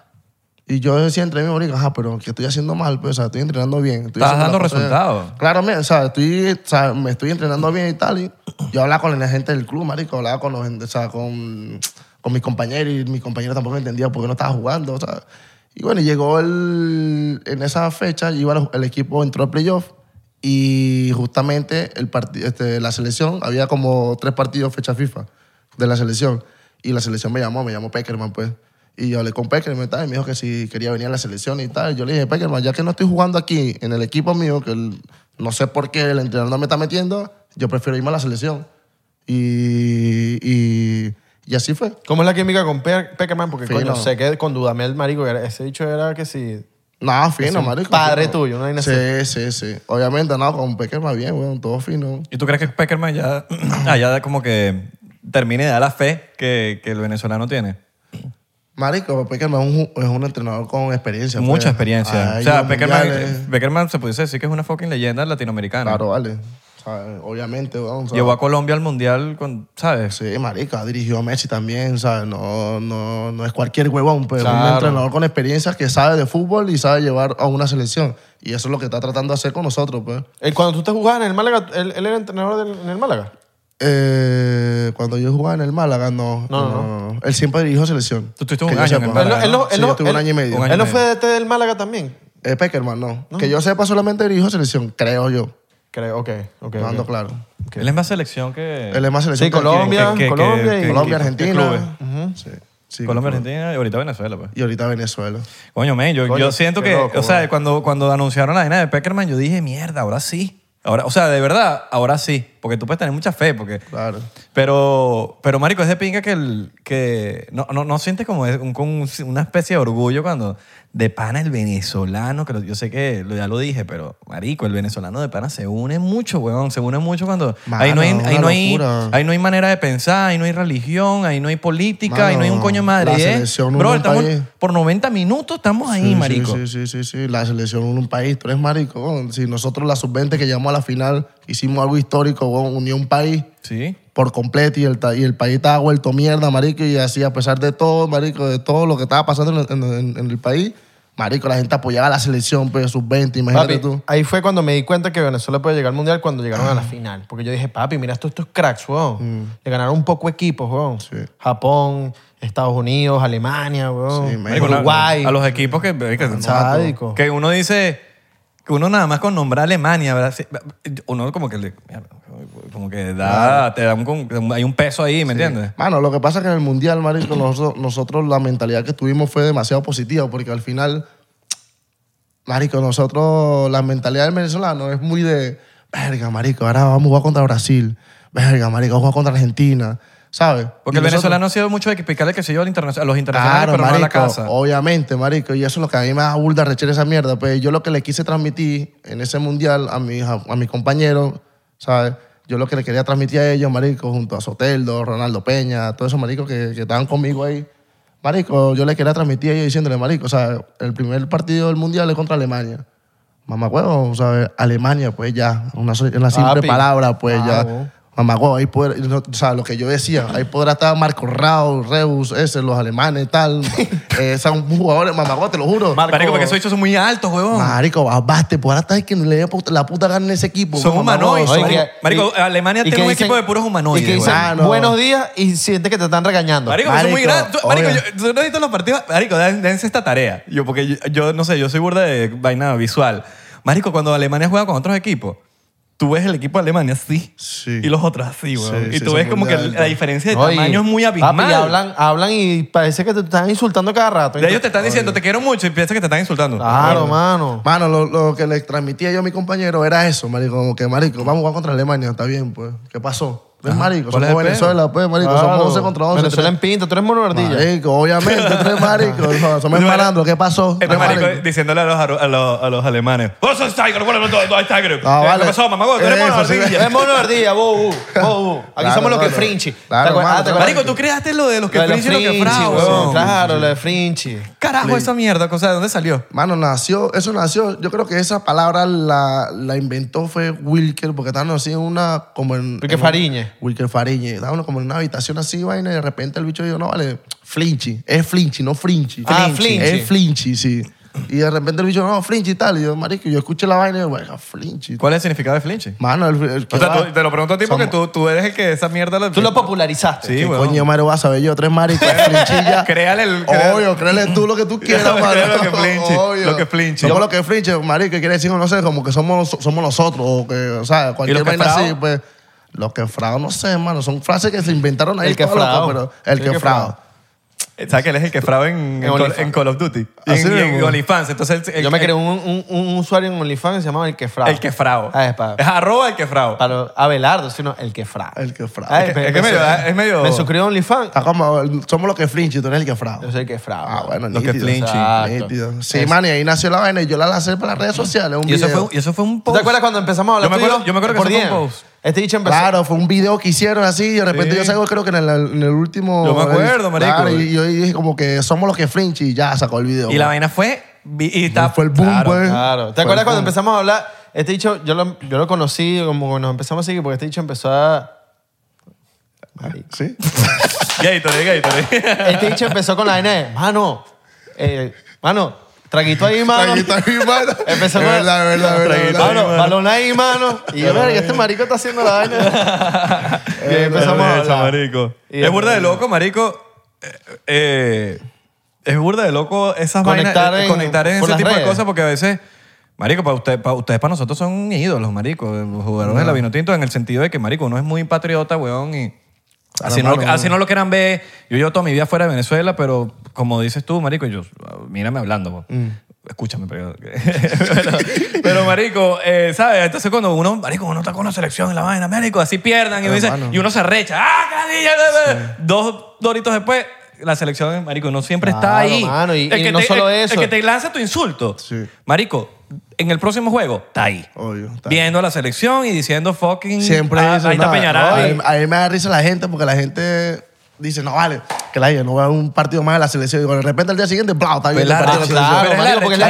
Speaker 2: Y yo decía entre mí, marico, ajá, pero que estoy haciendo mal, pues, o sea, estoy entrenando bien. estoy
Speaker 3: Estás
Speaker 2: haciendo
Speaker 3: dando
Speaker 2: las cosas bien.
Speaker 3: resultados.
Speaker 2: Claramente, o sea, estoy, o sea, me estoy entrenando bien y tal. Y yo hablaba con la gente del club, marico, hablaba con, los, gente- o sea, con, con mis compañeros y mis compañeros tampoco entendían por qué no estaba jugando, o sea. Y bueno, llegó el, en esa fecha, iba el, el equipo entró al playoff y justamente el parti- este, la selección, había como tres partidos fecha FIFA de la selección. Y la selección me llamó, me llamó Peckerman, pues. Y yo hablé con Peckerman y tal, y me dijo que si quería venir a la selección y tal. Yo le dije, Peckerman, ya que no estoy jugando aquí en el equipo mío, que el- no sé por qué el entrenador no me está metiendo, yo prefiero irme a la selección. Y, y, y así fue.
Speaker 4: ¿Cómo es la química con Pe- Peckerman? Porque,
Speaker 2: Fino.
Speaker 4: coño, sé que con Dudamel, marico, era- ese dicho era que si...
Speaker 2: No, fino,
Speaker 4: un
Speaker 2: marico.
Speaker 4: padre
Speaker 2: fino.
Speaker 4: tuyo, una vaina
Speaker 2: Sí, sí, sí. Obviamente, no, con Peckerman bien, weón, todo fino.
Speaker 3: ¿Y tú crees que Peckerman ya, allá como que termine de dar la fe que, que el venezolano tiene?
Speaker 2: Marico, Peckerman es un, ju- es un entrenador con experiencia. pues.
Speaker 3: Mucha experiencia.
Speaker 2: Ha
Speaker 3: o
Speaker 2: ido
Speaker 3: sea,
Speaker 2: a
Speaker 3: Peckerman,
Speaker 2: mundiales.
Speaker 3: Peckerman se pudiese decir que es una fucking leyenda latinoamericana.
Speaker 2: Claro, vale. O sea, ¿sabes? Obviamente, weón. ¿sabes?
Speaker 3: Llevó a Colombia al mundial, con, ¿sabes?
Speaker 2: Sí, marica, dirigió a Messi también, ¿sabes? No, no, no es cualquier huevón, pero un
Speaker 4: Claro.
Speaker 2: entrenador con experiencia que sabe de fútbol y sabe llevar a una selección. Y eso es lo que está tratando de hacer con nosotros, pues.
Speaker 4: Eh, Cuando tú te jugabas en el Málaga, él, él era entrenador del- en el Málaga.
Speaker 2: Eh, cuando yo jugaba en el Málaga, no.
Speaker 4: No, no,
Speaker 2: no. Él siempre dirigió selección.
Speaker 3: Tú estuviste un
Speaker 2: Que yo
Speaker 3: año en el
Speaker 2: sepa.
Speaker 3: Málaga,
Speaker 4: Él no- él no-
Speaker 2: Sí,
Speaker 4: él
Speaker 2: yo
Speaker 4: no-
Speaker 2: estuve un
Speaker 4: él-
Speaker 2: año y medio.
Speaker 3: un año
Speaker 4: Él no
Speaker 3: y
Speaker 4: fue DT del Málaga también.
Speaker 2: Eh, Peckerman, no. Que yo sepa, solamente dirijo selección, creo yo.
Speaker 4: Creo, ok, ok.
Speaker 2: No ando
Speaker 4: ok.
Speaker 2: claro.
Speaker 3: Él es más selección que...
Speaker 2: Él es más selección.
Speaker 4: Sí,
Speaker 2: que cualquier-
Speaker 4: Colombia,
Speaker 3: que- que-
Speaker 4: Colombia
Speaker 3: que-
Speaker 4: y...
Speaker 2: Colombia,
Speaker 3: Eh, ¿Qué- qué clubes?
Speaker 2: Argentina. Sí, sí,
Speaker 3: Colombia,
Speaker 2: clubes.
Speaker 3: Argentina y ahorita Venezuela, pues.
Speaker 2: Y ahorita Venezuela.
Speaker 3: Coño, men, yo,
Speaker 4: Coño,
Speaker 3: yo siento
Speaker 4: qué
Speaker 3: que,
Speaker 4: loco,
Speaker 3: o sea,
Speaker 2: eh.
Speaker 4: bro.
Speaker 3: cuando, cuando anunciaron la vaina de Peckerman, yo dije, mierda, ahora sí. Ahora, o sea, de verdad, ahora sí. Porque tú puedes tener mucha fe, porque...
Speaker 2: Claro.
Speaker 3: Pero, pero marico, es de pinga que, el, que no, no, no sientes como es- un- con un- una especie de orgullo cuando de pana el venezolano, que lo- yo sé que lo- ya lo dije, pero marico, el venezolano de pana se une mucho, weón, se une mucho cuando...
Speaker 2: Mano,
Speaker 3: ahí, no hay,
Speaker 2: una
Speaker 3: ahí, no hay,
Speaker 2: locura.
Speaker 3: ahí no hay manera de pensar, ahí no hay religión, ahí no hay política, ahí no hay un
Speaker 2: Mano,
Speaker 3: coño de madre.
Speaker 2: la
Speaker 3: y es-
Speaker 2: selección une
Speaker 3: bro,
Speaker 2: un
Speaker 3: estamos-
Speaker 2: país.
Speaker 3: por 90 minutos estamos ahí,
Speaker 2: Sí, sí,
Speaker 3: marico.
Speaker 2: Sí, sí, sí, sí. La selección en un país, tú eres marico. weón. Si nosotros la sub-20 que llegamos a la final hicimos algo histórico, weón, unió un país
Speaker 3: Sí.
Speaker 2: por completo y el, ta- y el país estaba vuelto mierda, marico. Y así, a pesar de todo, marico, de todo lo que estaba pasando en, en- en- en el país, marico, la gente apoyaba a la selección, pues, sub-20, imagínate
Speaker 4: Papi,
Speaker 2: tú.
Speaker 4: ahí fue cuando me di cuenta que Venezuela puede llegar al mundial cuando llegaron a la final. Porque yo dije, papi, mira todos estos cracks, weón. Le ganaron un poco equipos, weón.
Speaker 2: Mm. Sí.
Speaker 4: Japón, Estados Unidos, Alemania, weón.
Speaker 2: Sí, marico,
Speaker 3: Marico, la-
Speaker 4: Uruguay.
Speaker 3: A los equipos que... marico, no-
Speaker 4: Sádico.
Speaker 3: Que uno dice, que uno nada más con nombrar Alemania, ¿verdad? Sí, Uno como que le, como que da, te da un, hay un peso ahí, ¿me entiendes?
Speaker 2: Mano, lo que pasa es que en el Mundial, marico, nosotros, nosotros la mentalidad que tuvimos fue demasiado positiva porque al final, marico, nosotros, la mentalidad del venezolano es muy de, verga, marico, ahora vamos a jugar contra Brasil, verga, marico, vamos a jugar contra Argentina, ¿sabes?
Speaker 3: Porque
Speaker 2: Y
Speaker 3: el
Speaker 2: nosotros-
Speaker 3: venezolano ha sido mucho de explicarle que se yo al internacional- a los internacionales,
Speaker 2: Claro,
Speaker 3: pero
Speaker 2: marico, oh,
Speaker 3: no a la casa.
Speaker 2: obviamente, marico, y eso es lo que a mí me da burda rechera esa mierda, pues yo lo que le quise transmitir en ese mundial a mis a, a mis compañeros, ¿sabes? Yo lo que le quería transmitir a ellos, marico, junto a Soteldo, Ronaldo Peña, todos esos maricos que, que estaban conmigo ahí. Marico, yo le quería transmitir a ellos diciéndole, marico, o sea, el primer partido del mundial es contra Alemania. Mamá huevo, o sea, Alemania, pues ya, una, so- una simple
Speaker 4: Papi.
Speaker 2: palabra, pues
Speaker 3: Ah,
Speaker 2: ya.
Speaker 4: Claro.
Speaker 2: Mamá, huevo, ahí podrá, no, o sea, lo que yo decía, ahí podrá estar Marco Rao, Reus, ese, los alemanes, tal. eh, son jugadores, mamá, huevo, te lo juro.
Speaker 4: Marco-
Speaker 3: Marico, porque esos bichos son muy altos, huevón.
Speaker 2: Marico, baste, podrá estar que le dé la puta gana en ese equipo.
Speaker 3: Son
Speaker 2: mamá, huevo.
Speaker 3: humanoides.
Speaker 4: Oye,
Speaker 3: marico,
Speaker 4: que-
Speaker 3: marico, Alemania
Speaker 4: y
Speaker 3: tiene
Speaker 4: que
Speaker 3: un
Speaker 4: dicen-
Speaker 3: equipo de puros humanoides,
Speaker 4: Y que dicen,
Speaker 3: huevón.
Speaker 2: Ah, no.
Speaker 4: buenos días y sientes que te están regañando.
Speaker 3: Marico, que son muy
Speaker 2: Marico,
Speaker 3: grandes. Tú- Marico,
Speaker 2: obvio.
Speaker 3: yo, tú no has visto los partidos. Marico, den- dense esta tarea. Yo, porque yo, yo no sé, yo soy burda de vaina visual. Marico, cuando Alemania juega con otros equipos, tú ves el equipo de Alemania así.
Speaker 2: Sí.
Speaker 3: Y los otros así, weón.
Speaker 2: Sí,
Speaker 3: y
Speaker 2: sí,
Speaker 3: tú
Speaker 2: son
Speaker 3: ves como
Speaker 2: muy
Speaker 3: que la
Speaker 2: altos.
Speaker 3: diferencia de
Speaker 4: No, y-
Speaker 3: tamaño es muy
Speaker 4: papi,
Speaker 3: abismal.
Speaker 4: y hablan, hablan y parece que te están insultando cada rato.
Speaker 3: Ya ellos te están diciendo, te quiero mucho, y piensas que te están insultando.
Speaker 4: Claro, mano.
Speaker 2: Mano, lo, lo que le transmitía yo a mi compañero era eso, marico, como que, marico, vamos a jugar contra Alemania, está bien, pues. ¿Qué pasó? Ves, marico,
Speaker 3: ¿cuál es el
Speaker 2: somos
Speaker 3: pedo?
Speaker 2: Venezuela, pues, marico,
Speaker 4: Claro.
Speaker 2: somos 11 contra 11.
Speaker 4: Venezuela en pinta, tú eres mono ardilla.
Speaker 2: Marico, obviamente, tres maricos. no, Somos
Speaker 3: Bueno,
Speaker 2: malandros, ¿qué pasó?
Speaker 3: Este
Speaker 2: Ah,
Speaker 3: marico
Speaker 2: marico.
Speaker 3: diciéndole a los, aru- a los, a los alemanes, ¡Vos sos Tiger! ¡Bueno, no, no, no, hay Tiger!
Speaker 2: Ah,
Speaker 3: ¿Qué
Speaker 2: vale.
Speaker 3: pasó, mamá? Tú
Speaker 4: Eh,
Speaker 3: eres
Speaker 2: Eso,
Speaker 3: mono
Speaker 2: sí.
Speaker 3: ardilla.
Speaker 4: Es mono ardilla, bobo, bobo. Aquí
Speaker 2: Claro,
Speaker 4: somos los que
Speaker 2: mano.
Speaker 4: frinchi.
Speaker 2: Claro,
Speaker 4: ¿Te acuerdas?
Speaker 2: mano,
Speaker 4: Ah, ¿te acuerdas?
Speaker 3: Marico, tú creaste lo de los que
Speaker 4: Lo de los
Speaker 3: fringe y lo que
Speaker 4: Frinchi,
Speaker 3: frao,
Speaker 4: weón.
Speaker 3: weón.
Speaker 4: Claro, lo de Frinchi.
Speaker 3: Carajo, esa mierda, cosa, ¿de dónde salió?
Speaker 2: Mano, nació, eso nació. Yo creo que esa palabra la, la inventó fue Wilker, porque estaban así en una. Como en,
Speaker 4: Wilker
Speaker 2: en-
Speaker 4: Fariñe.
Speaker 2: Wilker Fariñe. Estaban como en una habitación así, vaina, y de repente el bicho dijo, no, vale, Flinchy. Es Flinchy, no Frinchy.
Speaker 4: Ah, Flinchy.
Speaker 2: Es Flinchy, sí. Y de repente el bicho, no, Flinchy y tal. Y yo, marico, yo escuché la vaina y yo, bueno, Flinchy.
Speaker 3: ¿Cuál es el significado de flinche?
Speaker 2: Mano, el. el-
Speaker 3: O
Speaker 2: ¿qué
Speaker 3: sea,
Speaker 2: va?
Speaker 3: tú- te lo pregunto a ti porque tú, tú eres el que esa mierda... la-
Speaker 4: Tú lo popularizaste.
Speaker 3: Sí,
Speaker 2: ¿Qué
Speaker 3: weón.
Speaker 2: coño, Mario, vas a ver yo? Tres maricos, flinchillas.
Speaker 3: Créale el- créale-
Speaker 2: Obvio, créale tú lo que tú quieras,
Speaker 3: Créale
Speaker 2: Mario.
Speaker 3: lo que flinche,
Speaker 2: Obvio.
Speaker 3: lo que flinche.
Speaker 2: Yo lo que flinche, marico, que quiere decir, no sé, como que somos, somos nosotros, o que, o sea,
Speaker 3: ¿Y
Speaker 2: cualquier
Speaker 3: lo que
Speaker 2: vaina
Speaker 3: frao?
Speaker 2: así, pues. Los que frao, no sé, mano. Son frases que se inventaron ahí.
Speaker 4: El que
Speaker 2: todas locas,
Speaker 4: frao.
Speaker 2: pero El que frao.
Speaker 3: ¿Sabes que él es el que fraba en, en, Call-
Speaker 4: OnlyFans. Ah,
Speaker 3: en Call of Duty? Y
Speaker 2: Así
Speaker 3: en, y en
Speaker 2: mismo.
Speaker 3: OnlyFans. Entonces, el- el-
Speaker 4: Yo me
Speaker 3: el-
Speaker 4: creé un, un, un usuario en OnlyFans que se llamaba El Quefrao.
Speaker 3: El que frao.
Speaker 4: Ah, es para,
Speaker 3: Es arroba el que frao.
Speaker 4: para Abelardo, sino El Quefrao.
Speaker 2: El que frao.
Speaker 4: Ah,
Speaker 3: Es que- es
Speaker 4: me-
Speaker 3: que
Speaker 4: me-
Speaker 3: medio- es medio-
Speaker 4: Me suscribí a OnlyFans.
Speaker 2: Está como, el- somos los que flinche, tú eres el que frao.
Speaker 4: Yo soy El Quefrao.
Speaker 2: Ah, bueno,
Speaker 3: Los que
Speaker 2: nítido,
Speaker 3: flinche.
Speaker 4: Exacto.
Speaker 2: nítido. Sí,
Speaker 4: Es-
Speaker 2: mano, y ahí nació la vaina y yo la lancé para las redes sociales. Un
Speaker 3: Y eso,
Speaker 2: video.
Speaker 3: fue, y eso fue un
Speaker 4: ¿Tú
Speaker 3: post.
Speaker 4: te acuerdas cuando empezamos a
Speaker 3: Yo
Speaker 4: hablar
Speaker 3: me
Speaker 4: tú y
Speaker 3: acuerdo- yo me acuerdo que
Speaker 4: Por
Speaker 3: eso fue un
Speaker 4: DM.
Speaker 3: post.
Speaker 4: Este dicho
Speaker 3: Pues,
Speaker 4: empezó.
Speaker 2: Claro, fue un video que hicieron así y de repente yo salgo, creo que en el, en el último.
Speaker 3: Yo me acuerdo, marico.
Speaker 2: Claro, y yo dije como que somos los que flinch y ya sacó el video.
Speaker 3: Y la vaina fue... vi- Y está,
Speaker 2: Fue el boom,
Speaker 3: Claro.
Speaker 2: pues.
Speaker 4: Claro. ¿Te
Speaker 2: Fue
Speaker 4: acuerdas
Speaker 2: el
Speaker 4: cuando
Speaker 2: boom.
Speaker 4: empezamos a hablar?
Speaker 6: Este dicho, yo lo, yo lo conocí como nos empezamos a seguir, porque este dicho empezó a.
Speaker 2: ¿Sí?
Speaker 3: Gatorade, Gatorade.
Speaker 6: Este dicho empezó con la vaina de, mano, eh, mano, traguito ahí, mano.
Speaker 2: Aquí está mi mano.
Speaker 6: Empezó
Speaker 2: Es
Speaker 6: con-
Speaker 2: verdad, es verdad, es verdad, es verdad.
Speaker 6: Mano, balón ahí, mano. Y yo, verga, este marico está haciendo la vaina. y ahí empezamos a
Speaker 3: Eso,
Speaker 6: hablar.
Speaker 3: marico.
Speaker 6: Y-
Speaker 3: es burda de loco, marico. Eh, eh, es burda de loco esas
Speaker 6: Conectar
Speaker 3: vainas. eh,
Speaker 6: en-
Speaker 3: conectar en
Speaker 6: por
Speaker 3: ese
Speaker 6: las
Speaker 3: tipo de
Speaker 6: redes.
Speaker 3: cosas porque a veces... Marico, para usted, para ustedes, para nosotros son ídolos, marico. Los jugadores de la Vinotinto en el sentido de que, marico, uno es muy patriota, weón, y... Así no, lo,
Speaker 2: mano.
Speaker 3: así no lo quieran ver. Yo llevo toda mi vida fuera de Venezuela, pero como dices tú, marico, yo... Mírame hablando, po.
Speaker 6: Mm.
Speaker 3: Escúchame, pero... pero, pero, marico, eh, ¿sabes? Entonces cuando uno, marico, uno está con una selección en la vaina, marico, así pierdan y, uno dice-
Speaker 2: mano.
Speaker 3: y uno se recha. ¡Ah, carilla! Dos doritos después, la selección, marico, no siempre está
Speaker 6: Claro,
Speaker 3: ahí.
Speaker 6: mano, y- y
Speaker 3: que
Speaker 6: no
Speaker 3: te-
Speaker 6: solo
Speaker 3: el-
Speaker 6: eso.
Speaker 3: El que te lanza tu insulto.
Speaker 2: Sí.
Speaker 3: Marico, en el próximo juego, está ahí.
Speaker 6: Oh,
Speaker 2: Obvio, está ahí.
Speaker 3: Viendo la selección y diciendo fucking...
Speaker 2: Siempre
Speaker 3: ah,
Speaker 2: dicen,
Speaker 3: Ahí está
Speaker 2: "No,
Speaker 3: Peñaranda".
Speaker 2: no, a, mí, a mí me da risa la gente porque la gente dice, no vale, que la gente no va a un partido más de la selección. Y de repente al día siguiente, bla, está bien.
Speaker 3: Pues la
Speaker 2: el partido de la
Speaker 6: Claro,
Speaker 3: rechazada, Pero es la
Speaker 6: marico, porque es la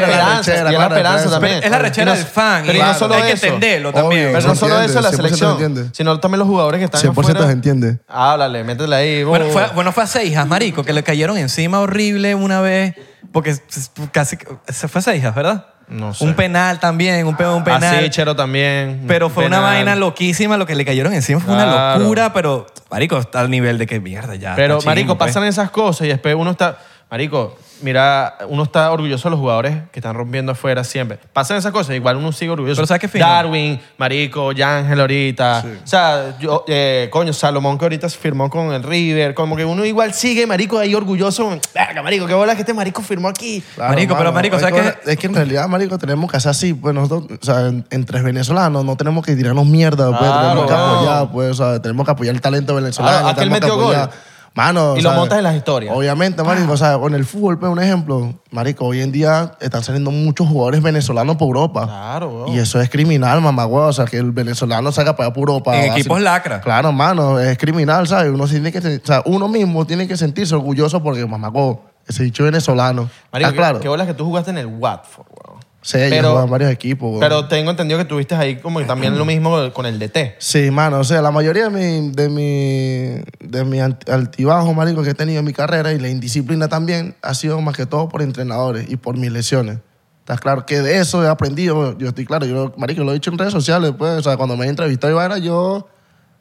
Speaker 6: esperanza.
Speaker 3: rechera,
Speaker 2: la
Speaker 6: y Es la esperanza
Speaker 2: rechera, pero
Speaker 6: también.
Speaker 3: es la rechera
Speaker 6: Y no-
Speaker 3: del fan,
Speaker 6: Pero
Speaker 3: y
Speaker 6: y no
Speaker 3: claro,
Speaker 6: solo
Speaker 3: hay que
Speaker 6: eso.
Speaker 3: entenderlo
Speaker 2: Obvio,
Speaker 3: también.
Speaker 6: Pero
Speaker 2: se
Speaker 6: no solo
Speaker 2: entiende,
Speaker 6: eso la
Speaker 2: 100% se
Speaker 6: selección,
Speaker 2: entiende.
Speaker 6: sino también los jugadores que están
Speaker 2: 100%
Speaker 6: afuera.
Speaker 2: se entiende.
Speaker 6: Háblale, métele ahí.
Speaker 3: Bueno,
Speaker 6: bobo.
Speaker 3: fue,
Speaker 4: Uh,
Speaker 3: bueno, fue a Seijas, marico, que le cayeron encima horrible una vez, porque s- s- casi se fue a Seijas, ¿verdad?
Speaker 6: No sé.
Speaker 3: Un penal también, un, pe- un
Speaker 4: A
Speaker 3: penal.
Speaker 4: Sichero también.
Speaker 3: pero fue una
Speaker 4: penal.
Speaker 3: vaina loquísima, lo que le cayeron encima fue una
Speaker 4: Claro.
Speaker 3: locura, pero marico, está al nivel de que mierda ya.
Speaker 4: Pero,
Speaker 3: está
Speaker 4: marico,
Speaker 3: chimbo, pues.
Speaker 4: pasan esas cosas y después uno está... Marico, mira, uno está orgulloso de los jugadores que están rompiendo afuera siempre. Pasan esas cosas, igual uno sigue orgulloso.
Speaker 3: Pero ¿sabes qué fino?
Speaker 4: Darwin, marico, Yángel ahorita. O sea, yo, eh, coño, Salomón que ahorita firmó con el River. Como que uno igual sigue, marico, ahí orgulloso. Verga, marico, qué bola que este marico firmó aquí.
Speaker 2: Claro,
Speaker 3: Marico, pero, marico,
Speaker 2: es
Speaker 3: ¿sabes
Speaker 2: que- Es que en realidad, marico, tenemos que hacer así. Pues nosotros, o sea, en- entre venezolanos, no tenemos que tirarnos mierda, pues.
Speaker 4: Claro,
Speaker 2: tenemos que
Speaker 4: no.
Speaker 2: apoyar, pues, o sea, tenemos que apoyar el talento venezolano.
Speaker 4: Ah, aquel
Speaker 2: tenemos que
Speaker 4: metió gol.
Speaker 2: apoyar- Mano,
Speaker 4: Y
Speaker 2: o
Speaker 4: lo
Speaker 2: sea,
Speaker 4: montas en las historias.
Speaker 2: Obviamente, marico, o sea, con el fútbol, pues, un ejemplo. Marico, hoy en día están saliendo muchos jugadores venezolanos por Europa.
Speaker 4: Claro,
Speaker 3: Oh.
Speaker 4: weón.
Speaker 2: Y eso es criminal, mamá, weón. O sea, que el venezolano salga para allá por Europa.
Speaker 3: En
Speaker 2: así-
Speaker 3: equipos lacra.
Speaker 2: Claro, mano, es criminal, ¿sabes? Uno, tiene que, sen- o sea, uno mismo tiene que sentirse orgulloso porque, mamá, weón, ese dicho venezolano.
Speaker 4: Marico,
Speaker 2: ah,
Speaker 4: qué-
Speaker 2: claro.
Speaker 4: qué bolas que tú jugaste en el Watford, weón.
Speaker 2: Sí, ellos
Speaker 4: Pero-
Speaker 2: juegan varios equipos. weón.
Speaker 4: Pero tengo entendido que tuviste ahí como que también lo mismo con el DT.
Speaker 2: Sí, mano, o sea, la mayoría de mi, de mi, de mi alt- altibajo, marico, que he tenido en mi carrera y la indisciplina también ha sido más que todo por entrenadores y por mis lesiones. ¿Estás claro? Que de eso he aprendido, yo estoy claro, yo, marico, lo he dicho en redes sociales, pues, o sea, cuando me he entrevistado y vaina, yo,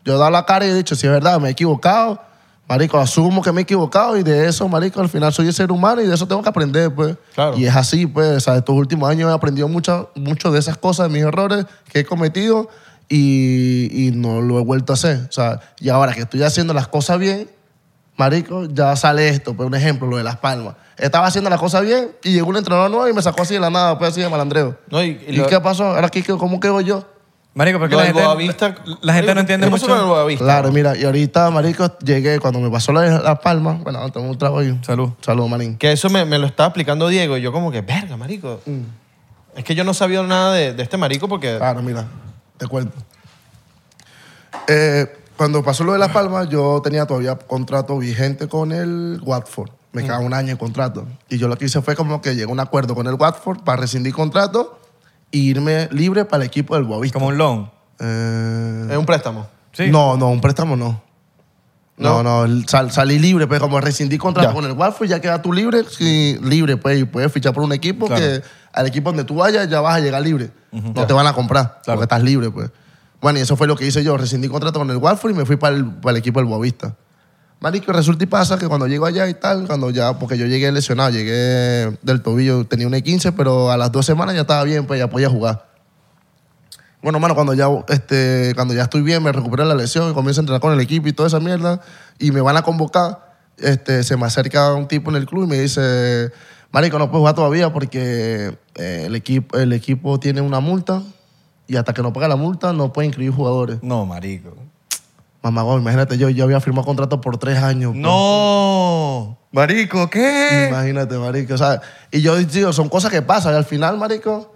Speaker 2: yo he dado la cara y he dicho, si es verdad, me he equivocado, marico, asumo que me he equivocado y de eso, marico, al final soy el ser humano y de eso tengo que aprender, pues.
Speaker 4: Claro.
Speaker 2: Y es así, pues, o sea, estos últimos años he aprendido mucho, mucho de esas cosas, de mis errores que he cometido y, y no lo he vuelto a hacer. O sea, y ahora que estoy haciendo las cosas bien, marico, ya sale esto. Pues un ejemplo, lo de Las Palmas. Estaba haciendo las cosas bien y llegó un entrenador nuevo y me sacó así de la nada, pues así de malandreo.
Speaker 4: No, y-
Speaker 2: ¿Y,
Speaker 4: y lo-
Speaker 2: qué pasó? ¿Ahora qué, qué- cómo quedo yo?
Speaker 3: Marico, porque
Speaker 4: Lo
Speaker 3: la
Speaker 4: del
Speaker 3: gente,
Speaker 4: Boavista-
Speaker 3: la- la gente no entiende
Speaker 4: ¿Qué pasó
Speaker 3: mucho.
Speaker 4: con el Boavista?
Speaker 2: Claro, mira, y ahorita, marico, llegué, cuando me pasó lo de Las Palmas, bueno, tomé un trago ahí.
Speaker 3: Salud.
Speaker 2: Salud, manín.
Speaker 4: Que eso me, me lo estaba explicando Diego y yo como que, verga, marico.
Speaker 2: Mm.
Speaker 4: Es que yo no sabía nada de, de este marico porque...
Speaker 2: Claro, mira, te cuento. Eh, cuando pasó lo de Las Palmas, yo tenía todavía contrato vigente con el Watford. Me quedaba un año de contrato. Y yo lo que hice fue como que llegué a un acuerdo con el Watford para rescindir contrato e irme libre para el equipo del Boavista.
Speaker 3: Como un long.
Speaker 2: Eh,
Speaker 4: Es un préstamo.
Speaker 3: Sí.
Speaker 2: No, no, un préstamo no. No, no, el- sal- salí libre, pues como rescindí contrato
Speaker 4: Ya.
Speaker 2: con el Watford, ya queda tú libre, sí, libre, pues, y puedes fichar por un equipo
Speaker 3: Claro.
Speaker 2: que al equipo donde tú vayas ya vas a llegar libre. No te van a comprar, porque estás libre, pues. Bueno, y eso fue lo que hice yo, rescindí contrato con el Watford y me fui para el, para el equipo del Boavista. Marico, resulta y pasa que cuando llego allá y tal, cuando ya, porque yo llegué lesionado, llegué del tobillo, tenía un E15, pero a las dos semanas ya estaba bien, pues ya podía jugar. Bueno, mano, cuando ya, este, cuando ya estoy bien, me recupero de la lesión, comienzo a entrenar con el equipo y toda esa mierda, y me van a convocar, este, se me acerca un tipo en el club y me dice, marico, no puedes jugar todavía porque eh, el, equipo, el equipo tiene una multa y hasta que no pague la multa no puede inscribir jugadores.
Speaker 3: No, marico.
Speaker 2: Mamá, guau, imagínate, yo, yo había firmado contrato por tres años. pues.
Speaker 3: No. Marico, ¿qué?
Speaker 2: Imagínate, marico. O sea, y yo digo, son cosas que pasan. Y al final, marico,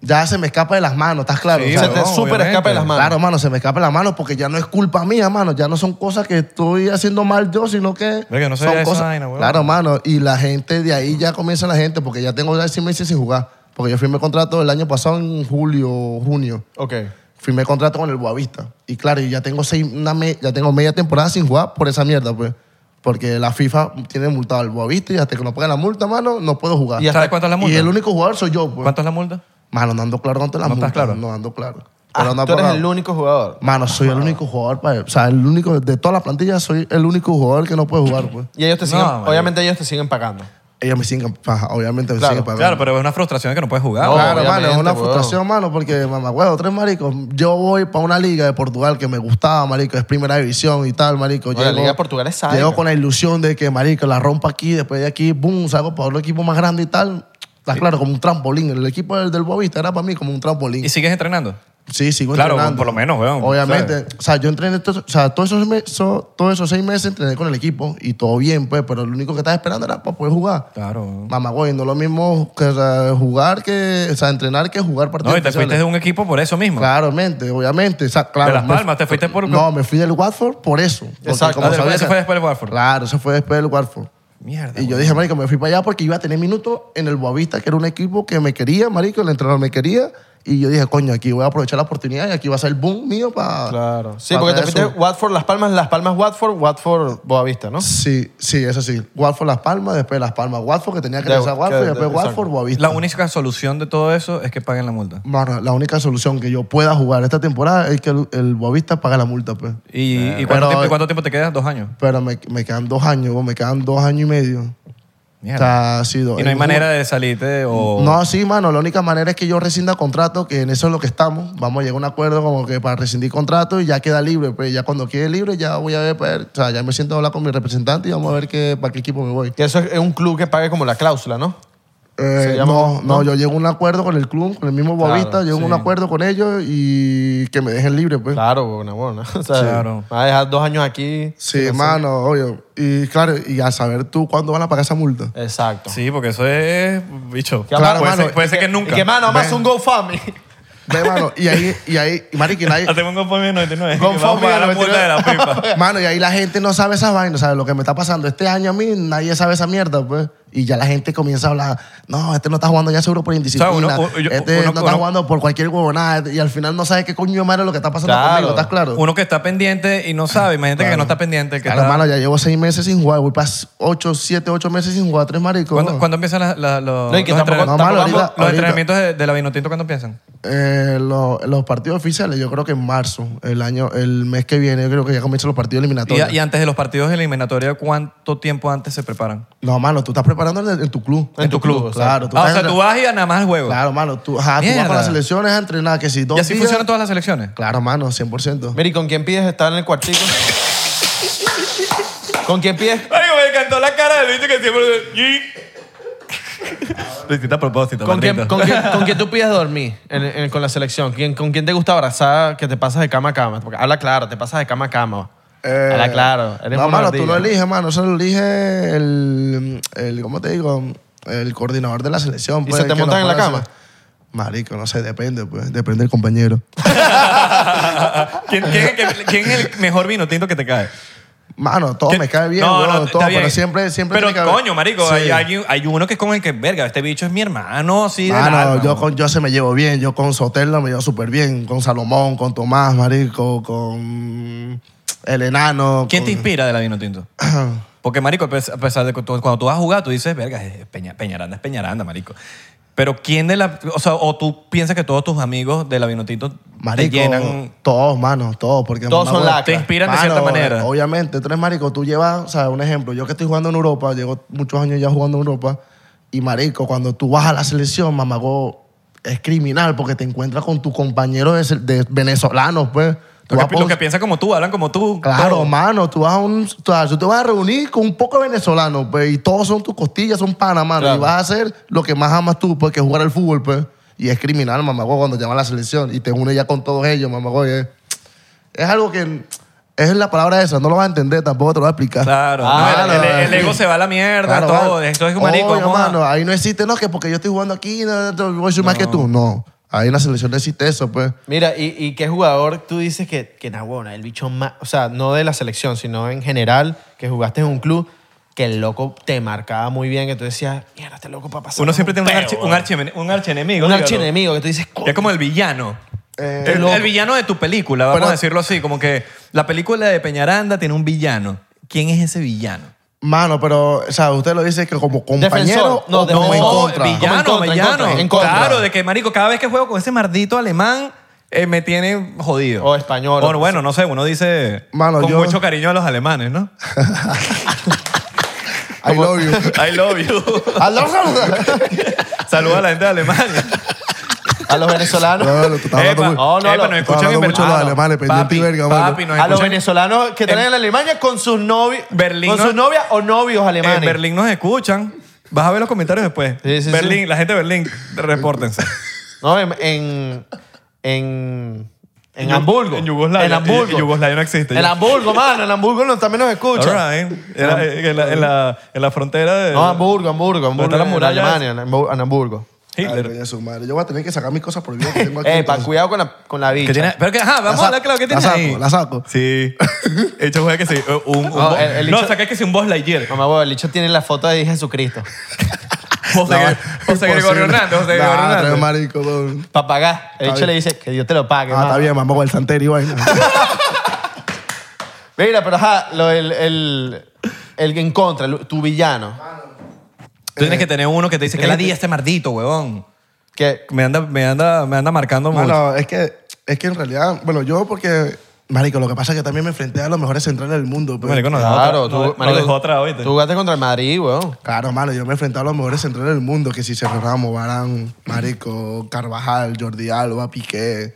Speaker 2: ya se me escapa de las manos, ¿estás claro?
Speaker 3: Sí,
Speaker 2: O sea,
Speaker 4: se te
Speaker 3: no,
Speaker 4: súper
Speaker 3: obviamente.
Speaker 4: escapa de las manos.
Speaker 2: Claro, mano, se me escapa la mano porque ya no es culpa mía, mano. Ya no son cosas que estoy haciendo mal yo, sino que
Speaker 3: Verga, no sabía
Speaker 2: son
Speaker 3: esa vaina, weón.
Speaker 2: Claro, mano. Y la gente de ahí ya comienza la gente porque ya tengo ya seis meses sin jugar. Porque yo firmé contrato el año pasado en julio o junio.
Speaker 4: Ok.
Speaker 2: Firmé contrato con el Boavista. Y claro, y ya tengo, seis, una me- ya tengo media temporada sin jugar por esa mierda, pues. Porque la FIFA tiene multado al Boavista y hasta que no pague la multa, mano, no puedo jugar.
Speaker 3: ¿Y sabes cuánto es la multa?
Speaker 2: Y el único jugador soy yo, pues.
Speaker 3: ¿Cuánto es la multa?
Speaker 2: Mano, no ando claro cuánto es la
Speaker 3: ¿No
Speaker 2: multa.
Speaker 3: estás claro?
Speaker 2: No ando claro.
Speaker 4: Ah,
Speaker 2: Pero no ha
Speaker 4: tú eres
Speaker 2: pagado.
Speaker 4: el único jugador.
Speaker 2: Mano, soy el único jugador, pa- o sea, el único de toda la plantilla soy el único jugador que no puede jugar, pues.
Speaker 4: Y ellos te
Speaker 3: No,
Speaker 4: siguen,
Speaker 3: marico.
Speaker 4: obviamente ellos te siguen pagando.
Speaker 2: Ellos me siguen, paja, obviamente me
Speaker 4: Claro,
Speaker 2: siguen pagando.
Speaker 3: Claro, pero es una frustración de que no puedes jugar.
Speaker 4: No,
Speaker 3: güey.
Speaker 2: Claro, mano, es
Speaker 4: obviamente,
Speaker 2: una
Speaker 4: weón.
Speaker 2: frustración, mano, porque, mamá, huevo, tres maricos. Yo voy para una liga de Portugal que me gustaba, marico, es primera división y tal, marico.
Speaker 4: Bueno, la liga de Portugal es sádica.
Speaker 2: Llego con la ilusión de que, marico, la rompa aquí, después de aquí, boom, salgo para otro equipo más grande y tal. Está claro, como un trampolín. El equipo del, del Boavista era para mí como un trampolín.
Speaker 3: ¿Y sigues entrenando?
Speaker 2: Sí, sigo
Speaker 3: Claro,
Speaker 2: entrenando.
Speaker 3: por lo menos, weón,
Speaker 2: Obviamente. O sea, yo entrené to- o sea, todos, esos meses, todos esos seis meses entrené con el equipo y todo bien, pues, pero lo único que estaba esperando era para poder jugar.
Speaker 3: Claro. güey.
Speaker 2: Mamá, güey, no es lo mismo que, o sea, jugar que, o sea, entrenar que jugar partidos
Speaker 3: No, y te
Speaker 2: oficiales.
Speaker 3: fuiste de un equipo por eso mismo.
Speaker 2: Claramente, obviamente. O sea, claro,
Speaker 3: De Las
Speaker 2: me-
Speaker 3: Palmas, te fuiste por-
Speaker 2: No, me fui del Watford por eso. Porque
Speaker 4: Exacto.
Speaker 3: Ah,
Speaker 2: como
Speaker 3: después-
Speaker 2: sabía
Speaker 3: eso
Speaker 2: que-
Speaker 3: fue después del Watford.
Speaker 2: Claro, eso fue después del Watford.
Speaker 3: Mierda.
Speaker 2: Y yo dije, marico, me fui para allá porque iba a tener minutos en el Boavista, que era un equipo que me quería, marico, el entrenador me quería. Y yo dije, coño, aquí voy a aprovechar la oportunidad y aquí va a ser el boom mío para...
Speaker 4: Claro. Sí, porque te fuiste Watford, Las Palmas, Las Palmas, Watford, Watford, Boavista, ¿no?
Speaker 2: Sí, sí, eso sí. Watford Las Palmas, después Las Palmas Watford, que tenía que
Speaker 4: De-
Speaker 2: regresar a Watford,
Speaker 4: que-
Speaker 2: y después
Speaker 4: de-
Speaker 2: Watford, Boavista.
Speaker 3: La única solución de todo eso es que paguen la multa.
Speaker 2: Mano, la única solución que yo pueda jugar esta temporada es que el, el Boavista pague la multa, pues.
Speaker 3: ¿Y, y cuánto,
Speaker 2: pero-
Speaker 3: tiempo, cuánto tiempo te quedas? ¿Dos años?
Speaker 2: Pero me, me quedan dos años, vos, me quedan dos años y medio. O
Speaker 3: Mierda.
Speaker 2: sea, ha sido...
Speaker 3: Y no hay manera de salirte o...
Speaker 2: No, sí, mano. La única manera es que yo rescinda contrato, que en eso es lo que estamos. Vamos a llegar a un acuerdo como que para rescindir contrato y ya queda libre. Pues ya cuando quede libre, ya voy a ver, pues, o sea, ya me siento a hablar con mi representante y vamos a ver qué, para qué equipo me voy.
Speaker 4: Que eso es un club que pague como la cláusula, ¿no?
Speaker 2: Eh,
Speaker 4: Se llama-
Speaker 2: no, no, yo llego a un acuerdo con el club, con el mismo Boavista, llego a un acuerdo con ellos y que me dejen libre, pues.
Speaker 4: Claro, buena, buena. O sea,
Speaker 3: Claro.
Speaker 4: vas a dejar dos años aquí.
Speaker 2: Sí, mano, obvio. Y claro, y a saber tú cuándo van a pagar esa multa.
Speaker 4: Exacto.
Speaker 3: Sí, porque eso es... Bicho.
Speaker 2: Claro,
Speaker 3: puede,
Speaker 2: mano,
Speaker 3: ser, puede ser que nunca.
Speaker 4: Y que, mano, más un GoFundMe.
Speaker 2: Ve, mano, y ahí, y ahí, y marico, y nadie-
Speaker 3: Hacemos un GoFundMe en 99.
Speaker 4: GoFundMe
Speaker 3: que vamos a pagar la
Speaker 4: en
Speaker 3: multa de la pipa.
Speaker 2: Mano, y ahí la gente no sabe esas vainas, ¿sabes? Lo que me está pasando este año a mí, nadie sabe esa mierda, pues. Y ya la gente comienza a hablar, no, este no está jugando ya seguro por indisciplina,
Speaker 3: O sea, uno- yo-
Speaker 2: este
Speaker 3: uno-
Speaker 2: no está
Speaker 3: uno-
Speaker 2: jugando por cualquier huevonada, y al final no sabe qué coño de madre es lo que está pasando
Speaker 4: Claro.
Speaker 2: conmigo, ¿estás claro?
Speaker 3: Uno que está pendiente y no sabe. Imagínate que no está pendiente. Que
Speaker 2: Claro,
Speaker 3: está-
Speaker 2: hermano, ya llevo seis meses sin jugar, voy para ocho, siete, ocho meses sin jugar, tres maricos.
Speaker 3: ¿Cuándo,
Speaker 2: ¿no?
Speaker 3: cuándo empiezan las- las- los,
Speaker 4: No, y que
Speaker 3: los
Speaker 4: tampoco-
Speaker 3: entrenamientos?
Speaker 2: No, mano, ahorita-
Speaker 3: los
Speaker 2: ahorita-
Speaker 3: entrenamientos de, de la Vinotinto cuándo empiezan?
Speaker 2: Eh, lo- los partidos oficiales, yo creo que en marzo, el año, el mes que viene, yo creo que ya comienzan los partidos
Speaker 3: Y,
Speaker 2: eliminatorios.
Speaker 3: y antes de los partidos de eliminatoria, ¿cuánto tiempo antes se preparan?
Speaker 2: No, mano, tú estás preparando en, el- en tu club.
Speaker 3: En tu club.
Speaker 2: Claro,
Speaker 3: Ah, o
Speaker 2: estás
Speaker 3: sea,
Speaker 2: en-
Speaker 3: tú vas y nada más al juego.
Speaker 2: Claro, mano. Tú, ajá, tú vas
Speaker 3: Mierda.
Speaker 2: para las selecciones a entrenar, que si dos
Speaker 3: Y así
Speaker 2: días-
Speaker 3: funcionan todas las selecciones.
Speaker 2: Claro, mano, 100%.
Speaker 4: Mira, ¿y con quién pides estar en el cuartico? ¿Con quién pides?
Speaker 3: Ay, me encantó la cara del bicho que siempre. Lo hiciste a propósito,
Speaker 4: ¿Con quién,
Speaker 3: maldito.
Speaker 4: con quién- con quién tú pides dormir en- en- con la selección? ¿Quién- ¿Con quién te gusta abrazar que te pasas de cama a cama? Porque habla claro, te pasas de cama a cama.
Speaker 2: Eh,
Speaker 4: habla claro. Eres
Speaker 2: no,
Speaker 4: una
Speaker 2: mano, tú
Speaker 4: ardilla.
Speaker 2: lo eliges, mano. Eso lo elige el, el- ¿Cómo te digo? El coordinador de la selección. pues,
Speaker 4: se te
Speaker 2: que
Speaker 4: montan
Speaker 2: nos
Speaker 4: en la
Speaker 2: pone
Speaker 4: cama?
Speaker 2: ese- Marico, no sé, depende, pues. Depende del compañero.
Speaker 3: ¿Quién, quién- quién- quién es el mejor vino tinto que te cae?
Speaker 2: Mano, todo
Speaker 3: ¿Qué?
Speaker 2: me cae bien,
Speaker 3: No,
Speaker 2: weón,
Speaker 3: no,
Speaker 2: todo,
Speaker 3: está bien.
Speaker 2: pero siempre, siempre.
Speaker 3: Pero
Speaker 2: tiene que haber-
Speaker 3: coño, marico,
Speaker 2: Sí.
Speaker 3: hay, hay- hay uno que es con el que, verga, este bicho es mi hermano, sí, del
Speaker 2: Mano,
Speaker 3: alma.
Speaker 2: yo con Jose me llevo bien, yo con Sotelo me llevo súper bien, con Salomón, con Tomás, marico, con el enano.
Speaker 3: ¿Quién te
Speaker 2: con-
Speaker 3: inspira de la vino tinto? Porque, marico, a pes- a pesar de que tú- cuando tú vas a jugar, tú dices, verga, es Peña- Peñaranda es Peñaranda, marico. Pero ¿quién de la... O sea, o tú piensas que todos tus amigos de la Vinotinto te
Speaker 2: Marico,
Speaker 3: llenan...
Speaker 2: todos, mano, todos. Porque
Speaker 4: Todos
Speaker 2: mamá,
Speaker 4: son
Speaker 2: huevo,
Speaker 4: lacras.
Speaker 3: Te inspiran de cierta
Speaker 2: mano,
Speaker 3: manera.
Speaker 2: Obviamente, tres marico, tú llevas, o sea, un ejemplo, yo que estoy jugando en Europa, llevo muchos años ya jugando en Europa, y marico, cuando tú vas a la selección, mamago, es criminal porque te encuentras con tus compañeros de, de venezolanos, pues. Tú
Speaker 3: Lo
Speaker 2: vas
Speaker 3: que,
Speaker 2: por-
Speaker 3: lo que piensan como tú, hablan como tú.
Speaker 2: Claro,
Speaker 3: todo.
Speaker 2: mano, tú vas a un, tú vas- tú te vas a reunir con un poco de venezolanos, pues, y todos son tus costillas, son panas, mano,
Speaker 4: Claro.
Speaker 2: y vas a hacer lo que más amas tú, pues, que es jugar al fútbol, pues. Y es criminal, mamago, cuando llama a la selección y te une ya con todos ellos, mamago, y es, es algo que es la palabra esa, no lo vas a entender, tampoco te lo voy a explicar.
Speaker 3: Claro.
Speaker 4: Ah,
Speaker 3: No, el- el, el
Speaker 2: sí.
Speaker 3: ego se va a la mierda,
Speaker 2: Claro,
Speaker 3: todo.
Speaker 2: mano.
Speaker 3: Esto es un marico.
Speaker 2: Obvio,
Speaker 3: vamos a-
Speaker 2: mano, ahí no existe, no, que porque yo estoy jugando aquí, no, no, yo soy más que tú, no. Ahí en la selección no existe eso, pues.
Speaker 4: Mira, ¿y, y qué jugador tú dices que, que nah, bueno, el bicho más, o sea, no de la selección, sino en general, que jugaste en un club, que el loco te marcaba muy bien, que tú decías, mierda, este loco para pasar.
Speaker 3: Uno siempre tiene un, archi- un, archiene- un archienemigo.
Speaker 4: un
Speaker 3: dígalo.
Speaker 4: archienemigo, que tú dices,
Speaker 3: Es como el villano.
Speaker 2: Eh,
Speaker 3: el,
Speaker 4: loco.
Speaker 3: el villano de tu película, vamos
Speaker 2: Pero-
Speaker 3: a decirlo así. Como que la película de Peñaranda tiene un villano. ¿Quién es ese villano?
Speaker 2: Mano, pero, o sea, usted lo dice que como compañero
Speaker 4: Defensor. No,
Speaker 2: o como
Speaker 4: defensor.
Speaker 2: en contra.
Speaker 3: Oh, villano,
Speaker 4: Como en contra, en
Speaker 3: villano.
Speaker 4: contra, en contra.
Speaker 3: Claro, de que, marico, cada vez que juego con ese mardito alemán, eh, me tiene jodido.
Speaker 4: O español.
Speaker 3: O bueno, no sé, uno dice
Speaker 2: Mano,
Speaker 3: con
Speaker 2: yo-
Speaker 3: mucho cariño a los alemanes, ¿no? Oh,
Speaker 2: I love you.
Speaker 3: I love you.
Speaker 2: I love you.
Speaker 3: Saluda a la gente de Alemania.
Speaker 4: a los venezolanos.
Speaker 2: No, no, tú estás hablando
Speaker 3: Epa,
Speaker 2: muy-
Speaker 3: oh, no,
Speaker 4: epa,
Speaker 3: lo-
Speaker 4: nos
Speaker 2: escuchan en Berlín. Ah, no. Papi,
Speaker 3: papi,
Speaker 2: papi,
Speaker 3: papi,
Speaker 2: nos
Speaker 4: a los venezolanos que están
Speaker 3: en-
Speaker 4: en Alemania con sus novios.
Speaker 3: Berlín
Speaker 4: Con
Speaker 3: no-
Speaker 4: sus novias o novios
Speaker 3: En
Speaker 4: alemanes.
Speaker 3: Berlín nos escuchan. Vas a ver los comentarios después.
Speaker 4: Sí, sí,
Speaker 3: Berlín, la gente de Berlín, repórtense.
Speaker 4: No, en. En. En, en Hamburgo.
Speaker 3: En Yugoslavia.
Speaker 4: En Hamburgo.
Speaker 3: En Yugoslavia no existe.
Speaker 4: En Hamburgo, mano. En Hamburgo no, también nos escuchan.
Speaker 3: All right. En la, en la- en la- en la frontera de
Speaker 4: No, Hamburgo, Hamburgo, Hamburgo.
Speaker 3: está la
Speaker 4: en
Speaker 3: muralla?
Speaker 4: Alemania, en Hamburgo- en Hamburgo.
Speaker 2: Ay,
Speaker 3: Hitler.
Speaker 2: coño de su madre. Yo voy a tener que sacar mis cosas por el video que tengo aquí.
Speaker 4: Epa,
Speaker 2: entonces.
Speaker 4: cuidado con la, con la bicha.
Speaker 3: Que tiene- pero que, ajá, vamos
Speaker 2: La
Speaker 3: a hablar claro que tiene
Speaker 2: saco, la
Speaker 3: ahí.
Speaker 2: saco, la saco.
Speaker 3: Sí. Hecho juega que sí. Un, un
Speaker 4: No,
Speaker 3: bo-
Speaker 4: el- el
Speaker 3: no,
Speaker 4: hecho-
Speaker 3: saqué que sí un Boss Lightyear.
Speaker 4: Mamá, huevo, el bicho tiene la foto de Jesucristo.
Speaker 3: José,
Speaker 2: No,
Speaker 3: José
Speaker 2: imposible.
Speaker 3: Gregorio Hernándaz. José Gregorio
Speaker 2: Nah, tres
Speaker 3: Hernández.
Speaker 2: marico, weón.
Speaker 4: Para pagar. El
Speaker 2: Está
Speaker 4: bicho le
Speaker 2: bien.
Speaker 4: dice que Dios te lo pague.
Speaker 2: Ah,
Speaker 4: mano.
Speaker 2: está bien, mamá, con el santero y vaina.
Speaker 4: Mira, pero ajá, lo, el, el, el en contra, lo- tu villano.
Speaker 3: Tú tienes que tener uno que te dice que la di este mardito, huevón.
Speaker 4: Que,
Speaker 3: Me anda, me anda, me anda marcando mucho.
Speaker 2: Mano, es que, es que en realidad, bueno, yo porque, marico, lo que pasa es que también me enfrenté a los mejores centrales del mundo. pues.
Speaker 3: Marico, nos dejó
Speaker 4: claro,
Speaker 3: otra-
Speaker 4: tú,
Speaker 3: nos- nos
Speaker 4: marico,
Speaker 3: dejó otra, ¿oíste?
Speaker 4: Tú jugaste contra el Madrid, weón.
Speaker 2: Claro, mano, yo me he enfrentado a los mejores centrales del mundo, que si Sergio Ramos, Barán, Marico, Carvajal, Jordi Alba, Piqué,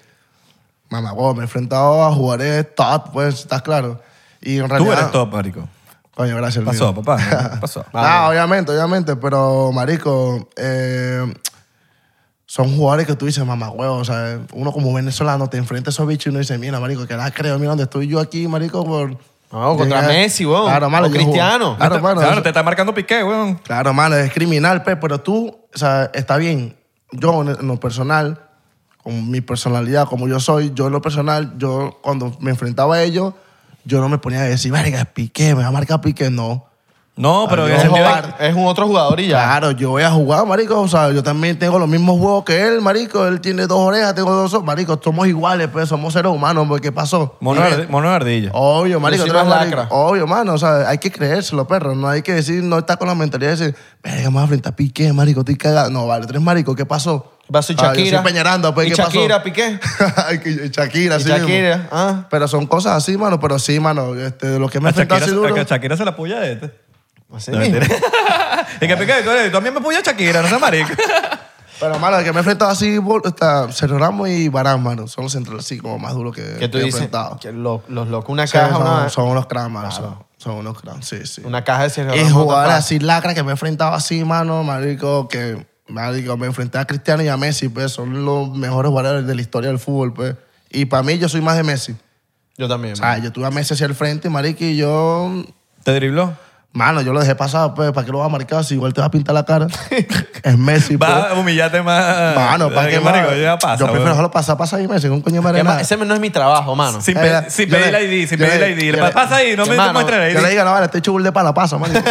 Speaker 2: Mamá, weón, me he enfrentado a jugadores top, pues, ¿estás claro? Y en realidad...
Speaker 3: Tú eres top, marico.
Speaker 2: Coño, gracias,
Speaker 3: Pasó,
Speaker 2: mío.
Speaker 3: papá. Pasó.
Speaker 2: Ah, obviamente, obviamente, pero, marico, eh, son jugadores que tú dices, mamá, huevo, o sea, uno como venezolano te enfrenta a esos bichos y uno dice, mira, marico, que la creo, mira dónde estoy yo aquí, marico, por...
Speaker 4: No, Ah, contra
Speaker 2: Llegué-
Speaker 4: Messi, weón.
Speaker 2: Claro, mano,
Speaker 4: O
Speaker 2: yo jugué-
Speaker 4: Cristiano.
Speaker 2: Claro,
Speaker 3: Ah,
Speaker 2: mano,
Speaker 3: claro,
Speaker 2: eso-
Speaker 3: te está marcando piqué, huevón.
Speaker 2: Claro, mano, es criminal, pe, pero tú, o sea, está bien. Yo, en en lo personal, con mi personalidad, como yo soy, yo en lo personal, yo cuando me enfrentaba a ellos, yo no me ponía a decir, verga, piqué, me va a marcar piqué, no.
Speaker 3: No, pero en el
Speaker 2: Adiós,
Speaker 3: sentido de-
Speaker 2: Omar.
Speaker 4: Es un otro jugador y ya.
Speaker 2: Claro, yo voy a jugar, marico, o sea, yo también tengo los mismos juegos que él, marico, él tiene dos orejas, tengo dos ojos, marico, somos iguales, pues, somos seres humanos, pues, ¿qué pasó?
Speaker 3: mono,
Speaker 2: Dime. Oh,
Speaker 3: de ardi- mono de ardilla.
Speaker 2: Obvio, marico. tú
Speaker 4: Yo soy
Speaker 2: eres
Speaker 4: más
Speaker 2: marico.
Speaker 4: eh. lacra.
Speaker 2: Obvio, mano. O sea, hay que creérselo, perro. No hay que decir, no está con la mentalidad de decir, verga, me vas a enfrentar a Piqué, marico, estoy cagado. No, vale, tres marico, ¿qué pasó?
Speaker 4: Va su
Speaker 2: Ah, yo soy
Speaker 4: Shakira.
Speaker 2: Peñaranda, pues,
Speaker 4: Y
Speaker 2: ¿qué
Speaker 4: Shakira,
Speaker 2: pasó?
Speaker 4: Piqué.
Speaker 2: Ay, que- Shakira,
Speaker 4: Y
Speaker 2: sí. mismo.
Speaker 4: Shakira, ah.
Speaker 2: Pero son cosas así, mano. Pero sí, mano, este, de lo que me
Speaker 3: A
Speaker 2: enfrenté
Speaker 3: Shakira,
Speaker 2: así duro.
Speaker 3: a que Shakira se la puya de este.
Speaker 4: Así.
Speaker 3: No, mentira. y que piqué, tú, eres- tú también me puya Shakira, no seas marico.
Speaker 2: Pero, mano, el que me he enfrentado así, bol- está Sergio Ramos y Barán, mano. Son los centrales así como más duros que,
Speaker 4: que tú
Speaker 2: que he
Speaker 4: dices,
Speaker 2: enfrentado.
Speaker 4: que lo- los locos, una
Speaker 2: Sí,
Speaker 4: caja,
Speaker 2: son,
Speaker 4: una,
Speaker 2: son unos crans, mano. Son, son unos crans, sí, sí.
Speaker 4: una caja de Sergio
Speaker 2: Y
Speaker 4: Ramos, otra
Speaker 2: jugar
Speaker 4: caja.
Speaker 2: así lacra que me he enfrentado así, mano, marico, que marico, me enfrenté a Cristiano y a Messi, pues son los mejores jugadores de la historia del fútbol, pues. Y para mí yo soy más de Messi.
Speaker 4: Yo también.
Speaker 2: O sea, yo tuve a Messi hacia el frente, marico, y yo,
Speaker 3: ¿Te dribló?
Speaker 2: mano, yo lo dejé pasar, pues, ¿para qué lo vas a marcar si igual te vas a pintar la cara? es Messi, pues.
Speaker 3: Va a humillarte más.
Speaker 2: Mano, ¿para
Speaker 3: Ay,
Speaker 2: qué
Speaker 3: marico?
Speaker 2: más?
Speaker 3: Ya pasa.
Speaker 2: Yo prefiero
Speaker 3: weón.
Speaker 2: dejarlo pasar, pasa ahí Messi, con coño de
Speaker 4: Que
Speaker 2: madre
Speaker 4: ma-
Speaker 2: nada.
Speaker 4: ese no es mi trabajo, mano.
Speaker 3: Sin,
Speaker 2: Eh,
Speaker 3: pe-
Speaker 2: ya-
Speaker 3: sin
Speaker 2: yo
Speaker 3: pedir
Speaker 2: le-
Speaker 3: la ID, sin
Speaker 2: yo
Speaker 3: pedir
Speaker 2: le-
Speaker 3: la ID.
Speaker 2: yo le-
Speaker 3: Pa- Pasa ahí, no me
Speaker 4: Hermano,
Speaker 3: muestres la
Speaker 2: Yo le
Speaker 3: ID.
Speaker 2: digo, no, vale, estoy chubul de pala, pasa, marico.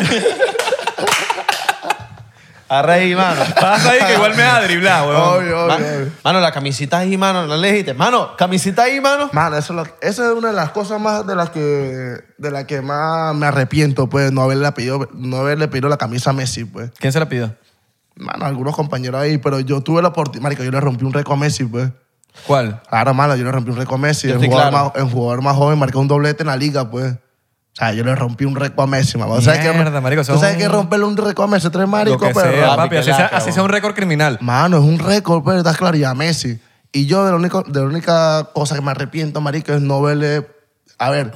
Speaker 4: Arre ahí, mano.
Speaker 3: Pasa ahí que igual me vas a driblar, weón.
Speaker 2: obvio,
Speaker 4: Ma-
Speaker 2: obvio, obvio.
Speaker 4: Mano, la camisita ahí, mano, no le dijiste. Mano, camisita ahí, mano.
Speaker 2: Mano, eso es lo- esa es una de las cosas más de las que de las que más me arrepiento, pues, no haberle pedido, no haberle pedido la camisa a Messi, pues.
Speaker 3: ¿Quién se la pidió?
Speaker 2: Mano, algunos compañeros ahí, pero yo tuve la oportunidad, marico, yo le rompí un récord a Messi, pues.
Speaker 3: ¿Cuál?
Speaker 2: Claro, mano, yo le rompí un récord a Messi,
Speaker 4: Yo
Speaker 2: el
Speaker 4: estoy
Speaker 2: jugador,
Speaker 4: claro.
Speaker 2: más, el jugador más joven marcó un doblete en la liga, pues. O sea, yo le rompí un récord a Messi, mamá. ¿Tú sabes
Speaker 3: Mierda, marico, eso
Speaker 2: ¿Tú
Speaker 3: es
Speaker 2: sabes que
Speaker 3: un-
Speaker 2: romperle un récord a Messi? Tres
Speaker 3: Lo
Speaker 2: maricos,
Speaker 3: que
Speaker 2: pero...
Speaker 3: sea,
Speaker 4: papi,
Speaker 3: papi. Así
Speaker 4: que
Speaker 3: sea,
Speaker 4: laca,
Speaker 3: así
Speaker 4: weón.
Speaker 3: sea un récord criminal.
Speaker 2: Mano, es un récord, pero estás claro, y a Messi. Y yo de la, única, de la única cosa que me arrepiento, marico, es no verle... A ver,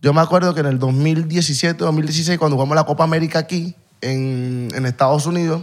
Speaker 2: yo me acuerdo que en el 2017, 2016, cuando jugamos la Copa América aquí, en, en Estados Unidos,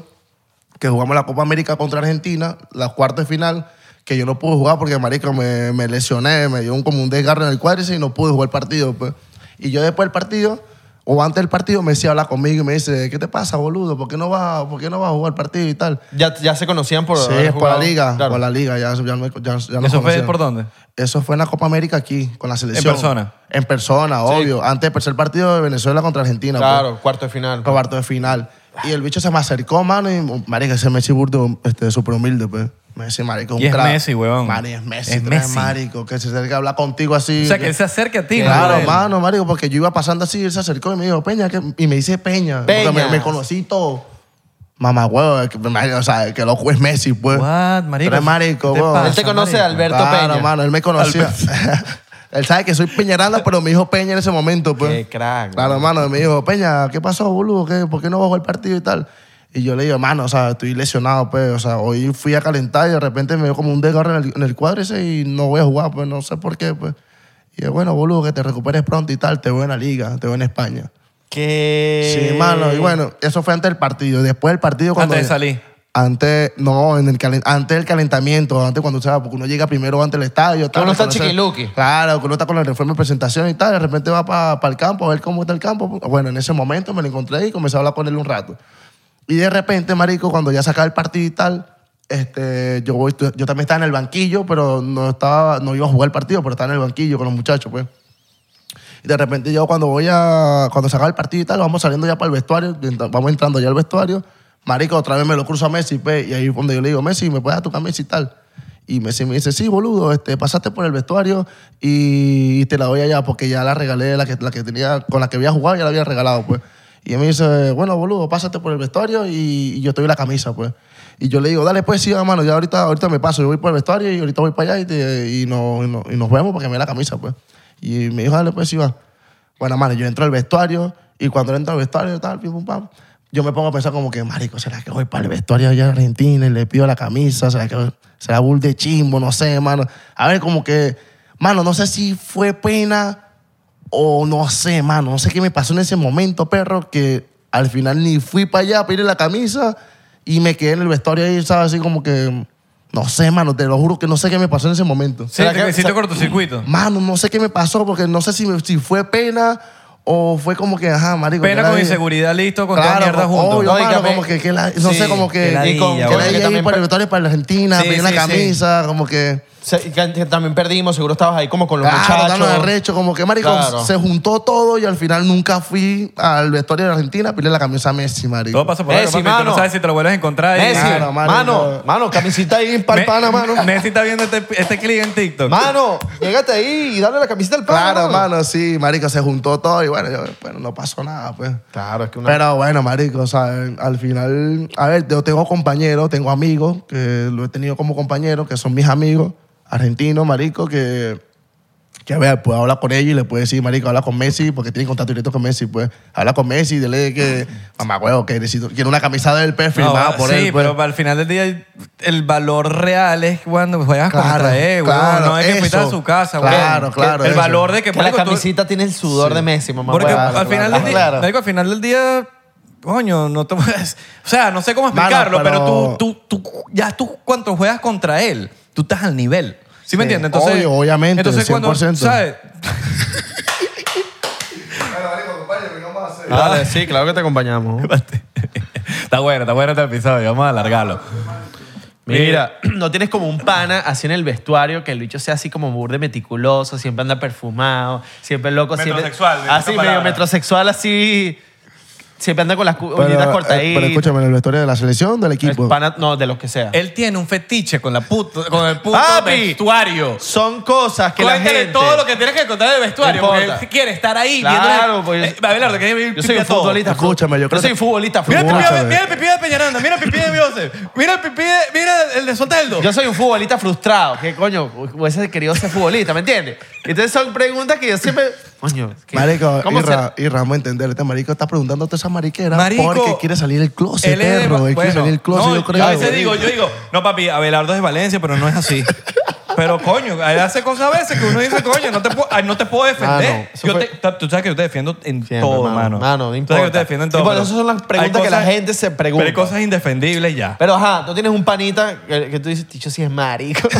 Speaker 2: que jugamos la Copa América contra Argentina, la cuarta de final, que yo no pude jugar porque, marico, me, me lesioné, me dio un, como un desgarro en el cuádriceps y no pude jugar el partido. pues. Y yo después del partido, O antes del partido me decía, habla conmigo y me dice, ¿qué te pasa, boludo? ¿Por qué no vas, por qué no vas a jugar el partido y tal?
Speaker 5: Ya, ya se conocían por.
Speaker 2: Sí,
Speaker 5: haber
Speaker 2: es por la
Speaker 5: jugado.
Speaker 2: liga,
Speaker 5: Claro.
Speaker 2: por la liga, ya, ya, no- ya- ya no
Speaker 3: ¿Eso fue
Speaker 2: conocían.
Speaker 3: por dónde?
Speaker 2: Eso fue en la Copa América aquí, con la selección.
Speaker 3: persona?
Speaker 2: En persona, obvio. Antes del tercer partido de Venezuela contra Argentina. pues,
Speaker 5: Claro, cuarto de final.
Speaker 2: Roberto de final. Y el bicho se me acercó, mano, y marica, ese Messi burdo, este, súper humilde, pues. Messi, marico, un
Speaker 3: Y es
Speaker 2: crack.
Speaker 3: Messi, huevón.
Speaker 2: Mano, y es Messi,
Speaker 3: Es
Speaker 2: tres,
Speaker 3: Messi.
Speaker 2: marico, que se acerca a hablar contigo así.
Speaker 3: O sea, que él se acerca a ti.
Speaker 2: Claro,
Speaker 3: ¿no?
Speaker 2: mano, marico, porque yo iba pasando así, él se acercó y me dijo, Peña, ¿qué? y me dice Peña. porque
Speaker 5: Peña.
Speaker 2: Me, me conocí y todo. Mamá, huevo, es que, marico, o sea, que loco es Messi, pues.
Speaker 3: What, marico?
Speaker 2: Tres, marico,
Speaker 3: ¿Qué te
Speaker 2: huevón.
Speaker 3: pasa,
Speaker 5: Él te conoce
Speaker 3: marico?
Speaker 5: a Alberto
Speaker 2: Claro,
Speaker 5: Peña.
Speaker 2: mano, él me conocía. él sabe que soy Peñaranda, pero me dijo Peña en ese momento, pues.
Speaker 5: Qué crack.
Speaker 2: Claro, hermano, me dijo, Peña, ¿qué pasó, boludo? ¿Qué, ¿Por qué no bajó el partido y tal? Y yo le digo, hermano, o sea, estoy lesionado, pues, o sea, hoy fui a calentar y de repente me dio como un desgarro en el, en el cuádriceps y no voy a jugar, pues, no sé por qué, pues. Y yo, bueno, boludo, que te recuperes pronto y tal, te veo en la liga, te veo en España.
Speaker 5: Que.
Speaker 2: Sí, hermano, y bueno, eso fue antes del partido. Después del partido, cuando.
Speaker 3: Antes de salir.
Speaker 2: Antes, no, en el calen- antes del calentamiento, antes cuando se va, porque uno llega primero antes del estadio. tal,
Speaker 5: uno está
Speaker 2: reconoce-
Speaker 5: chiquiluqui.
Speaker 2: Claro, que uno está con el reforma de presentación y tal, de repente va para el campo a ver cómo está el campo. Bueno, en ese momento me lo encontré y comencé a hablar con él un rato. Y de repente, marico, cuando ya sacaba el partido y tal, este, yo, voy, yo también estaba en el banquillo, pero no, estaba, no iba a jugar el partido, pero estaba en el banquillo con los muchachos, pues. Y de repente yo cuando voy a... Cuando se acaba el partido y tal, vamos saliendo ya para el vestuario, ent- vamos entrando ya al vestuario. Marico, otra vez me lo cruzo a Messi, pe, y ahí es donde yo le digo, Messi, ¿me puedes dar tu camisa y tal? Y Messi me dice, sí, boludo, este, pasaste por el vestuario y te la doy allá porque ya la regalé, la que, la que tenía, con la que había jugado ya la había regalado, pues. Y él me dice, bueno, boludo, pásate por el vestuario y, y yo te doy la camisa, pues. Y yo le digo, dale, pues sí, hermano, ya ahorita, ahorita me paso, yo voy por el vestuario y ahorita voy para allá y, te- y, no- y no- y nos vemos porque me dé la camisa, pues. Y me dijo, dale, pues sí, va. Bueno, mano, yo entro al vestuario y cuando entro al vestuario, tal, pim, pum, pam, yo me pongo a pensar como que, marico, ¿será que voy para el vestuario allá a Argentina y le pido la camisa? ¿Será que voy- será bull de chimbo? No sé, mano. A ver, como que, mano, no sé si fue pena o no sé, mano. No sé qué me pasó en ese momento, perro, que al final ni fui para allá a pedirle la camisa y me quedé en el vestuario ahí, ¿sabes? Así como que, no sé, mano, te lo juro que no sé qué me pasó en ese momento.
Speaker 3: Sí,
Speaker 5: ¿Será
Speaker 3: te
Speaker 5: que-
Speaker 3: hiciste cortocircuito.
Speaker 2: Mano, no sé qué me pasó porque no sé si, me- si fue pena o fue como que, ajá, marico.
Speaker 3: Pena
Speaker 2: que la
Speaker 3: con
Speaker 2: di-
Speaker 3: inseguridad, listo, con toda
Speaker 2: Claro,
Speaker 3: mierda junto.
Speaker 2: obvio,
Speaker 5: No, y
Speaker 2: mano,
Speaker 5: que-
Speaker 2: como que, que la- no
Speaker 5: sí,
Speaker 2: sé, como que...
Speaker 3: que la
Speaker 5: Y
Speaker 3: di,
Speaker 5: con-
Speaker 3: ya,
Speaker 2: que
Speaker 3: bueno,
Speaker 2: la
Speaker 5: que
Speaker 2: di ahí
Speaker 5: también
Speaker 2: para el
Speaker 5: per-
Speaker 2: vestuario para la Argentina,
Speaker 5: Sí,
Speaker 2: pedí una
Speaker 5: sí, sí.
Speaker 2: camisa, como que...
Speaker 5: se- que que también perdimos, seguro estabas ahí como con los
Speaker 2: Claro,
Speaker 5: muchachos.
Speaker 2: dando arrecho, como que, marico,
Speaker 5: Claro.
Speaker 2: se juntó todo y al final nunca fui al vestuario de Argentina a pedirle la camisa a Messi, marico.
Speaker 3: Todo pasa por algo,
Speaker 5: Messi,
Speaker 3: papi, tú
Speaker 5: Eh, mano. Eh,
Speaker 3: no sabes si te lo vuelves a encontrar. ahí.
Speaker 5: Messi,
Speaker 2: Claro, mano,
Speaker 5: mano,
Speaker 2: yo-
Speaker 5: mano, camisita ahí
Speaker 3: Me-
Speaker 5: para pana, mano.
Speaker 3: Messi está viendo este, este clip en TikTok.
Speaker 5: Mano, llégate ahí y dale la camiseta al pana.
Speaker 2: Claro, mano, sí, marico, se juntó todo y bueno, yo, bueno, no pasó nada, pues.
Speaker 5: Claro, es que una.
Speaker 2: Pero bueno, marico, o sea, al final, a ver, yo tengo compañeros, tengo amigos, que lo he tenido como compañeros, que son mis amigos, argentinos, marico, que, que a ver, puedo hablar con ellos y le puedo decir, marico, habla con Messi, porque tiene contacto directo con Messi, pues, habla con Messi y dile que, mamá, huevo, que necesito, quiero una camisa del P
Speaker 3: No,
Speaker 2: firmada por
Speaker 3: sí,
Speaker 2: él. pues.
Speaker 3: pero al final del día el valor real es cuando juegas
Speaker 2: Claro,
Speaker 3: contra él, weón.
Speaker 2: claro,
Speaker 3: No es que fuiste
Speaker 2: eso.
Speaker 3: a su casa, weón.
Speaker 2: Claro, claro,
Speaker 3: El
Speaker 2: eso.
Speaker 3: valor de que,
Speaker 5: Que la
Speaker 3: marico, tú-
Speaker 5: camisita tiene el sudor de Messi, mamá.
Speaker 3: Porque
Speaker 5: huevo.
Speaker 3: al, final del día,
Speaker 5: Claro.
Speaker 3: marico, al final del día, coño, no te puedes... O sea, no sé cómo explicarlo,
Speaker 2: Mano, pero-
Speaker 3: pero, tú, tú, tú, ya tú cuando juegas contra él, tú estás al nivel. ¿Sí, me entiendes? Entonces,
Speaker 2: obvio, obviamente,
Speaker 3: entonces cuando,
Speaker 2: 100%.
Speaker 3: ¿sabes?
Speaker 5: Dale, sí, claro que te acompañamos.
Speaker 3: está bueno, está bueno este episodio, vamos a alargarlo.
Speaker 5: Mira, no tienes como un pana así en el vestuario que el bicho sea así como burde meticuloso, siempre anda perfumado, siempre loco, siempre
Speaker 3: Metrosexual, en
Speaker 5: así
Speaker 3: otra
Speaker 5: medio
Speaker 3: palabra.
Speaker 5: metrosexual así siempre anda con las cu- uñitas
Speaker 2: Pero, eh, pero
Speaker 5: cortaditas.
Speaker 2: escúchame, en el vestuario de la selección, del
Speaker 5: El
Speaker 2: equipo.
Speaker 5: pana- no, de los que sea.
Speaker 3: Él tiene un fetiche con, la puto- con el puto
Speaker 5: ¡Papi!
Speaker 3: vestuario.
Speaker 5: Son cosas que la
Speaker 3: Cuéntale
Speaker 5: gente
Speaker 3: todo lo que tienes que contar del vestuario.
Speaker 5: No
Speaker 3: porque
Speaker 5: importa.
Speaker 3: él quiere estar ahí.
Speaker 5: Claro,
Speaker 3: viendo-
Speaker 5: pues-
Speaker 3: Eh, Abelardo, que viene
Speaker 5: Yo soy un futbolista.
Speaker 2: Escúchame, yo creo
Speaker 5: soy
Speaker 2: que-
Speaker 5: futbolista.
Speaker 3: Mira el,
Speaker 5: frustrado.
Speaker 3: pipí, de-
Speaker 2: Escúchame.
Speaker 3: mira el pipí de Peñaranda, mira el pipí de Joseph, mira el pipí de, mira el de Soteldo.
Speaker 5: Yo soy un futbolista frustrado. ¿Qué coño? Hubiese querido ser futbolista, ¿me entiendes? Entonces son preguntas que yo siempre. Coño, ¿qué-
Speaker 2: Marico,
Speaker 5: ¿cómo
Speaker 2: y,
Speaker 5: se-
Speaker 2: Ra- y Ramos entender, este marico está preguntando a toda esa mariquera
Speaker 3: Marico,
Speaker 2: porque quiere salir del closet,
Speaker 3: Él es de-
Speaker 2: perro, él
Speaker 3: bueno,
Speaker 2: quiere salir del closet,
Speaker 3: no,
Speaker 2: yo creo.
Speaker 3: A veces digo, yo digo, no papi, Abelardo es de Valencia, pero no es así. Pero coño, él hace cosas a veces que uno dice, coño, no te puedo, ay, no te puedo defender.
Speaker 5: Mano, eso
Speaker 3: Yo
Speaker 5: fue-
Speaker 3: te- tú sabes que yo te defiendo en
Speaker 5: Siempre,
Speaker 3: todo,
Speaker 5: mano.
Speaker 3: mano.
Speaker 5: Mano, no
Speaker 3: Tú sabes que yo
Speaker 5: importa.
Speaker 3: te defiendo en todo.
Speaker 5: Y bueno,
Speaker 3: pero
Speaker 5: esas son las
Speaker 3: hay
Speaker 5: preguntas que la gente se pregunta.
Speaker 3: Pero hay cosas indefendibles ya.
Speaker 5: Pero ajá, tú tienes un panita que, que tú dices, Ticho, sí es marico.
Speaker 2: yo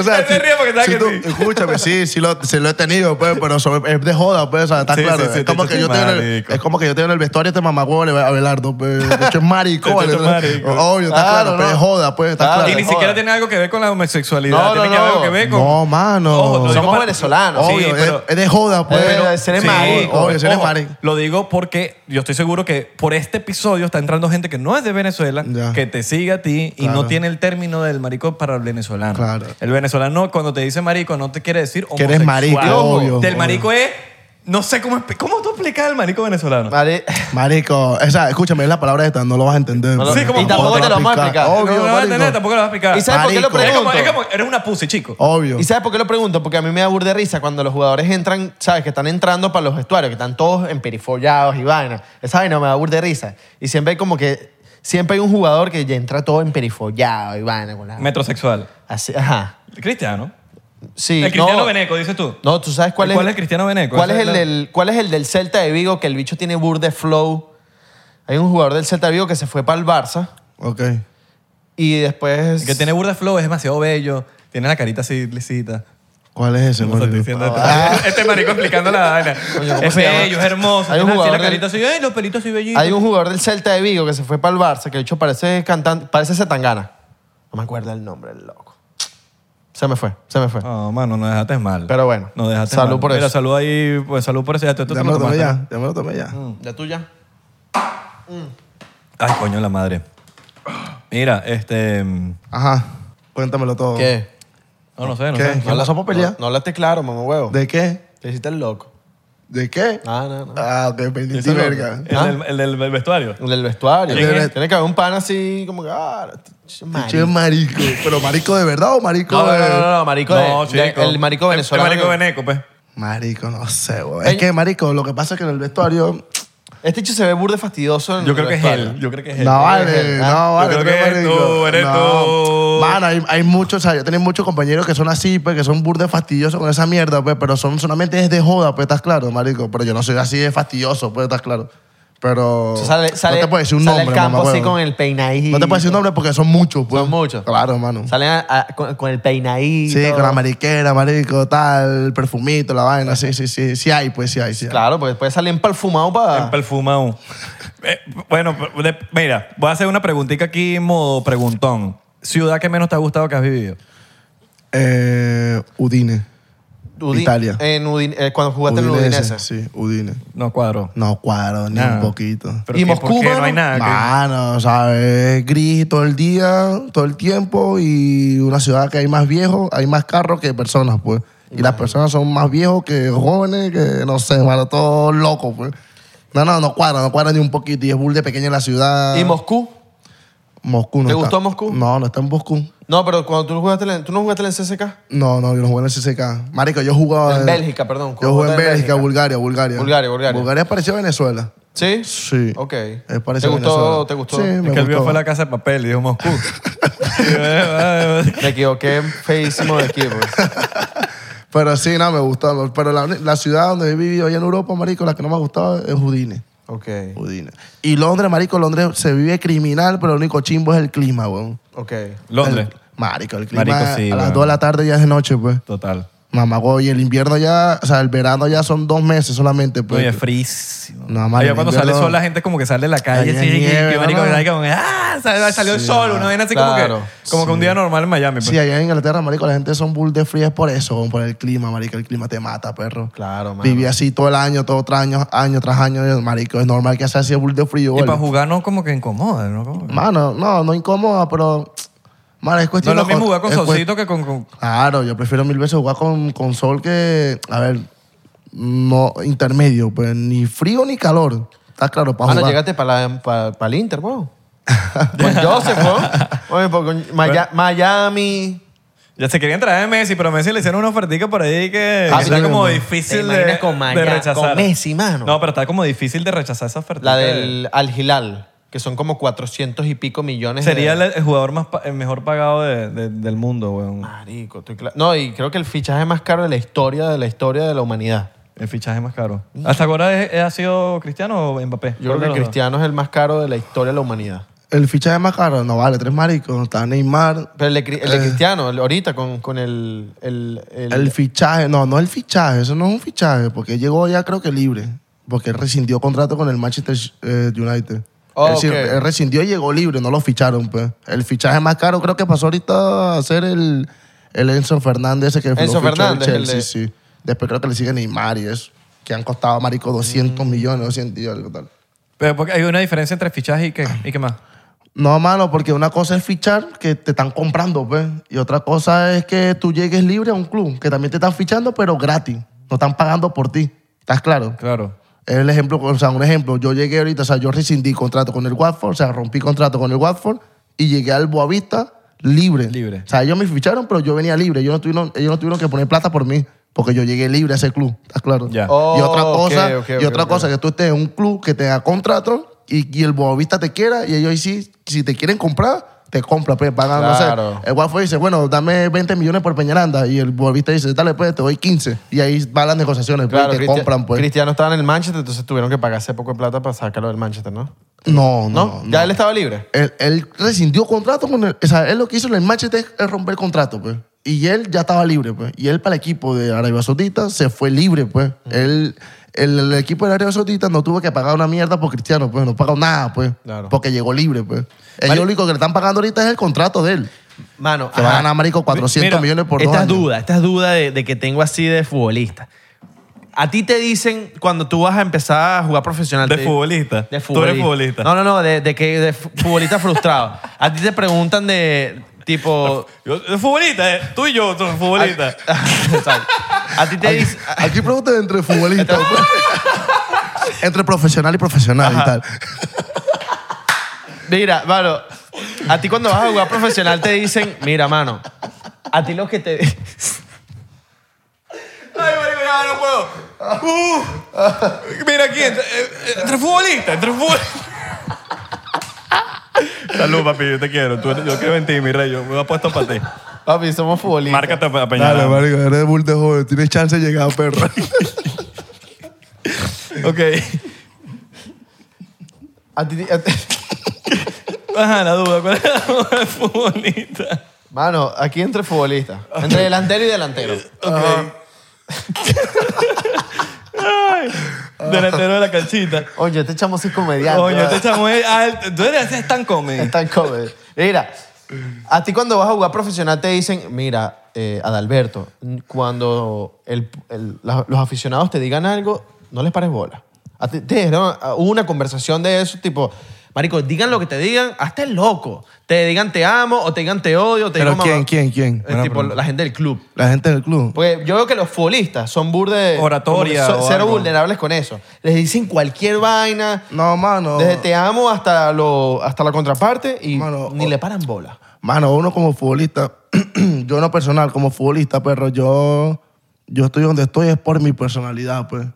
Speaker 2: O sea,
Speaker 3: Él se
Speaker 2: si-
Speaker 3: ríe porque sabe
Speaker 2: si
Speaker 3: que
Speaker 2: tú-
Speaker 3: sí.
Speaker 2: Escúchame, sí, sí lo, sí lo he tenido, pues, pero sobre- es de joda, pues, o sea, está
Speaker 3: Sí,
Speaker 2: claro.
Speaker 3: sí, sí,
Speaker 2: es, como
Speaker 3: te
Speaker 2: que
Speaker 3: echo
Speaker 2: yo te veo en el,
Speaker 3: marico.
Speaker 2: es como que yo te veo en el vestuario y te mamagüevo le voy a Abelardo, pues. De hecho, es marico,
Speaker 3: Te
Speaker 2: vale.
Speaker 3: echo marico.
Speaker 2: Obvio, está
Speaker 4: Claro,
Speaker 2: claro, pero
Speaker 4: no.
Speaker 2: es joda, pues, está
Speaker 4: Claro.
Speaker 3: Y
Speaker 2: claro.
Speaker 3: ni
Speaker 4: joda.
Speaker 3: siquiera tiene algo que ver con la homosexualidad.
Speaker 4: No,
Speaker 3: tiene que
Speaker 4: no,
Speaker 3: ver
Speaker 4: no.
Speaker 3: algo que ver con.
Speaker 2: No, mano.
Speaker 3: Ojo, lo digo
Speaker 4: Somos
Speaker 3: para-
Speaker 4: venezolanos.
Speaker 3: Sí,
Speaker 2: Obvio, es-
Speaker 3: pero-
Speaker 2: es, de joda, pues.
Speaker 4: Pero-
Speaker 2: Pero-
Speaker 4: se eres
Speaker 3: Sí,
Speaker 4: marico.
Speaker 3: ojo,
Speaker 2: Obvio, se eres marico.
Speaker 3: Lo digo porque yo estoy seguro que por este episodio está entrando gente que no es de Venezuela,
Speaker 2: Ya.
Speaker 3: que te sigue a ti y
Speaker 2: Claro.
Speaker 3: no tiene el término del marico para el venezolano.
Speaker 2: Claro.
Speaker 3: El venezolano cuando te dice marico no te quiere decir
Speaker 2: Que eres marico,
Speaker 3: homosexual.
Speaker 2: obvio,
Speaker 3: Del
Speaker 2: obvio.
Speaker 3: marico es... No sé cómo... expli- ¿Cómo tú explicas el marico venezolano?
Speaker 4: Vale.
Speaker 2: Marico, o sea, escúchame, es la palabra esta, no lo vas a entender.
Speaker 3: lo-
Speaker 2: pues.
Speaker 3: Sí, como-
Speaker 2: No
Speaker 3: Y tampoco
Speaker 4: te lo vamos a explicar.
Speaker 3: no
Speaker 2: Obvio,
Speaker 3: lo vas a entender,
Speaker 2: marico.
Speaker 3: tampoco lo vas a explicar.
Speaker 4: ¿Y sabes por qué lo
Speaker 2: Marico.
Speaker 3: Es como-
Speaker 4: pregunto?
Speaker 3: es como- eres una pussy, chico.
Speaker 2: Obvio.
Speaker 4: ¿Y sabes por qué lo pregunto? Porque a mí me da burda risa cuando los jugadores entran, ¿sabes? Que están entrando para los vestuarios, que están todos emperifollados y vaina. Esa vaina me da burda risa. Y siempre hay como que. Siempre hay un jugador que ya entra todo emperifollado y vaina. Con la...
Speaker 3: Metrosexual.
Speaker 4: Así, ajá.
Speaker 3: Cristiano.
Speaker 4: Sí,
Speaker 3: el cristiano
Speaker 4: no,
Speaker 3: veneco, dices tú.
Speaker 4: No, tú sabes cuál
Speaker 3: ¿Y
Speaker 4: es.
Speaker 3: cuál es Cristiano Beneco?
Speaker 4: ¿Cuál es,
Speaker 3: Esa
Speaker 4: el
Speaker 3: es la-
Speaker 4: del, ¿Cuál es el del Celta de Vigo que el bicho tiene burde flow? Hay un jugador del Celta de Vigo que se fue para el Barça
Speaker 2: Ok.
Speaker 4: y después.
Speaker 3: El que tiene burda flow es demasiado bello. Tiene la carita así lisita.
Speaker 2: ¿Cuál es ese,
Speaker 3: No estoy
Speaker 2: marico?
Speaker 3: diciendo esto. Este marico explicando la vaina. Es
Speaker 4: Ah. se llama?
Speaker 3: bello, es hermoso.
Speaker 4: Hay
Speaker 3: Tiene así la
Speaker 4: un jugador del-
Speaker 3: carita así. ¡Ay, los pelitos así bellitos!
Speaker 4: Hay un jugador del Celta de Vigo que se fue para el Barça que el bicho parece cantante, parece Zetangana. No me acuerdo el nombre del loco. Se me fue, se me fue.
Speaker 3: No, mano, no dejaste mal.
Speaker 4: Pero bueno,
Speaker 3: No dejaste
Speaker 4: salud
Speaker 3: mal.
Speaker 4: por
Speaker 3: Mira,
Speaker 4: eso.
Speaker 3: salud ahí. Pues salud por ese dato. Esto te
Speaker 2: Ya
Speaker 3: lo
Speaker 2: me lo tomé
Speaker 3: tomaste.
Speaker 2: ya, ya me lo tomé ya.
Speaker 4: ¿La tuya?
Speaker 3: Ay, coño, la madre. Mira, este... No,
Speaker 2: Ajá, cuéntamelo todo.
Speaker 4: ¿Qué?
Speaker 3: no sé, no
Speaker 2: ¿Qué?
Speaker 3: sé.
Speaker 2: ¿No la somos pelear?
Speaker 4: No, no hablaste claro, mamá huevo.
Speaker 2: ¿De qué?
Speaker 4: Te hiciste el loco.
Speaker 2: ¿De qué?
Speaker 4: Ah, no, no.
Speaker 2: Ah, ok,
Speaker 3: Eso
Speaker 2: pendiente
Speaker 3: es lo-
Speaker 2: verga.
Speaker 3: El,
Speaker 4: ¿Ah?
Speaker 3: del, el del vestuario.
Speaker 4: El del vestuario.
Speaker 3: ¿Quién
Speaker 4: Tiene
Speaker 3: es?
Speaker 4: que haber un pan así como que. Ah,
Speaker 2: Che,
Speaker 4: marico.
Speaker 2: marico. ¿Pero marico de verdad o marico
Speaker 4: No, no,
Speaker 2: de...?
Speaker 4: no, no, no, marico.
Speaker 3: No,
Speaker 4: de- de-
Speaker 3: chico.
Speaker 4: el marico venezolano.
Speaker 3: El marico
Speaker 4: que-
Speaker 3: veneco, pues.
Speaker 2: Marico, no sé, güey.
Speaker 4: Ey.
Speaker 2: Es que, marico, lo que pasa es que en el vestuario...
Speaker 4: Este hecho se ve burde fastidioso. En
Speaker 3: Yo creo
Speaker 4: el
Speaker 3: que es
Speaker 4: vestuario.
Speaker 3: él. Yo creo que es él.
Speaker 2: No
Speaker 4: él,
Speaker 2: vale,
Speaker 4: ¿ah?
Speaker 2: no vale.
Speaker 3: Yo creo
Speaker 2: eres
Speaker 3: que eres
Speaker 2: marico.
Speaker 3: tú, eres tú.
Speaker 2: Mano, hay, hay muchos, o sea, yo tenía muchos compañeros que son así, pues, que son burdes fastidiosos con esa mierda, pues, pero son solamente es de joda, pues, estás claro, marico. Pero yo no soy así de fastidioso, pues, estás claro. Pero...
Speaker 4: O sea, sale, sale,
Speaker 2: no te puedo decir un
Speaker 4: sale
Speaker 2: nombre,
Speaker 4: al campo
Speaker 2: mamá,
Speaker 4: así
Speaker 2: huevo.
Speaker 4: con el peinadito.
Speaker 2: No te puedo decir un nombre porque son muchos, pues.
Speaker 4: Son muchos.
Speaker 2: Claro, mano.
Speaker 4: Salen a- a- con, con el peinadito.
Speaker 2: Sí, con la mariquera, marico, tal, el perfumito, la vaina, sí, sí, sí, sí hay, pues sí hay, sí hay.
Speaker 4: Claro, porque después salen perfumado para.
Speaker 3: Perfumado. Eh, bueno, de- mira, voy a hacer una preguntita aquí en modo preguntón. ¿Ciudad que menos te ha gustado que has vivido?
Speaker 2: Eh, Udine.
Speaker 4: Udi-
Speaker 2: Italia.
Speaker 4: en Udin- eh, cuando jugaste en el Udinese. Ah.
Speaker 2: Sí, Udine.
Speaker 3: No cuadro.
Speaker 2: No cuadro, ni
Speaker 3: Nada.
Speaker 2: un poquito.
Speaker 3: Pero
Speaker 4: ¿Y
Speaker 3: qué-
Speaker 4: Moscú,
Speaker 3: por qué
Speaker 4: mano?
Speaker 3: no hay nada. que-
Speaker 2: Mano, ¿sabes? Gris todo el día, todo el tiempo y una ciudad que hay más viejos, hay más carros que personas, pues. Y las personas son más viejos que jóvenes, que no sé, mano, todo loco, pues. No, no, no cuadra, no cuadra ni un poquito. Y es bull de pequeña la ciudad.
Speaker 4: ¿Y Moscú?
Speaker 2: Moscú no
Speaker 4: ¿Te
Speaker 2: está.
Speaker 4: gustó Moscú?
Speaker 2: No, no está en Moscú.
Speaker 4: No, pero cuando tú, jugaste, en el- ¿tú no jugaste en el CSK?
Speaker 2: No, no, yo no jugué en el CCK. Marico, yo jugaba
Speaker 4: En Bélgica, perdón.
Speaker 2: Yo jugué en
Speaker 4: Jugaste en
Speaker 2: Bélgica,
Speaker 4: Bélgica.
Speaker 2: Bulgaria, Bulgaria.
Speaker 4: Bulgaria, Bulgaria.
Speaker 2: Bulgaria pareció Venezuela.
Speaker 4: ¿Sí?
Speaker 2: Sí.
Speaker 4: Ok.
Speaker 2: Es parecido
Speaker 4: ¿Te
Speaker 2: a
Speaker 4: gustó-
Speaker 2: Venezuela.
Speaker 4: te gustó?
Speaker 2: Sí,
Speaker 4: Es
Speaker 2: me
Speaker 3: Es que el vio
Speaker 2: gustó.
Speaker 3: fue a la casa de papel y dijo Moscú.
Speaker 4: Me equivoqué feísimo de pues. equipo.
Speaker 2: Pero sí, no, me gustó. Pero la, la ciudad donde he vivido allá en Europa, marico, la que no me ha gustado es Udine.
Speaker 4: Ok.
Speaker 2: Udine. Y Londres, marico, Londres se vive criminal, pero lo único chimbo es el clima, weón.
Speaker 4: Ok.
Speaker 3: Londres.
Speaker 2: El- marico, el clima
Speaker 3: Marico, sí,
Speaker 2: a las
Speaker 3: weón.
Speaker 2: 2 de la tarde ya es de noche, pues.
Speaker 3: Total.
Speaker 2: Mamá, y el invierno ya, o sea, el verano ya son dos meses solamente, pues.
Speaker 3: Oye, frísimo.
Speaker 2: No, madre,
Speaker 3: Oye, cuando
Speaker 2: yo
Speaker 3: sale
Speaker 2: no-
Speaker 3: sol, la gente como que sale de la calle
Speaker 2: Ahí
Speaker 3: así,
Speaker 2: hay nieve,
Speaker 3: y marico,
Speaker 2: ¿no?
Speaker 3: que como, ah, sal- salió el sol, una vaina así como
Speaker 4: claro.
Speaker 3: que, como que un día normal en Miami. pues.
Speaker 2: Sí, allá en Inglaterra, marico, la gente son bull de frías por eso, weón, por el clima, marico. El clima te mata, perro.
Speaker 4: Claro, mano.
Speaker 2: Viví así todo el año, todo otro año, año tras año, marico. Es normal que sea así bull de frío,
Speaker 3: y
Speaker 2: ¿vale?
Speaker 3: para jugar no como que incomoda, ¿no? Como que-
Speaker 2: Mano, no, no incomoda, pero... Mano, es
Speaker 3: No
Speaker 2: cuestión
Speaker 3: es pues lo
Speaker 2: de-
Speaker 3: mismo jugar con
Speaker 2: es cuest-
Speaker 3: solcito que con- con,
Speaker 2: Claro, yo prefiero mil veces jugar con, con sol que... A ver, no, intermedio, pues ni frío ni calor. Está claro, para
Speaker 4: Mano,
Speaker 2: jugar.
Speaker 4: llegaste para el Inter, bro. Con Joseph, bro. Oye, pues, con Maya- Miami.
Speaker 3: Ya se querían traer a Messi, pero a Messi le hicieron una ofertica por ahí que
Speaker 4: Ah,
Speaker 3: que está
Speaker 4: sí,
Speaker 3: como
Speaker 4: ¿no?
Speaker 3: difícil
Speaker 4: ¿Te imaginas
Speaker 3: de,
Speaker 4: con Maya-
Speaker 3: de rechazar.
Speaker 4: con Messi, mano?
Speaker 3: No, pero está como difícil de rechazar esa oferta.
Speaker 4: La del Al Hilal, que son como 400 y pico millones
Speaker 3: Sería
Speaker 4: de...
Speaker 3: el, el jugador más pa- el mejor pagado de- de- del mundo, weón.
Speaker 4: Marico, estoy claro. No, y creo que el fichaje más caro de la historia, de la historia de la humanidad.
Speaker 3: El fichaje más caro. ¿Hasta ahora es- ha sido Cristiano o Mbappé?
Speaker 4: Yo creo que
Speaker 3: ¿Cuál de los
Speaker 4: Cristiano es el más caro de la historia de la humanidad.
Speaker 2: el fichaje más caro, no vale, tres maricos, está Neymar.
Speaker 4: Pero el de, Cri- el de
Speaker 2: Eh.
Speaker 4: Cristiano, el- ahorita con, con el, el, el-
Speaker 2: El fichaje, no, no el fichaje, eso no es un fichaje, porque llegó ya creo que libre, porque él rescindió contrato con el Manchester eh, United.
Speaker 4: Oh,
Speaker 2: es decir,
Speaker 4: ok.
Speaker 2: él rescindió y llegó libre, no lo ficharon, pues. El fichaje más caro creo que pasó ahorita a ser el, el Enzo Fernández, ese que lo
Speaker 4: Enzo
Speaker 2: fichó el
Speaker 4: Fernández, el
Speaker 2: Chelsea,
Speaker 4: de-
Speaker 2: sí. Después creo que le sigue Neymar y eso, que han costado, marico,
Speaker 4: Mm.
Speaker 2: 200 millones, 200 y algo tal.
Speaker 3: Pero porque hay una diferencia entre fichaje y qué, y qué más.
Speaker 2: No, mano, porque una cosa es fichar que te están comprando, pues. Y otra cosa es que tú llegues libre a un club que también te están fichando, pero gratis. No están pagando por ti. ¿Estás claro?
Speaker 3: Claro.
Speaker 2: Es el ejemplo, o sea, un ejemplo. Yo llegué ahorita, o sea, yo rescindí contrato con el Watford, o sea, rompí contrato con el Watford y llegué al Boavista libre.
Speaker 3: Libre.
Speaker 2: O sea, ellos me ficharon, pero yo venía libre. Ellos no tuvieron, ellos no tuvieron que poner plata por mí. Porque yo llegué libre a ese club, ¿estás claro?
Speaker 3: Ya.
Speaker 4: Oh,
Speaker 2: y otra
Speaker 4: ok,
Speaker 2: cosa,
Speaker 4: ok,
Speaker 2: y
Speaker 4: ok,
Speaker 2: otra
Speaker 4: ok.
Speaker 2: cosa que tú estés en un club que te da contrato y, y el Boavista te quiera y ellos ahí sí, si te quieren comprar, te compran, pues pagan, no
Speaker 4: Claro.
Speaker 2: sé. El Watford dice, bueno, dame 20 millones por Peñaranda y el Boavista dice, dale, pues te doy 15. Y ahí van las negociaciones, pues,
Speaker 4: Claro,
Speaker 2: y te
Speaker 4: Cristi-
Speaker 2: compran, pues.
Speaker 4: Cristiano estaba en el Manchester, entonces tuvieron que pagarse poco de plata para sacarlo del Manchester, ¿no?
Speaker 2: No, no,
Speaker 4: ¿No? ¿Ya él estaba libre?
Speaker 2: Él, él rescindió contrato con el. O sea, él lo que hizo en el Manchester es romper contrato, pues. Y él ya estaba libre, pues. Y él para el equipo de Arabia Saudita se fue libre, pues. Él, el, el equipo de Arabia Saudita no tuvo que pagar una mierda por Cristiano, pues. No pagó nada, pues.
Speaker 4: Claro.
Speaker 2: Porque llegó libre, pues. El único que le están pagando ahorita es el contrato de él.
Speaker 4: Mano,
Speaker 2: Que va a
Speaker 4: ajá.
Speaker 2: ganar, marico, 400
Speaker 3: Mira,
Speaker 2: millones por dos
Speaker 4: Estas
Speaker 2: años.
Speaker 4: dudas, estas dudas de, de que tengo así de futbolista. A ti te dicen cuando tú vas a empezar a jugar profesional.
Speaker 3: De
Speaker 4: te-
Speaker 3: futbolista.
Speaker 4: De
Speaker 3: Tú eres futbolista.
Speaker 4: No, no, no, de, de que de fu- futbolista frustrado. A ti te preguntan de tipo.
Speaker 3: Yo, yo soy futbolista, eh. tú y yo somos futbolistas.
Speaker 4: Exacto. A ti te dicen.
Speaker 2: Aquí preguntan entre futbolistas, pues. entre profesional y profesional y tal.
Speaker 4: Mira, mano, a ti cuando vas a jugar profesional te dicen, mira, mano, a ti los que te.
Speaker 3: Ay, marico, ya no puedo. Uh, mira aquí, entre, eh, entre futbolistas, entre futbolistas. Salud, papi, yo te quiero. Tú eres- yo creo en ti, mi rey. Yo me he puesto para ti.
Speaker 4: Papi, somos futbolistas.
Speaker 3: Márcate a
Speaker 2: Dale,
Speaker 3: Peñaranda.
Speaker 2: marico, eres bull de joven. Tienes chance de llegar, perro.
Speaker 3: Ok.
Speaker 4: A ti- a ti-
Speaker 3: Ajá, pues. la duda. ¿Cuál es la duda de futbolista?
Speaker 4: Mano, aquí entre futbolistas. Entre delantero y delantero.
Speaker 3: Delantero de la canchita.
Speaker 4: Oye, este chamo sí es comediante.
Speaker 3: Coño,
Speaker 4: ¿verdad?
Speaker 3: te chamo es alto. Tú eres stand comedy.
Speaker 4: Está en COVID. Mira, a ti cuando vas a jugar profesional te dicen, mira, eh, Adalberto, cuando el- el- la- los aficionados te digan algo, no les pares bola. A ti- te dijeron- ah, hubo una conversación de eso, tipo, marico, digan lo que te digan, hazte el loco. Te digan te amo o te digan te odio. Te
Speaker 2: Pero
Speaker 4: digo,
Speaker 2: ¿quién,
Speaker 4: mamá-
Speaker 2: quién, quién?
Speaker 4: Eh,
Speaker 2: Buena
Speaker 4: tipo,
Speaker 2: pregunta.
Speaker 4: la gente del club.
Speaker 2: La gente del club.
Speaker 4: Porque yo veo que los futbolistas son burde...
Speaker 3: Oratoria
Speaker 4: como que son-
Speaker 3: o
Speaker 4: Cero
Speaker 3: algo.
Speaker 4: vulnerables con eso. Les dicen cualquier vaina.
Speaker 2: No, mano.
Speaker 4: Desde te amo hasta, lo, hasta la contraparte y
Speaker 2: Mano,
Speaker 4: ni
Speaker 2: o-
Speaker 4: le paran bola.
Speaker 2: Mano, uno como futbolista, yo no personal, como futbolista, pero yo, yo estoy donde estoy es por mi personalidad, pues.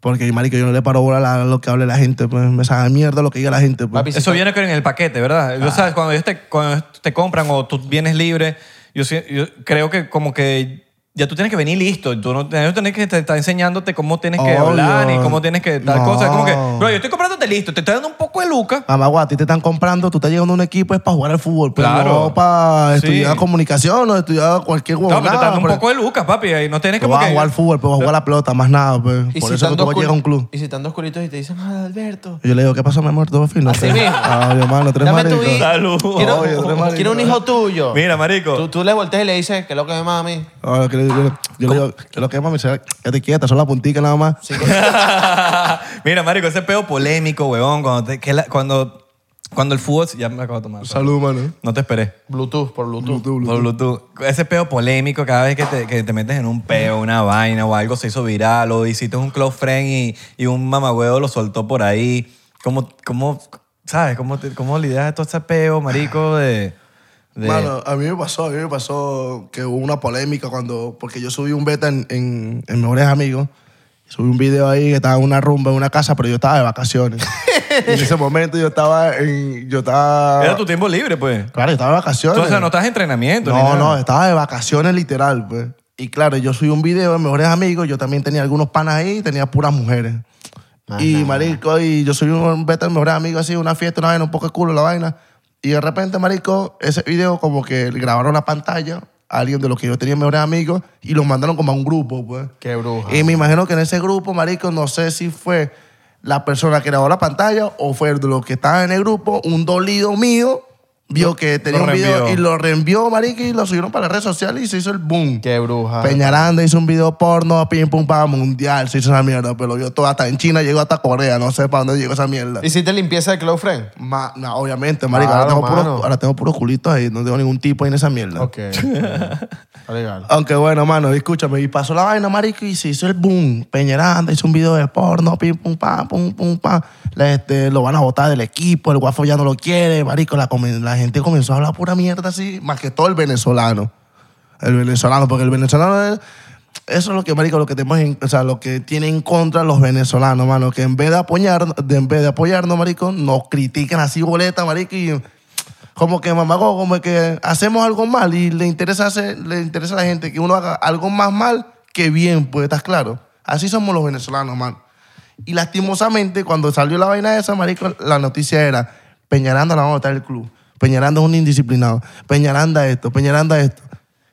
Speaker 2: Porque, marico, yo no le paro bola a lo que hable la gente, pues. Me sabe mierda lo que diga la gente, pues. Ah.
Speaker 4: Papi, sí,
Speaker 3: Eso
Speaker 4: está-
Speaker 3: viene en el paquete, ¿verdad? O sea, cuando ellos te, cuando ellos te compran o tú vienes libre, yo, sí- yo creo que como que ya tú tienes que venir listo. Tú no ellos tienen que te- estar enseñándote cómo tienes que
Speaker 2: Obvio.
Speaker 3: hablar y cómo tienes que tal
Speaker 2: No.
Speaker 3: cosa. Es como que, bro, yo estoy comprándote listo, te estoy dando un poco de lucas.
Speaker 2: Mamá, guau, a ti te están comprando, tú estás llegando a un equipo, es para jugar al fútbol, pero
Speaker 3: Claro.
Speaker 2: no para
Speaker 3: Sí.
Speaker 2: estudiar comunicación o estudiar cualquier
Speaker 3: No,
Speaker 2: huevo.
Speaker 3: pero te estás dando un poco de lucas, papi. Y no tienes
Speaker 2: Tú
Speaker 3: como
Speaker 2: vas a
Speaker 3: que...
Speaker 2: jugar al fútbol, pero vas a jugar a la pelota, más nada, pues.
Speaker 4: y
Speaker 2: Por
Speaker 4: si
Speaker 2: eso es
Speaker 4: están
Speaker 2: que tú
Speaker 4: dos
Speaker 2: vas a llegar a
Speaker 4: cul-
Speaker 2: un club.
Speaker 4: Y si están dos culitos y te dicen, ah, Alberto.
Speaker 2: Y yo le digo, ¿qué pasó, mi amor? ¿Todo fino?
Speaker 4: Así
Speaker 2: ¿Qué?
Speaker 4: mismo.
Speaker 2: Ah, mi hermano, tres
Speaker 4: Dame tu
Speaker 2: maricos.
Speaker 4: hijo.
Speaker 3: Salud.
Speaker 4: Quiero,
Speaker 2: Oye, tres maricos.
Speaker 4: quiero un hijo tuyo.
Speaker 3: Mira, marico.
Speaker 4: Tú, tú le volteas y le dices, que lo que es mami.
Speaker 2: Ahora, Ah, que le- yo, le- yo le digo, que lo que es, mami, será- quédate quieta, son las punticas nada más.
Speaker 3: Mira, marico, ese peo polémico, huevón, cuando, te- que la- cuando, cuando el fútbol... Ya me acabo de tomar.
Speaker 2: Salud, mano.
Speaker 3: No te esperé.
Speaker 4: Bluetooth, por Bluetooth.
Speaker 3: Por Bluetooth. Ese peo polémico, cada vez que te, que te metes en un peo, una vaina o algo se hizo viral, o hiciste un close friend y, y un mamagüeo lo soltó por ahí. ¿Cómo, cómo sabes? ¿Cómo, te- cómo lidias todo ese peo, marico, de... de-
Speaker 2: Mano, a mí me pasó, a mí me pasó que hubo una polémica cuando, porque yo subí un beta en, en, en Mejores Amigos, subí un video ahí que estaba en una rumba en una casa, pero yo estaba de vacaciones. Y en ese momento yo estaba en, yo estaba...
Speaker 3: Era tu tiempo libre, pues.
Speaker 2: Claro, ah, yo estaba de vacaciones.
Speaker 3: Tú, o sea, no estás en entrenamiento. ni
Speaker 2: No,
Speaker 3: nada.
Speaker 2: no, estaba de vacaciones literal, pues. Y claro, yo subí un video de mejores amigos, yo también tenía algunos panas ahí, tenía puras mujeres. y marico, y yo subí un beta de mejores amigos así, una fiesta, una vaina, un poco de culo la vaina. Y de repente, marico, ese video como que le grabaron la pantalla a alguien de los que yo tenía mejores amigos y lo mandaron como a un grupo, pues.
Speaker 4: Qué bruja.
Speaker 2: Y me imagino que en ese grupo, marico, no sé si fue la persona que grabó la pantalla o fue el de los que estaban en el grupo, un dolido mío vio que tenía un video
Speaker 3: reenvió.
Speaker 2: y lo reenvió, marico, y lo subieron para las redes sociales y se hizo el boom.
Speaker 4: Qué bruja.
Speaker 2: Peñaranda hizo un video porno, pim, pum, pam, mundial, se hizo esa mierda, pero lo vio todo, hasta en China llegó hasta Corea, no sé para dónde llegó esa mierda.
Speaker 4: ¿Hiciste limpieza de Cloud Friend?
Speaker 2: Ma- no, obviamente, marico,
Speaker 4: Claro,
Speaker 2: ahora, tengo puros-
Speaker 4: mano.
Speaker 2: ahora tengo puros culitos ahí, no tengo ningún tipo ahí en esa mierda.
Speaker 4: Ok. Está legal.
Speaker 2: Aunque bueno, mano, escúchame, y pasó la vaina, marico, y se hizo el boom. Peñeranda hizo un video de porno, pim, pum, pam, pum, pum, pam. La- Este, lo van a botar del equipo, el guafo ya no lo quiere, marico. La, comen- la gente comenzó a hablar pura mierda así, más que todo el venezolano. El venezolano, porque el venezolano es... Eso es lo que, marico, lo que tenemos en- o sea, lo que tienen en contra los venezolanos, mano. Que en vez de apoyar, de, en vez de apoyarnos, marico, nos critican así boleta, marico, y como que mamago, como que hacemos algo mal y le interesa, hacer- le interesa a la gente que uno haga algo más mal que bien, pues estás claro. Así somos los venezolanos, mano. Y lastimosamente, cuando salió la vaina esa, marico, la noticia era, Peñaranda la van a botar del club. Peñaranda es un indisciplinado. Peñaranda esto, Peñaranda esto.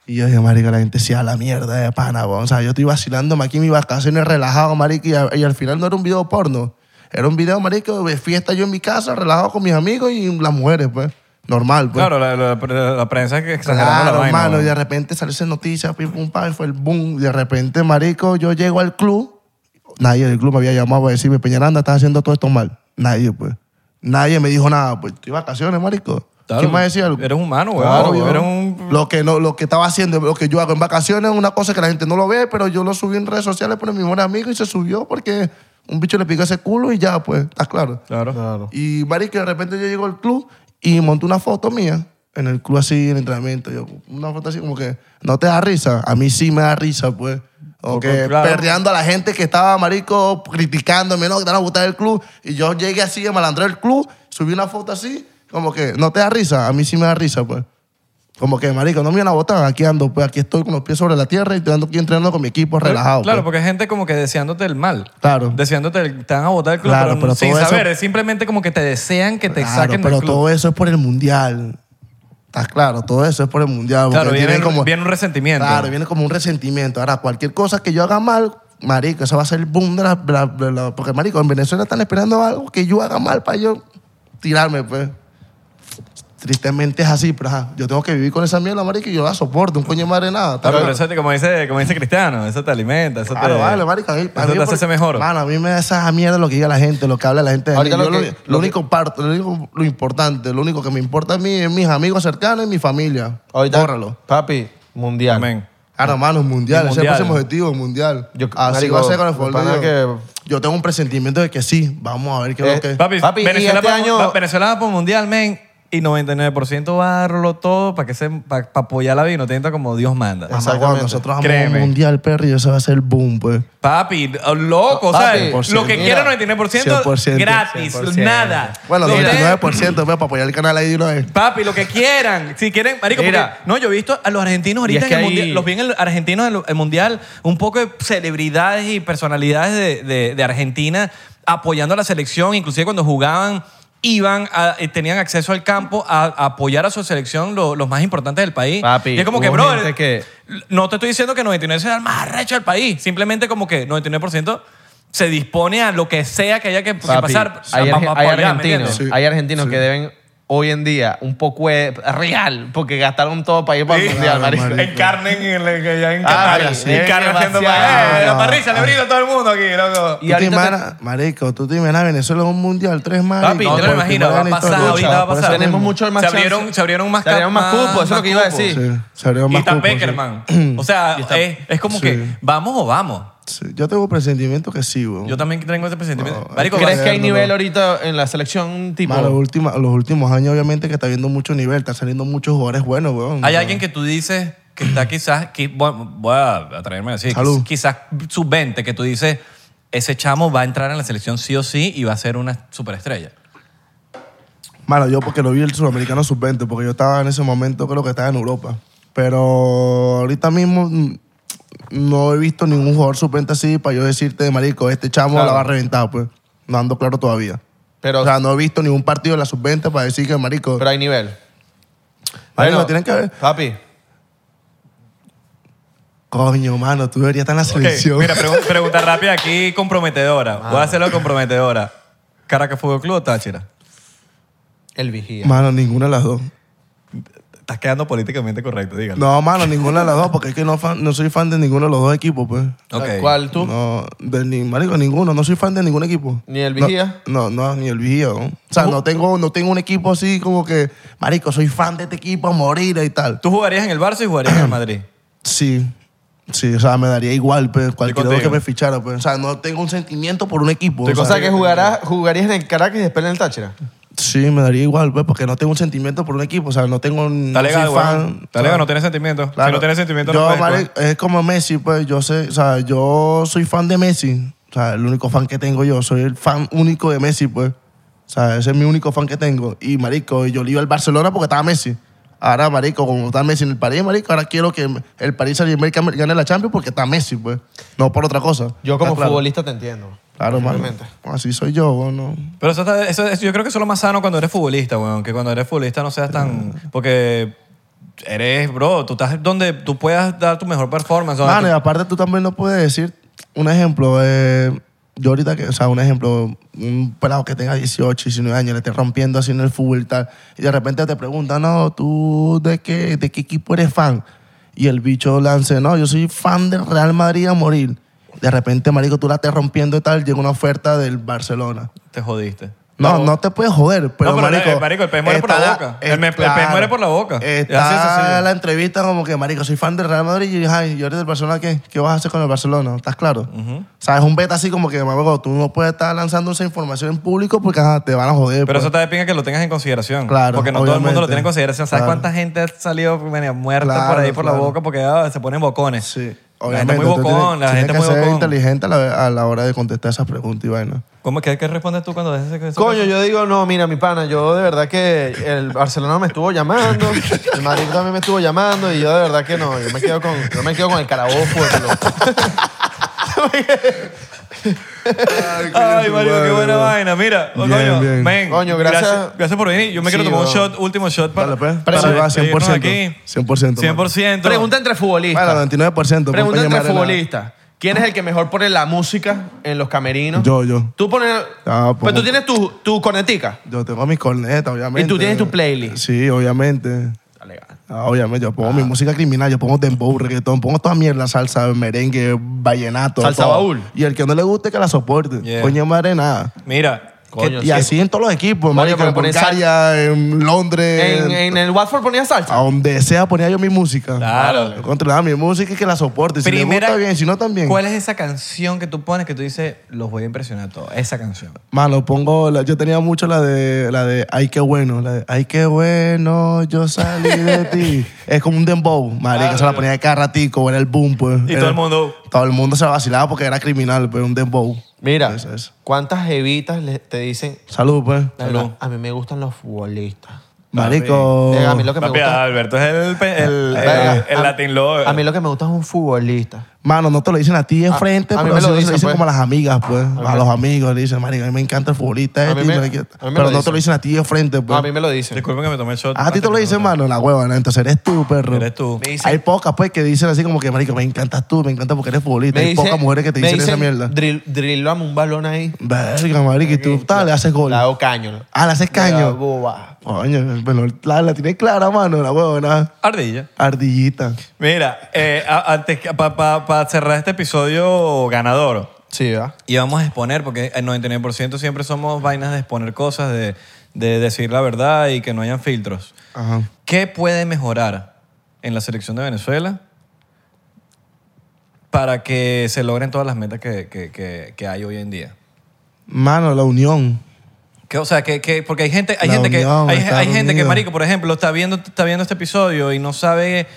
Speaker 2: Y yo dije, marico, la gente sea la mierda de pana, weón. O sea, yo estoy vacilándome aquí en mis vacaciones relajado, marico, y, a- y al final no era un video porno. Era un video, marico, de fiesta yo en mi casa, relajado con mis amigos y las mujeres, pues. Normal, pues.
Speaker 3: Claro, la, la- la- la prensa que exagerando
Speaker 2: Claro,
Speaker 3: la vaina.
Speaker 2: mano,
Speaker 3: weón.
Speaker 2: y de repente salió esa noticia, pim, pum, pam, y fue el boom. De repente, marico, yo llego al club, nadie del club me había llamado para decirme, Peñaranda, estás haciendo todo esto mal. Nadie, pues. Nadie me dijo nada, pues estoy de vacaciones, marico.
Speaker 3: Claro,
Speaker 2: ¿Quién me decía algo?
Speaker 3: Eres humano, weón.
Speaker 2: Obvio.
Speaker 3: Eres un...
Speaker 2: lo, que no, lo que estaba haciendo, lo que yo hago en vacaciones es una cosa que la gente no lo ve, pero yo lo subí en redes sociales por mi mejor amigo y se subió porque un bicho le picó ese culo y ya, pues, estás claro.
Speaker 3: Claro.
Speaker 2: Y marico, de repente yo llego al club y monto una foto mía en el club así, en el entrenamiento. Yo, una foto así como que, ¿no te da risa? A mí sí me da risa, pues. O
Speaker 3: Porque,
Speaker 2: que
Speaker 3: claro.
Speaker 2: perreando a la gente que estaba, marico, criticándome, no, que te van a gustar el club. Y yo llegué así, me malandré el club, subí una foto así, como que, ¿no te da risa? A mí sí me da risa, pues. Como que, marico, no me van a botar, aquí ando, pues, aquí estoy con los pies sobre la tierra y estoy ando aquí entrenando con mi equipo relajado.
Speaker 3: Claro,
Speaker 2: pues.
Speaker 3: porque hay gente como que deseándote el mal.
Speaker 2: Claro.
Speaker 3: Deseándote, el- te van a botar el club,
Speaker 2: Claro,
Speaker 3: pero,
Speaker 2: pero
Speaker 3: sin
Speaker 2: todo eso-
Speaker 3: saber. Es simplemente como que te desean que te
Speaker 2: Claro,
Speaker 3: saquen
Speaker 2: pero
Speaker 3: del club.
Speaker 2: todo eso es por el mundial. ¿Estás claro? Todo eso es por el mundial.
Speaker 3: claro,
Speaker 2: porque
Speaker 3: viene,
Speaker 2: tienen como,
Speaker 3: viene un resentimiento.
Speaker 2: Claro, viene como un resentimiento. Ahora, cualquier cosa que yo haga mal, marico, eso va a ser el boom de la... de la- de la- porque, marico, en Venezuela están esperando algo que yo haga mal para yo tirarme, pues. Tristemente es así, pero ajá, yo tengo que vivir con esa mierda, marico, y yo la soporto, un coño de madre nada. ¿estás
Speaker 3: Claro, pero
Speaker 2: claro?
Speaker 3: eso te- como dice, como dice Cristiano, eso te alimenta, eso
Speaker 2: Claro,
Speaker 3: te,
Speaker 2: vale, marico. A mí, a
Speaker 3: eso
Speaker 2: mí
Speaker 3: te hace
Speaker 2: porque-
Speaker 3: ser mejor.
Speaker 2: Mano, a mí me da esa mierda lo que diga la gente, lo que habla la gente. de mí.
Speaker 4: Ahorita
Speaker 2: Yo
Speaker 4: lo
Speaker 2: lo,
Speaker 4: que-
Speaker 2: lo único parto, lo único lo importante, lo único que me importa a mí es mis amigos cercanos y mi familia.
Speaker 4: Ahorita,
Speaker 2: Bórralo.
Speaker 4: Papi, mundial.
Speaker 3: Amén.
Speaker 2: Claro, mano, mundial. Ese es el
Speaker 3: Ah. Mundial.
Speaker 2: próximo objetivo, mundial.
Speaker 4: Yo-
Speaker 2: Así
Speaker 4: marico,
Speaker 2: va a ser con el
Speaker 4: de pana
Speaker 2: fútbol.
Speaker 4: que-
Speaker 2: Yo tengo un presentimiento de que sí. Vamos a ver qué es
Speaker 4: Eh,
Speaker 2: lo que...
Speaker 3: Papi,
Speaker 4: Papi, y
Speaker 3: Venezuela,
Speaker 4: este
Speaker 3: pa-
Speaker 4: año-
Speaker 3: pa- Venezuela va por mundial, men. Y 99% va a darlo todo para que se para apoyar la vinotinta como Dios manda.
Speaker 2: Mamá,
Speaker 4: exactamente.
Speaker 2: nosotros vamos a
Speaker 3: Créeme.
Speaker 2: un mundial, perro, y eso va a ser el boom, pues.
Speaker 3: Papi, loco,
Speaker 4: Papi,
Speaker 3: ¿sabes? Lo que quiera
Speaker 4: mira,
Speaker 3: 99%
Speaker 2: 100%,
Speaker 3: gratis, nada.
Speaker 2: Bueno,
Speaker 3: Lo que-
Speaker 2: 99%, pues, para apoyar el canal ahí de una vez.
Speaker 3: Papi, lo que quieran. Si quieren, marico,
Speaker 4: Mira.
Speaker 3: porque- no, yo he visto a los argentinos
Speaker 4: Y es
Speaker 3: ahorita
Speaker 4: que
Speaker 3: en el
Speaker 4: ahí-
Speaker 3: mundial, los vi en el argentino en el mundial, un poco de celebridades y personalidades de, de- de Argentina apoyando a la selección, inclusive cuando jugaban iban a- eh, tenían acceso al campo a, a apoyar a su selección lo- los más importantes del país.
Speaker 4: Papi,
Speaker 3: y es como que,
Speaker 4: hubo
Speaker 3: bro,
Speaker 4: gente que-
Speaker 3: no te estoy diciendo que 99 sea el más recho del país, simplemente como que 99% se dispone a lo que sea que haya que, que
Speaker 4: Papi,
Speaker 3: pasar.
Speaker 4: Hay,
Speaker 3: pa-
Speaker 4: arge-
Speaker 3: pa- apoyar,
Speaker 4: hay
Speaker 3: ¿me
Speaker 4: argentinos,
Speaker 3: entiendes?
Speaker 2: Sí,
Speaker 4: hay argentinos
Speaker 2: sí.
Speaker 4: que deben hoy en día un poco eh, real porque gastaron todo para ir para el mundial,
Speaker 2: Claro,
Speaker 4: marico.
Speaker 2: marico.
Speaker 3: Encarnen en el que ya en
Speaker 4: Ah,
Speaker 3: Qatar.
Speaker 4: mira, sí.
Speaker 3: Encarnen haciendo
Speaker 4: Demasiado.
Speaker 3: pa- eh, la
Speaker 2: No,
Speaker 3: parrilla, le brinda a todo el mundo aquí, loco.
Speaker 4: Y
Speaker 2: ¿Tú te
Speaker 4: ahorita te-
Speaker 2: imaginas, marico, tú te imaginas Venezuela en un mundial, tres más.
Speaker 4: Papi,
Speaker 3: No te lo
Speaker 4: Porque
Speaker 3: imaginas, va a pasar, ahorita va a
Speaker 2: pues,
Speaker 3: pasar.
Speaker 4: Tenemos mucho más
Speaker 3: se abrieron,
Speaker 4: chance.
Speaker 3: se abrieron más
Speaker 4: Se abrieron
Speaker 3: cap-
Speaker 4: más cupos, eso es lo que iba a
Speaker 3: más
Speaker 4: decir.
Speaker 2: Sí, se abrieron
Speaker 3: Y
Speaker 2: más
Speaker 3: está
Speaker 2: cupos, sí.
Speaker 3: Peckerman. O sea, es, es como que vamos o vamos.
Speaker 2: Sí, Yo tengo presentimiento que sí, weón.
Speaker 3: Yo también tengo ese presentimiento.
Speaker 2: No,
Speaker 3: Marico,
Speaker 4: ¿Crees que hay
Speaker 2: Ganándolo.
Speaker 4: nivel ahorita en la selección tipo?
Speaker 2: Más los, últimos, los últimos años, obviamente, que está viendo mucho nivel, están saliendo muchos jugadores buenos, weón.
Speaker 3: hay alguien que tú dices que está quizás, que, bueno, voy a atreverme a decir,
Speaker 2: Salud.
Speaker 3: quizás sub-20, que tú dices, ese chamo va a entrar en la selección sí o sí y va a ser una superestrella.
Speaker 2: Mano, yo porque lo vi el sudamericano sub-20, porque yo estaba en ese momento, creo que estaba en Europa. Pero ahorita mismo mm, no he visto ningún jugador sub-20 así para yo decirte, marico, este chamo la va a reventar, pues. No ando claro todavía.
Speaker 7: Pero-
Speaker 2: o sea, no he visto ningún partido de la sub-20 para decir que, marico,
Speaker 7: Pero hay nivel.
Speaker 2: marico, tienen que ver.
Speaker 7: Papi,
Speaker 2: Coño, mano, tú deberías estar en la
Speaker 3: Ok,
Speaker 2: selección.
Speaker 3: Mira, pregu- pregunta rápida aquí, comprometedora. Voy a
Speaker 2: Ah.
Speaker 3: hacerlo comprometedora. ¿Caracas Fútbol Club o Táchira?
Speaker 7: el vigía.
Speaker 2: Mano, ninguna de las dos.
Speaker 3: Estás quedando políticamente correcto, dígalo.
Speaker 2: No, mano, ninguna de las dos, porque es que no, fan- no soy fan de ninguno de los dos equipos, pues.
Speaker 3: Ok.
Speaker 7: ¿Cuál tú?
Speaker 2: No, de ni, marico, ninguno. No soy fan de ningún equipo.
Speaker 7: ¿Ni el
Speaker 2: No,
Speaker 7: Vigía?
Speaker 2: No, no, ni el Vigía. ¿no? O sea, no tengo, no tengo un equipo así como que, marico, soy fan de este equipo a morir y tal.
Speaker 3: ¿Tú jugarías en el Barça y jugarías en el Madrid?
Speaker 2: Sí. Sí, o sea, me daría igual, pues, cualquier
Speaker 3: contigo.
Speaker 2: que me fichara, pues. O sea, no tengo un sentimiento por un equipo.
Speaker 7: Estoy
Speaker 2: o
Speaker 7: con-
Speaker 4: O
Speaker 2: sea,
Speaker 4: sea, que jugarás, jugarías en el Caracas y después en el Táchira.
Speaker 2: sí, me daría igual, pues, porque no tengo un sentimiento por un equipo. O sea, no tengo un
Speaker 3: Está
Speaker 2: no
Speaker 3: legal,
Speaker 2: soy
Speaker 3: weón. Está
Speaker 2: o sea,
Speaker 3: legal, ¿eh? no tienes sentimientos.
Speaker 2: claro.
Speaker 3: Si no tienes sentimientos,
Speaker 2: yo,
Speaker 3: no puedes
Speaker 2: marico, Es como Messi, pues, yo sé, o sea, yo soy fan de Messi. O sea, el único fan que tengo yo, soy el fan único de Messi, pues. O sea, ese es mi único fan que tengo. Y, marico, yo le iba al Barcelona porque estaba Messi. Ahora, marico, como está Messi en el París, marico, ahora quiero que el París Saint-Germain gane la Champions porque está Messi, pues. No por otra cosa.
Speaker 4: Yo
Speaker 2: ¿Está
Speaker 4: como
Speaker 2: Ah, claro?
Speaker 4: futbolista te entiendo.
Speaker 2: Claro, mano. Así soy yo, weón, no.
Speaker 3: Pero eso está- eso- eso- yo creo que eso es lo más sano cuando eres futbolista, weón. Que cuando eres futbolista no seas tan...
Speaker 2: Mm.
Speaker 3: Porque eres, bro, tú estás donde tú puedas dar tu mejor performance. donde
Speaker 2: Mano, y
Speaker 3: tú-
Speaker 2: aparte tú también no puedes decir, un ejemplo, eh, yo ahorita, que, o sea, un ejemplo, un pelado que tenga 18, 19 años, le esté rompiendo así en el fútbol y tal, y de repente te preguntan, no, ¿tú de qué, de qué equipo eres fan? Y el bicho lance, no, yo soy fan del Real Madrid a morir. De repente, marico, tú la estés rompiendo y tal, llega una oferta del Barcelona.
Speaker 3: te jodiste.
Speaker 2: No, no te puedes joder, pero,
Speaker 3: No, pero
Speaker 2: marico,
Speaker 3: el- marico, el pez muere por la
Speaker 2: está
Speaker 3: boca. El me- el pez muere por la boca.
Speaker 2: Está
Speaker 3: Así de sencillo.
Speaker 2: la entrevista como que, marico, soy fan del Real Madrid y ay, yo eres del Barcelona, ¿qué? ¿Qué vas a hacer con el Barcelona? ¿Estás claro? O sea, es un beta así como que, marico, tú no puedes estar lanzando esa información en público porque ajá, te van a joder.
Speaker 3: Pero
Speaker 2: pues.
Speaker 3: eso está de pinga que lo tengas en consideración.
Speaker 2: Claro,
Speaker 3: Porque no todo el mundo lo
Speaker 2: obviamente.
Speaker 3: tiene en consideración. ¿Sabes
Speaker 2: Claro.
Speaker 3: cuánta gente ha salido venía, muerta
Speaker 2: Claro,
Speaker 3: por ahí por la
Speaker 2: claro.
Speaker 3: boca porque ah, se ponen bocones?
Speaker 2: Sí,
Speaker 3: La gente
Speaker 2: obviamente.
Speaker 3: es muy
Speaker 2: tú tienes-
Speaker 3: bocón, la
Speaker 2: tienes
Speaker 3: gente es muy
Speaker 2: que ser
Speaker 3: bocón.
Speaker 2: inteligente a la, a la hora de contestar esas preguntas y vaina.
Speaker 3: ¿Cómo, qué, ¿Qué respondes tú cuando dejes ese
Speaker 4: Coño, yo digo, no, mira, mi pana, yo de verdad que el Barcelona me estuvo llamando, el Madrid también me estuvo llamando y yo de verdad que no, yo me quedo con, yo me quedo con el carabobo.
Speaker 3: Ay, Mario, qué buena vaina. Mira, oh,
Speaker 2: Bien,
Speaker 3: coño,
Speaker 2: bien.
Speaker 3: men,
Speaker 4: Coño, gracias.
Speaker 3: Gracias por venir. Yo me quiero
Speaker 4: Sí,
Speaker 3: tomar un
Speaker 4: bro.
Speaker 3: shot, último shot para,
Speaker 2: Dale, pues.
Speaker 3: para
Speaker 2: Sí, va,
Speaker 3: despedirnos
Speaker 2: 100%.
Speaker 3: aquí.
Speaker 2: 100%,
Speaker 3: 100%.
Speaker 4: Pregunta entre futbolistas.
Speaker 2: Bueno, 99%. pues,
Speaker 4: Pregunta
Speaker 2: para
Speaker 4: entre
Speaker 2: llamar a la-
Speaker 4: futbolistas. ¿Quién es el que mejor pone la música en los camerinos?
Speaker 2: Yo, yo.
Speaker 4: Tú pones...
Speaker 2: Ah, pongo-
Speaker 4: Pero tú tienes tu, tu cornetica.
Speaker 2: Yo tengo mis cornetas, obviamente.
Speaker 4: ¿Y tú tienes tu playlist?
Speaker 2: Sí, obviamente.
Speaker 4: Está legal.
Speaker 2: Ah, obviamente, yo pongo mi música criminal, yo pongo dembow, reggaetón, pongo toda mierda, salsa, merengue, vallenato.
Speaker 4: Salsa
Speaker 2: todo.
Speaker 4: baúl.
Speaker 2: Y el que no le guste, que la soporte.
Speaker 3: Yeah.
Speaker 2: Coño madre, nada.
Speaker 3: Mira,
Speaker 4: Coño,
Speaker 2: y
Speaker 4: sí.
Speaker 2: así en todos los equipos, marico,
Speaker 4: pero
Speaker 2: en
Speaker 4: poner sal-
Speaker 2: Bulgaria, en Londres,
Speaker 4: En, en el Watford ponía
Speaker 2: a
Speaker 4: salsa.
Speaker 2: donde sea ponía yo mi música.
Speaker 3: Claro.
Speaker 2: Yo controlaba mi música y que la soporte. Si
Speaker 3: primera,
Speaker 2: le gusta bien, si no también.
Speaker 3: ¿Cuál es esa canción que tú pones que tú dices, los voy a impresionar a todos? Esa canción.
Speaker 2: Mano, pongo, la- yo tenía mucho la de, la de, ay, qué bueno, la de, ay, qué bueno, yo salí de ti. es como un dembow, marico,
Speaker 4: Ah,
Speaker 2: se la ponía de cada ratico, era el boom, pues.
Speaker 3: Y
Speaker 4: Eh,
Speaker 2: Era-
Speaker 3: todo el mundo.
Speaker 2: Todo el mundo se la vacilaba porque era criminal, pues, un dembow.
Speaker 4: Mira,
Speaker 2: Eso es.
Speaker 4: ¿cuántas evitas le- te dicen?
Speaker 2: Salud, pues.
Speaker 4: "La verdad, A mí me gustan los futbolistas.
Speaker 2: Marico.
Speaker 4: Venga, a mí lo que me
Speaker 3: Papi,
Speaker 4: gusta...
Speaker 3: Alberto es el, pe- el, el,
Speaker 4: Venga,
Speaker 3: el
Speaker 4: a-
Speaker 3: Latin Lover.
Speaker 4: A mí lo que me gusta es un futbolista.
Speaker 2: Mano, no te lo dicen a ti de frente,
Speaker 4: a mí
Speaker 2: pero sí
Speaker 4: me lo
Speaker 2: se lo
Speaker 4: dicen,
Speaker 2: dicen
Speaker 4: pues.
Speaker 2: como a las amigas, pues. A los amigos le dicen, marico, a mí me encanta el futbolista
Speaker 4: A
Speaker 2: este,
Speaker 4: mí
Speaker 2: y
Speaker 4: me-
Speaker 2: no sé qué".
Speaker 4: a mí me lo
Speaker 2: Pero no te
Speaker 4: dicen.
Speaker 2: lo dicen a ti de frente,
Speaker 4: No,
Speaker 2: pues.
Speaker 4: a mí me lo dicen.
Speaker 3: Disculpen que me tomé el shot.
Speaker 2: Ah, a ti te lo dicen, mano, la hueva, ¿no? entonces eres tú, perro.
Speaker 3: Eres tú. Me
Speaker 2: Hay pocas, pues, que dicen así como que, marico, me encantas tú, me encanta porque eres futbolista. Hay pocas mujeres que te
Speaker 4: me
Speaker 2: dicen, esa mierda.
Speaker 4: Drill, drillame un balón ahí.
Speaker 2: Verga, marico, y tú, tal, le haces gol.
Speaker 4: La hago caño.
Speaker 2: Ah, le haces
Speaker 4: La
Speaker 2: caño.
Speaker 4: boba.
Speaker 2: Coño, pero la, la tiene clara, mano, la huevona.
Speaker 3: Ardilla.
Speaker 2: Ardillita.
Speaker 3: Mira, eh, a- antes para cerrar este episodio ganador,
Speaker 4: Sí, ¿verdad?
Speaker 3: y vamos a exponer, porque el 99% siempre somos vainas de exponer cosas, de, de decir la verdad y que no hayan filtros.
Speaker 2: Ajá.
Speaker 3: ¿Qué puede mejorar en la selección de Venezuela para que se logren todas las metas que, que- que- que hay hoy en día?
Speaker 2: Mano, la unión.
Speaker 3: Que, o sea, que, que- porque hay gente, hay
Speaker 2: La
Speaker 3: gente que,
Speaker 2: unión,
Speaker 3: hay,
Speaker 2: estar
Speaker 3: hay gente que,
Speaker 2: unido.
Speaker 3: marico, por ejemplo, está viendo, está viendo este episodio y no sabe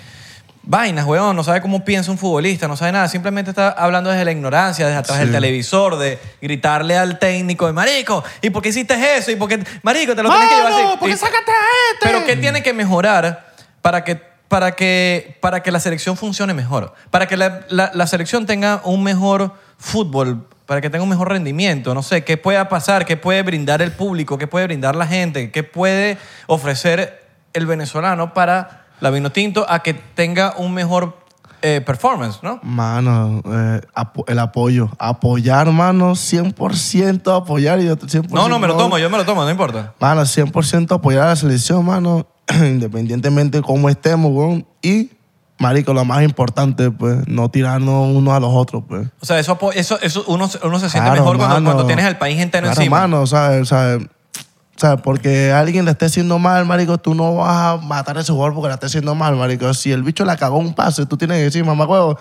Speaker 3: vainas, weón, no sabe cómo piensa un futbolista, no sabe nada, simplemente está hablando desde la ignorancia, desde atrás del televisor, de gritarle al técnico de marico, ¿y por qué hiciste eso? ¿Y por qué, marico, te lo tienes que llevar así?
Speaker 4: ¿por qué
Speaker 3: Y-
Speaker 4: sacaste a este?
Speaker 3: Pero ¿qué tiene que mejorar para que, para que, para que la selección funcione mejor? Para que la, la- la selección tenga un mejor fútbol para que tenga un mejor rendimiento. No sé, qué pueda pasar, qué puede brindar el público, qué puede brindar la gente, qué puede ofrecer el venezolano para la vino tinto a que tenga un mejor eh, performance, ¿no?
Speaker 2: Mano, eh, apo- el apoyo. Apoyar, mano, 100% apoyar. Y yo 100%
Speaker 3: No, no, me lo tomo, yo me lo tomo, no importa.
Speaker 2: Mano, 100% apoyar a la selección, mano, independientemente de cómo estemos, weón. Y, marico, lo más importante, pues, no tirarnos unos a los otros, pues.
Speaker 3: O sea, eso, apo- eso, eso uno, se- uno se siente
Speaker 2: Claro,
Speaker 3: mejor cuando,
Speaker 2: mano.
Speaker 3: cuando tienes al país entero
Speaker 2: Claro,
Speaker 3: encima.
Speaker 2: mano, ¿sabes? ¿sabes? ¿Sabes? Porque a alguien le esté haciendo mal, marico, tú no vas a matar a ese jugador porque le esté haciendo mal, marico. Si el bicho le cagó un pase, tú tienes que decir, mamá, huevo,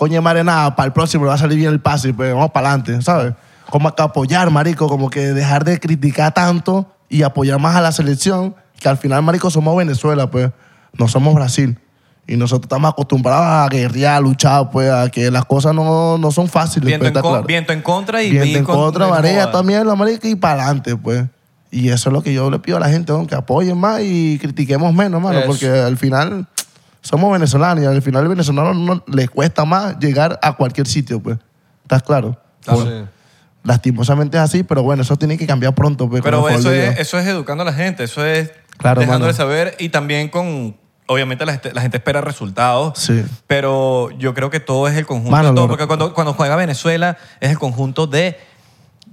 Speaker 2: coño, de madre, nada, para el próximo le va a salir bien el pase, pues vamos para adelante, ¿sabes? Como que apoyar, marico, como que dejar de criticar tanto y apoyar más a la selección, que al final, marico, somos Venezuela, pues, no somos Brasil. Y nosotros estamos acostumbrados a guerrear, a luchar, pues, a que las cosas no, no son fáciles.
Speaker 3: Viento,
Speaker 2: pues,
Speaker 3: en
Speaker 2: está
Speaker 3: con-
Speaker 2: claro.
Speaker 3: viento en contra y
Speaker 2: Viento
Speaker 3: y
Speaker 2: en
Speaker 3: con-
Speaker 2: contra,
Speaker 3: no
Speaker 2: María,
Speaker 3: joda.
Speaker 2: también la marica y para adelante, pues. Y eso es lo que yo le pido a la gente, ¿no? que apoyen más y critiquemos menos, mano,
Speaker 4: Eso.
Speaker 2: porque al final somos venezolanos y al final el venezolano no le cuesta más llegar a cualquier sitio, pues. ¿Estás claro? Pues, Lastimosamente es así, pero bueno, eso tiene que cambiar pronto, pues.
Speaker 3: Pero
Speaker 2: como
Speaker 3: eso
Speaker 2: Paul
Speaker 3: es,
Speaker 2: dijo.
Speaker 3: eso es educando a la gente, eso es
Speaker 2: Claro,
Speaker 3: dejándole
Speaker 2: mano.
Speaker 3: saber y también con... Obviamente la gente, la gente espera resultados,
Speaker 2: Sí.
Speaker 3: pero yo creo que todo es el conjunto.
Speaker 2: Mano,
Speaker 3: de todo,
Speaker 2: lo-
Speaker 3: porque cuando, cuando juega Venezuela es el conjunto de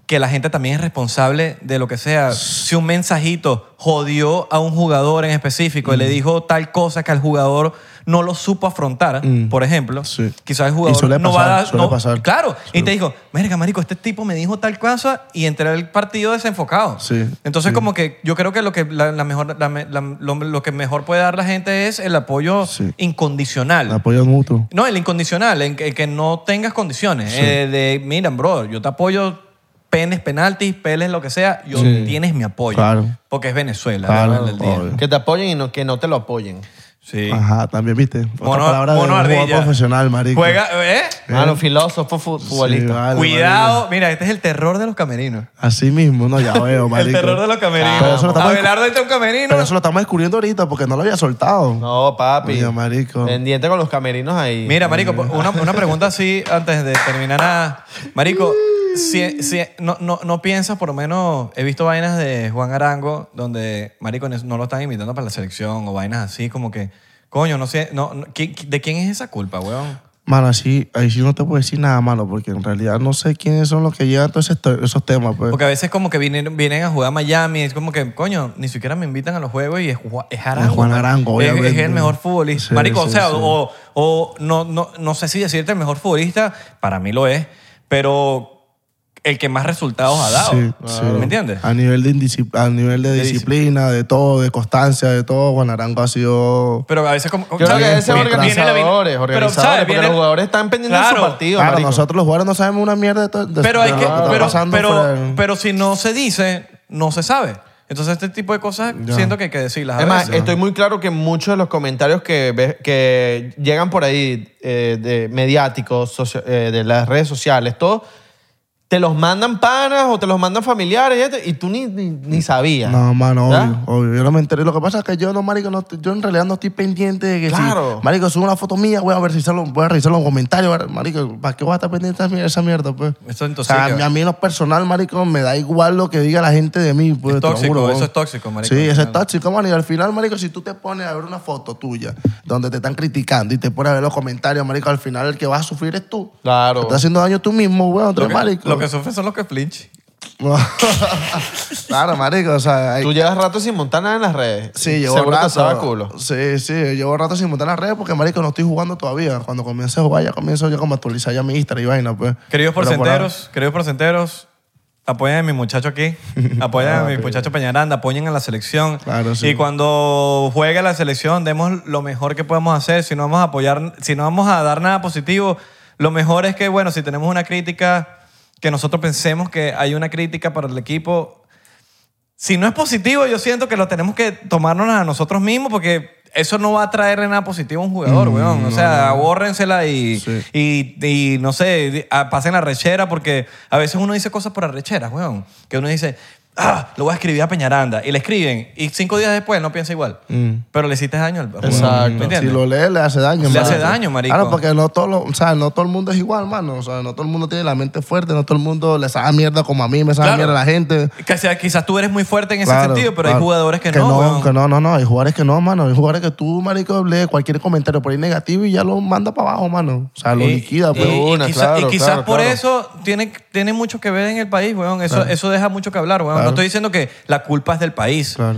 Speaker 3: que la gente también es responsable de lo que sea. Si un mensajito jodió a un jugador en específico y
Speaker 2: Mm.
Speaker 3: le dijo tal cosa que al jugador no lo supo afrontar, por ejemplo,
Speaker 2: Mm. Sí.
Speaker 3: quizás el
Speaker 2: Y suele
Speaker 3: jugador no va a
Speaker 2: pasar,
Speaker 3: dar...
Speaker 2: suele
Speaker 3: no-
Speaker 2: pasar.
Speaker 3: Claro, y
Speaker 2: Suele-
Speaker 3: te dijo, verga, marico, este tipo me dijo tal cosa y entré al partido desenfocado.
Speaker 2: Sí,
Speaker 3: Entonces,
Speaker 2: sí.
Speaker 3: como que yo creo que lo que la, la mejor la me- la- lo, lo que mejor puede dar la gente es el apoyo
Speaker 2: Sí.
Speaker 3: incondicional.
Speaker 2: Apoyo mutuo.
Speaker 3: no, el incondicional, en que, que no tengas condiciones. Eh, de, miran, bro, yo te apoyo penes, penaltis, peles, lo que sea, yo tienes mi apoyo.
Speaker 2: Claro.
Speaker 3: Porque es Venezuela.
Speaker 2: Claro,
Speaker 3: al final del día.
Speaker 2: obvio.
Speaker 5: Que te apoyen y no, que no te lo apoyen.
Speaker 3: Sí.
Speaker 2: Ajá, también, ¿viste? Otra
Speaker 3: Mono-
Speaker 2: palabra de
Speaker 3: Mono
Speaker 2: un jugador
Speaker 3: Ardilla.
Speaker 2: profesional, marico.
Speaker 3: Juega, ¿eh?
Speaker 5: Mano, filósofo, fu-
Speaker 2: Sí,
Speaker 5: futbolista.
Speaker 2: vale,
Speaker 3: Cuidado.
Speaker 2: marico.
Speaker 3: Mira, este es el terror de los camerinos.
Speaker 2: Así mismo, no, ya veo, marico.
Speaker 3: El terror de los camerinos.
Speaker 2: Pero eso lo estamos-
Speaker 3: Abelardo entra a un camerino.
Speaker 2: Pero eso lo estamos descubriendo ahorita porque no lo había soltado.
Speaker 5: No, papi.
Speaker 2: Oye, marico.
Speaker 5: Pendiente con los camerinos ahí.
Speaker 3: Mira, Marico, po- una, una pregunta así antes de terminar. nada. Marico, si, si- no, no, no piensas, por lo menos, he visto vainas de Juan Arango donde, Marico, no lo están invitando para la selección o vainas así como que, coño, no sé, no, no, ¿qui- qui- ¿de quién es esa culpa, weón?
Speaker 2: Mano, así, ahí sí no te puedo decir nada, mano, porque en realidad no sé quiénes son los que llevan todos esos, esos temas, pues.
Speaker 3: Porque a veces como que vienen, vienen a jugar a Miami, es como que, coño, ni siquiera me invitan a los juegos y es, Ju- es Arango.
Speaker 2: Es Juan Arango,
Speaker 3: Es, es
Speaker 2: obviamente.
Speaker 3: el mejor futbolista.
Speaker 2: Sí,
Speaker 3: Marico, o
Speaker 2: sí,
Speaker 3: sea,
Speaker 2: sí.
Speaker 3: o, o no, no, no sé si decirte el mejor futbolista, para mí lo es, pero el que más resultados ha dado. Ah,
Speaker 2: Sí, sí.
Speaker 3: ¿Me entiendes?
Speaker 2: A nivel de, indisci- a nivel de, disciplina, de todo, de constancia, de todo, Juan Arango ha sido...
Speaker 3: Pero a veces como...
Speaker 5: Yo creo que ese
Speaker 2: Viene-
Speaker 5: organizadores,
Speaker 3: viene la-
Speaker 5: organizadores,
Speaker 3: pero, ¿sabes?
Speaker 5: porque
Speaker 3: Viene-
Speaker 5: los jugadores están pendientes de
Speaker 3: Claro.
Speaker 5: su partido,
Speaker 2: Claro,
Speaker 5: marico.
Speaker 2: nosotros los jugadores no sabemos una mierda de todo. de-
Speaker 3: Pero
Speaker 2: de
Speaker 3: hay
Speaker 2: lo
Speaker 3: que...
Speaker 2: está
Speaker 3: Pero,
Speaker 2: pasando
Speaker 3: pero,
Speaker 2: fuera del-
Speaker 3: pero si no se dice, no se sabe. Entonces este tipo de cosas siento que hay que decirlas. a
Speaker 5: Además,
Speaker 3: veces.
Speaker 5: estoy muy claro que muchos de los comentarios que, ve- que llegan por ahí, eh, de mediáticos, socio- eh, de las redes sociales, todo, te los mandan panas o te los mandan familiares y, este- y tú ni, ni, ni sabías.
Speaker 2: No, mano,
Speaker 5: ¿verdad?
Speaker 2: obvio, obvio. Yo no me enteré. Lo que pasa es que yo no, marico, no, yo en realidad no estoy pendiente de que si-
Speaker 5: Claro.
Speaker 2: marico, subo una foto mía, voy a ver si salen- voy a revisar los comentarios. Marico, ¿para qué voy a estar pendiente de esa mier- esa mierda, pues?
Speaker 3: Eso
Speaker 2: O
Speaker 3: entonces...
Speaker 2: sea, a mí, a mí en lo personal, marico, me da igual lo que diga la gente de mí. Pues,
Speaker 3: Es
Speaker 2: te lo
Speaker 3: tóxico,
Speaker 2: juro,
Speaker 3: eso
Speaker 2: weón.
Speaker 3: es tóxico, marico,
Speaker 2: Sí,
Speaker 3: al
Speaker 2: eso es
Speaker 3: final.
Speaker 2: tóxico, marico. Al final, marico, si tú te pones a ver una foto tuya donde te están criticando y te pones a ver los comentarios, marico, al final el que vas a sufrir es tú.
Speaker 5: Claro.
Speaker 2: Te estás haciendo daño tú mismo, weón, tú
Speaker 3: lo,
Speaker 2: eres
Speaker 3: que,
Speaker 2: marico.
Speaker 3: lo que sufren son los que flinch.
Speaker 2: claro, marico, o sea... hay-
Speaker 5: Tú llevas rato sin montar nada en las redes.
Speaker 2: Sí, llevo
Speaker 5: Seguro te
Speaker 2: rato.
Speaker 5: estaba culo.
Speaker 2: Sí, sí, llevo rato sin montar las redes porque, marico, no estoy jugando todavía. Cuando comience a jugar, ya comienzo yo como a actualizar ya mi Instagram y vaina, pues.
Speaker 3: Queridos
Speaker 2: Pero por
Speaker 3: porcenteros, queridos porcenteros, apoyen a mi muchacho aquí, apoyen a mi muchacho Peñaranda, apoyen a la selección.
Speaker 2: Claro, sí.
Speaker 3: Y cuando juegue la selección, demos lo mejor que podemos hacer. Si no vamos a apoyar, si no vamos a dar nada positivo, lo mejor es que, bueno, si tenemos una crítica, que nosotros pensemos que hay una crítica para el equipo, si no es positivo, yo siento que lo tenemos que tomarnos a nosotros mismos porque eso no va a traerle nada positivo a un
Speaker 2: Mm,
Speaker 3: jugador, weón. O sea, abórrensela y,
Speaker 2: Sí.
Speaker 3: y, y, no sé, di- a- pasen la rechera porque a veces uno dice cosas por arrechera, weón. Que uno dice, ah, lo voy a escribir a Peñaranda. Y le escriben. Y cinco días después no piensa igual. Pero le hiciste daño al al jugador,
Speaker 8: Exacto.
Speaker 3: ¿me
Speaker 2: Si
Speaker 3: entiendes?
Speaker 2: Mm. lo lees, le hace daño.
Speaker 3: Le
Speaker 2: mano.
Speaker 3: hace daño, marico.
Speaker 2: Claro, porque no todo, lo- o sea, no todo el mundo es igual, mano. O sea, no todo el mundo tiene la mente fuerte, no todo el mundo le sabe mierda como a mí, me sabe
Speaker 3: Claro.
Speaker 2: mierda a la gente.
Speaker 3: Que sea, quizás tú eres muy fuerte en ese
Speaker 2: Claro,
Speaker 3: sentido, pero hay
Speaker 2: claro.
Speaker 3: jugadores que,
Speaker 2: que
Speaker 3: no.
Speaker 2: No,
Speaker 3: weón.
Speaker 2: que no, no, no. Hay jugadores que no, mano. Hay jugadores que tú, marico, lees cualquier comentario por ahí negativo y ya lo manda para abajo, mano. O sea, lo
Speaker 3: Y-
Speaker 2: liquida,
Speaker 3: Eh, y-
Speaker 2: pues.
Speaker 3: y,
Speaker 8: una,
Speaker 3: quizá-
Speaker 8: claro,
Speaker 3: y quizás
Speaker 8: claro,
Speaker 3: por
Speaker 8: claro.
Speaker 3: eso tiene, tiene mucho que ver en el país, weón. Eso, eso deja mucho que hablar, weón. No estoy diciendo que la culpa es del país.
Speaker 2: Claro.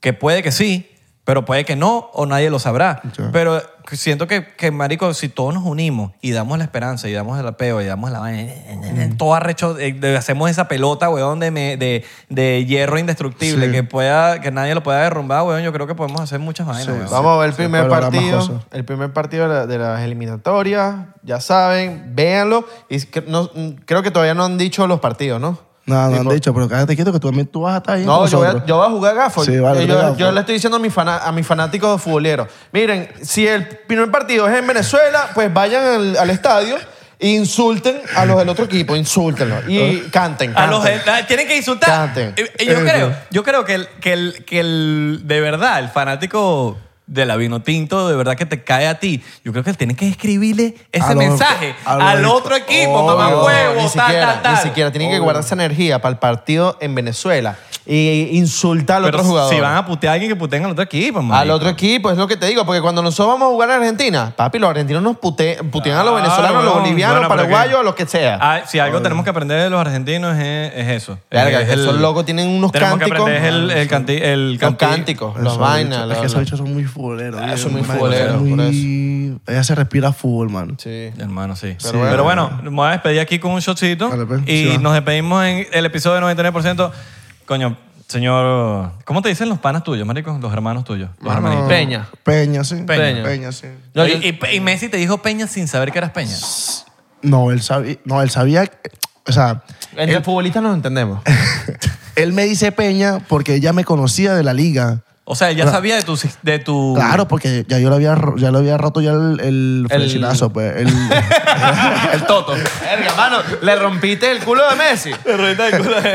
Speaker 3: Que puede que sí, pero puede que no, o nadie lo sabrá.
Speaker 2: Claro.
Speaker 3: Pero siento que, que, marico, si todos nos unimos y damos la esperanza, y damos el apeo, y damos la vaina,
Speaker 8: Mm.
Speaker 3: todo arrecho, eh, de- hacemos esa pelota, weón, de, me- de, de hierro indestructible, que pueda, que nadie lo pueda derrumbar, weón. Yo creo que podemos hacer muchas vainas, weón.
Speaker 8: Vamos a ver el
Speaker 2: se
Speaker 8: primer
Speaker 2: puede lograr más
Speaker 8: partido.
Speaker 2: cosas.
Speaker 8: El primer partido de, la- de las eliminatorias. Ya saben, véanlo. Y es que no- mm, creo que todavía no han dicho los partidos, ¿no?
Speaker 2: No, no han dicho, pero cállate quieto que tú también tú vas a estar ahí.
Speaker 8: No,
Speaker 2: con
Speaker 8: yo voy, a,
Speaker 2: nosotros.
Speaker 8: yo voy a jugar gafo.
Speaker 2: Sí, vale,
Speaker 8: yo,
Speaker 2: juega gafo.
Speaker 8: yo le estoy diciendo a, mi fana- a mis fanáticos futboleros, miren, si el primer partido es en Venezuela, pues vayan al, al estadio e insulten a los del otro equipo, insúltenlos y
Speaker 2: Ah.
Speaker 8: canten.
Speaker 3: A los
Speaker 8: canten.
Speaker 3: la- tienen que insultar.
Speaker 8: Canten.
Speaker 3: Eh, eh, Yo creo, yo creo que el, que el, que el- de verdad, el fanático de la vino tinto, de verdad que te cae a ti. Yo creo que él tiene que escribirle ese
Speaker 2: A los-
Speaker 3: mensaje
Speaker 2: a los-
Speaker 3: al otro equipo,
Speaker 8: Obvio,
Speaker 3: mamá
Speaker 8: ni
Speaker 3: huevo, tal,
Speaker 8: siquiera,
Speaker 3: tal, tal.
Speaker 8: Ni siquiera, tienen que guardar esa energía para el partido en Venezuela e insultar al
Speaker 3: Pero
Speaker 8: otro jugador.
Speaker 3: si van a putear a alguien, que puteen al otro equipo, mamá.
Speaker 8: Al otro equipo, es lo que te digo, porque cuando nosotros vamos a jugar a Argentina, papi, los argentinos nos pute- putean a los
Speaker 3: Claro,
Speaker 8: venezolanos, a los
Speaker 3: weón.
Speaker 8: bolivianos,
Speaker 3: Bueno, pero
Speaker 8: paraguayos,
Speaker 3: que-
Speaker 8: a los que sea.
Speaker 3: Ah, si algo tenemos que aprender de los argentinos es, es eso.
Speaker 2: Eh,
Speaker 8: Verga,
Speaker 3: Es
Speaker 8: que esos locos tienen unos
Speaker 3: tenemos
Speaker 8: cánticos.
Speaker 3: que aprender es el, el, canti- el
Speaker 8: Los
Speaker 3: canti-
Speaker 8: cánticos, los
Speaker 2: Esos
Speaker 8: vainas.
Speaker 2: bichos- Es
Speaker 8: los-
Speaker 2: que esos bichos son muy futboleros.
Speaker 8: Ah,
Speaker 2: tío,
Speaker 8: son muy
Speaker 2: marico,
Speaker 8: futboleros,
Speaker 2: son
Speaker 8: por
Speaker 2: muy- Ella se respira fútbol, mano.
Speaker 8: Sí.
Speaker 3: Hermano, sí. Pero,
Speaker 2: Sí.
Speaker 3: bueno, me voy a despedir aquí con un shotcito.
Speaker 2: Dale, pues,
Speaker 3: y
Speaker 2: sí va.
Speaker 3: nos despedimos en el episodio 99%. Coño, señor. ¿Cómo te dicen los panas tuyos, marico? Los hermanos tuyos. Los hermanitos.
Speaker 4: Peña.
Speaker 2: Peña, sí.
Speaker 3: Peña.
Speaker 2: Peña, sí.
Speaker 4: No, yo-
Speaker 3: y, y- y Messi te dijo Peña sin saber que eras Peña.
Speaker 2: No, él sabía. No, él sabía. que- O sea,
Speaker 4: Entre futbolistas nos entendemos.
Speaker 2: él me dice Peña porque ella me conocía de la liga.
Speaker 3: O sea, él ya sabía de tu. De tu
Speaker 2: Claro, porque ya yo lo había, ro- ya lo había roto ya el, el flechinazo, pues. El,
Speaker 4: El Toto. Verga, mano, le rompiste el culo de Messi.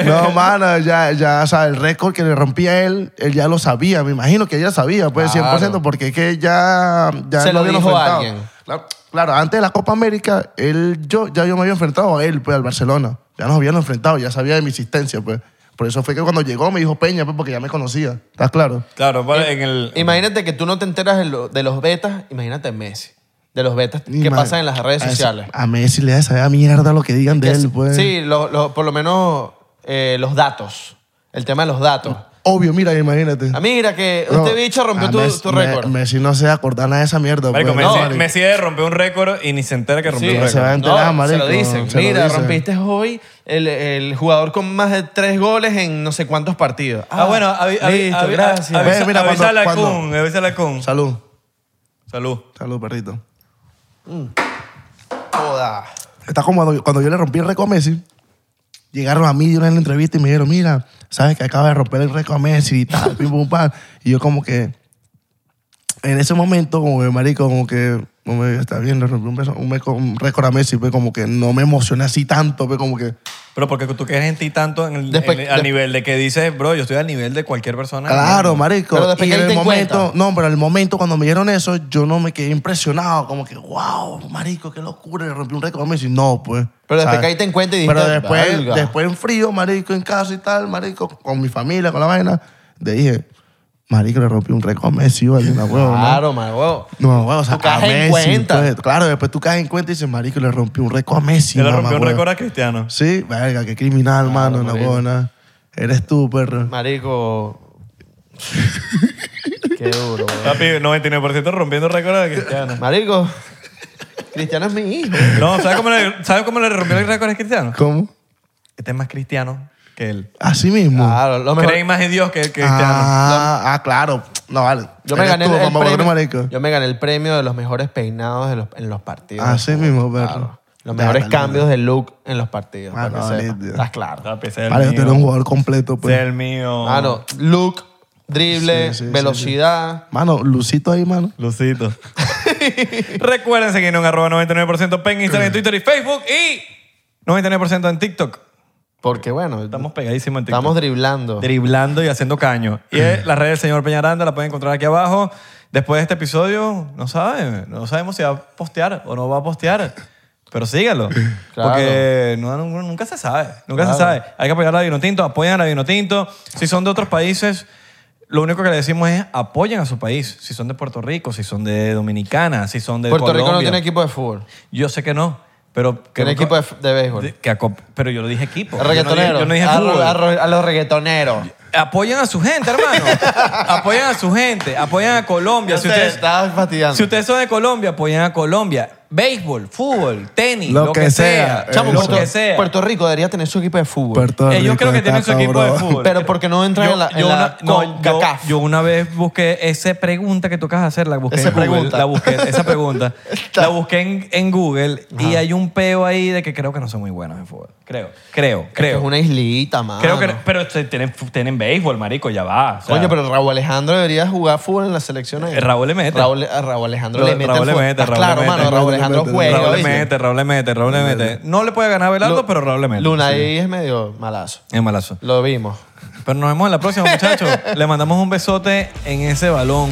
Speaker 2: no, mano, ya, ya, o sea, el récord que le rompía él, él ya lo sabía. Me imagino que ella sabía, pues, 100%, porque es que ya, ya
Speaker 4: Se lo
Speaker 2: habían
Speaker 4: dijo a
Speaker 2: enfrentado.
Speaker 4: alguien.
Speaker 2: Claro, claro, antes de la Copa América, él, yo, ya yo me había enfrentado a él, pues, al Barcelona. Ya nos habían enfrentado, ya sabía de mi existencia, pues. Por eso fue que cuando llegó me dijo Peña, pues, porque ya me conocía. ¿Estás claro?
Speaker 3: Claro, pues, en el.
Speaker 4: Imagínate que tú no te enteras de, lo- de los betas, imagínate Messi. De los betas
Speaker 2: Ni
Speaker 4: que
Speaker 2: madre.
Speaker 4: pasan en las redes
Speaker 2: A ese-
Speaker 4: sociales.
Speaker 2: A Messi le da esa mierda lo que digan de él, pues.
Speaker 4: Sí, lo- lo- por lo menos eh, los datos. El tema de los datos.
Speaker 2: Obvio, mira, imagínate.
Speaker 4: Ah, mira, que
Speaker 2: No,
Speaker 4: este bicho rompió
Speaker 2: a
Speaker 4: tu,
Speaker 2: Messi-
Speaker 4: tu récord.
Speaker 2: Me- Messi no se acorda nada de esa mierda.
Speaker 3: Marico,
Speaker 2: pues.
Speaker 3: Messi,
Speaker 2: No,
Speaker 3: Messi debe romper un récord y ni se entera que rompió
Speaker 4: Sí,
Speaker 3: un
Speaker 2: se
Speaker 3: récord.
Speaker 2: va a enterar,
Speaker 4: no, se
Speaker 2: marico,
Speaker 4: lo dicen.
Speaker 2: se lo
Speaker 4: Mira,
Speaker 2: dicen.
Speaker 4: rompiste hoy el, el jugador con más de tres goles en no sé cuántos partidos.
Speaker 3: Ah, bueno, avi- avi-
Speaker 4: listo,
Speaker 3: avi-
Speaker 4: gracias.
Speaker 3: avisa-
Speaker 2: Ve, mira, cuando-
Speaker 3: avísale a
Speaker 2: cuando-
Speaker 3: Kun, avísale a Kun.
Speaker 2: Salud.
Speaker 3: Salud.
Speaker 2: Salud, perrito.
Speaker 4: Joda.
Speaker 2: Está como cuando, cuando yo le rompí el récord a Messi. Llegaron a mí de una en la entrevista y me dijeron, mira, sabes que acaba de romper el récord a Messi y tal, pim, pum, pam. Y yo como que, en ese momento, como que, marico, como que, como que, está bien, le rompí un, beso- un meco- un récord a Messi, pues como que no me emocioné así tanto, pues como que...
Speaker 3: Pero porque tú crees en ti tanto en el-
Speaker 4: Después-
Speaker 3: en el- al
Speaker 4: de-
Speaker 3: nivel de que dices, bro, yo estoy al nivel de cualquier persona.
Speaker 2: Claro, marico.
Speaker 4: Ah, Pero después
Speaker 2: y
Speaker 4: que
Speaker 2: en
Speaker 4: ahí
Speaker 2: el
Speaker 4: te
Speaker 2: momento, no, pero en el momento cuando me dieron eso, yo no me quedé impresionado, como que, wow, marico, qué locura, le rompí un récord a Messi. No, pues.
Speaker 4: Pero después
Speaker 2: ¿sabes?
Speaker 4: caíste en cuenta y
Speaker 2: Pero
Speaker 4: dijiste,
Speaker 2: después,
Speaker 4: "Valga".
Speaker 2: después en frío, marico, en casa y tal, marico, con mi familia, con la vaina, le dije, marico, le rompí un récord a Messi, vale, una huevo, ¿no?
Speaker 4: Claro, man, huevo.
Speaker 2: No, huevo, o sea,
Speaker 4: Tú caes
Speaker 2: a
Speaker 4: en
Speaker 2: Messi,
Speaker 4: cuenta.
Speaker 2: pues, claro, después tú caes en cuenta y dices, marico, le rompí un récord a Messi.
Speaker 3: Yo le
Speaker 2: mamá,
Speaker 3: rompí un
Speaker 2: huevo".
Speaker 3: récord a Cristiano.
Speaker 2: Sí, verga, qué criminal, mano, una
Speaker 4: marico.
Speaker 2: huevona. Eres tú, perro.
Speaker 4: Marico. Qué duro, weón.
Speaker 3: Papi, 99% rompiendo récord a Cristiano.
Speaker 4: Marico. Cristiano es mi hijo.
Speaker 3: No, ¿sabes cómo le, ¿sabes cómo le rompió el récord a Cristiano?
Speaker 2: ¿Cómo?
Speaker 3: Este es más cristiano que él.
Speaker 2: Así mismo.
Speaker 4: Claro, lo mejor.
Speaker 3: Creen más en Dios que, que Cristiano.
Speaker 2: Ah, ah, claro. No, vale.
Speaker 4: Yo me,
Speaker 2: Eres
Speaker 4: gané
Speaker 2: tú,
Speaker 4: el
Speaker 2: mamá,
Speaker 4: premio,
Speaker 2: marico.
Speaker 4: yo me gané el premio de los mejores peinados de los- en los partidos.
Speaker 2: Así Ah, mismo, perro.
Speaker 4: Los mejores
Speaker 2: Ya,
Speaker 4: cambios de look en los partidos.
Speaker 2: Ah,
Speaker 4: para
Speaker 2: no,
Speaker 4: que sepa.
Speaker 2: nítido.
Speaker 4: Estás claro.
Speaker 3: Papi, ese es el
Speaker 2: Ah, Vale, tú
Speaker 3: mío.
Speaker 2: eres un jugador
Speaker 3: Ese
Speaker 2: completo,
Speaker 3: es
Speaker 2: pues.
Speaker 3: el mío.
Speaker 4: Mano, look, drible,
Speaker 2: Sí, sí, sí,
Speaker 4: velocidad.
Speaker 2: Mano, Lucito ahí, mano.
Speaker 3: Lucito. Recuerden seguirnos en arroba 99% en Instagram, en Twitter y Facebook y 99% en TikTok.
Speaker 4: Porque bueno,
Speaker 3: Estamos pegadísimos en TikTok.
Speaker 4: estamos driblando.
Speaker 3: driblando y haciendo caño. Y es la red del señor Peñaranda, la pueden encontrar aquí abajo. Después de este episodio, no saben, no sabemos si va a postear o no va a postear. Pero sígalo.
Speaker 4: Claro.
Speaker 3: Porque no- nu- nunca se sabe. Nunca se sabe. Hay que apoyar a Vinotinto, apoyen a Vinotinto. Si son de otros países, lo único que le decimos es apoyen a su país. Si son de Puerto Rico, si son de Dominicana, si son de
Speaker 4: Puerto Rico no
Speaker 3: Colombia.
Speaker 4: tiene equipo de fútbol.
Speaker 3: Yo sé que no, pero...
Speaker 4: Tiene
Speaker 3: creo que-
Speaker 4: equipo de, de béisbol.
Speaker 3: que acop- pero yo lo dije equipo. Yo no dije-
Speaker 4: Reggaetoneros.
Speaker 3: Yo no dije,
Speaker 4: a, ro-
Speaker 3: fútbol.
Speaker 4: a ro- a los reggaetoneros.
Speaker 3: Apoyan a su gente, hermano. apoyan a su gente. Apoyan a Colombia. Si
Speaker 4: Yo sé,
Speaker 3: ustedes,
Speaker 4: estabas fastidiando.
Speaker 3: si ustedes son de Colombia, apoyan a Colombia. Béisbol, fútbol, tenis, lo, que, sea. eh,
Speaker 4: Chamo,
Speaker 3: lo
Speaker 4: Puerto,
Speaker 3: que sea.
Speaker 4: Puerto Rico debería tener su equipo de fútbol.
Speaker 2: Puerto
Speaker 3: Ellos creo que
Speaker 2: Rico
Speaker 3: tienen su
Speaker 2: está
Speaker 3: equipo de
Speaker 2: cabrón.
Speaker 3: fútbol.
Speaker 4: Pero porque no entran en la- en la CONCACAF.
Speaker 3: yo- yo una vez busqué esa pregunta que tocas hacer, la busqué
Speaker 4: Esa
Speaker 3: en Google.
Speaker 4: pregunta.
Speaker 3: La busqué, esa pregunta. la busqué en, en Google y hay un peo ahí de que creo que no son muy buenos en fútbol. Creo, creo, creo.
Speaker 4: Es una islita, mano.
Speaker 3: Creo que, pero se- tienen, tienen béisbol, marico, ya va. o sea,
Speaker 4: Coño, pero Raúl Alejandro debería jugar fútbol en la selección. ahí.
Speaker 3: Eh, Raúl le mete.
Speaker 4: Raúl, a Raúl Alejandro
Speaker 3: Ra-
Speaker 4: le mete.
Speaker 3: Raúl
Speaker 4: al
Speaker 3: le
Speaker 4: fútbol.
Speaker 3: mete,
Speaker 4: Estás
Speaker 3: Raúl
Speaker 4: claro,
Speaker 3: le
Speaker 4: mano.
Speaker 3: mete,
Speaker 4: Raúl
Speaker 2: Raúl le
Speaker 4: Alejandro
Speaker 2: mete,
Speaker 4: juega.
Speaker 3: Raúl le
Speaker 4: ¿viste?
Speaker 3: mete, Raúl le mete, Raúl le mete. No le puede ganar a Belardo, pero Raúl le mete.
Speaker 4: Luna ahí es medio malazo.
Speaker 3: Es malazo.
Speaker 4: Lo vimos.
Speaker 3: Pero nos vemos en la próxima, muchachos. le mandamos un besote en ese balón.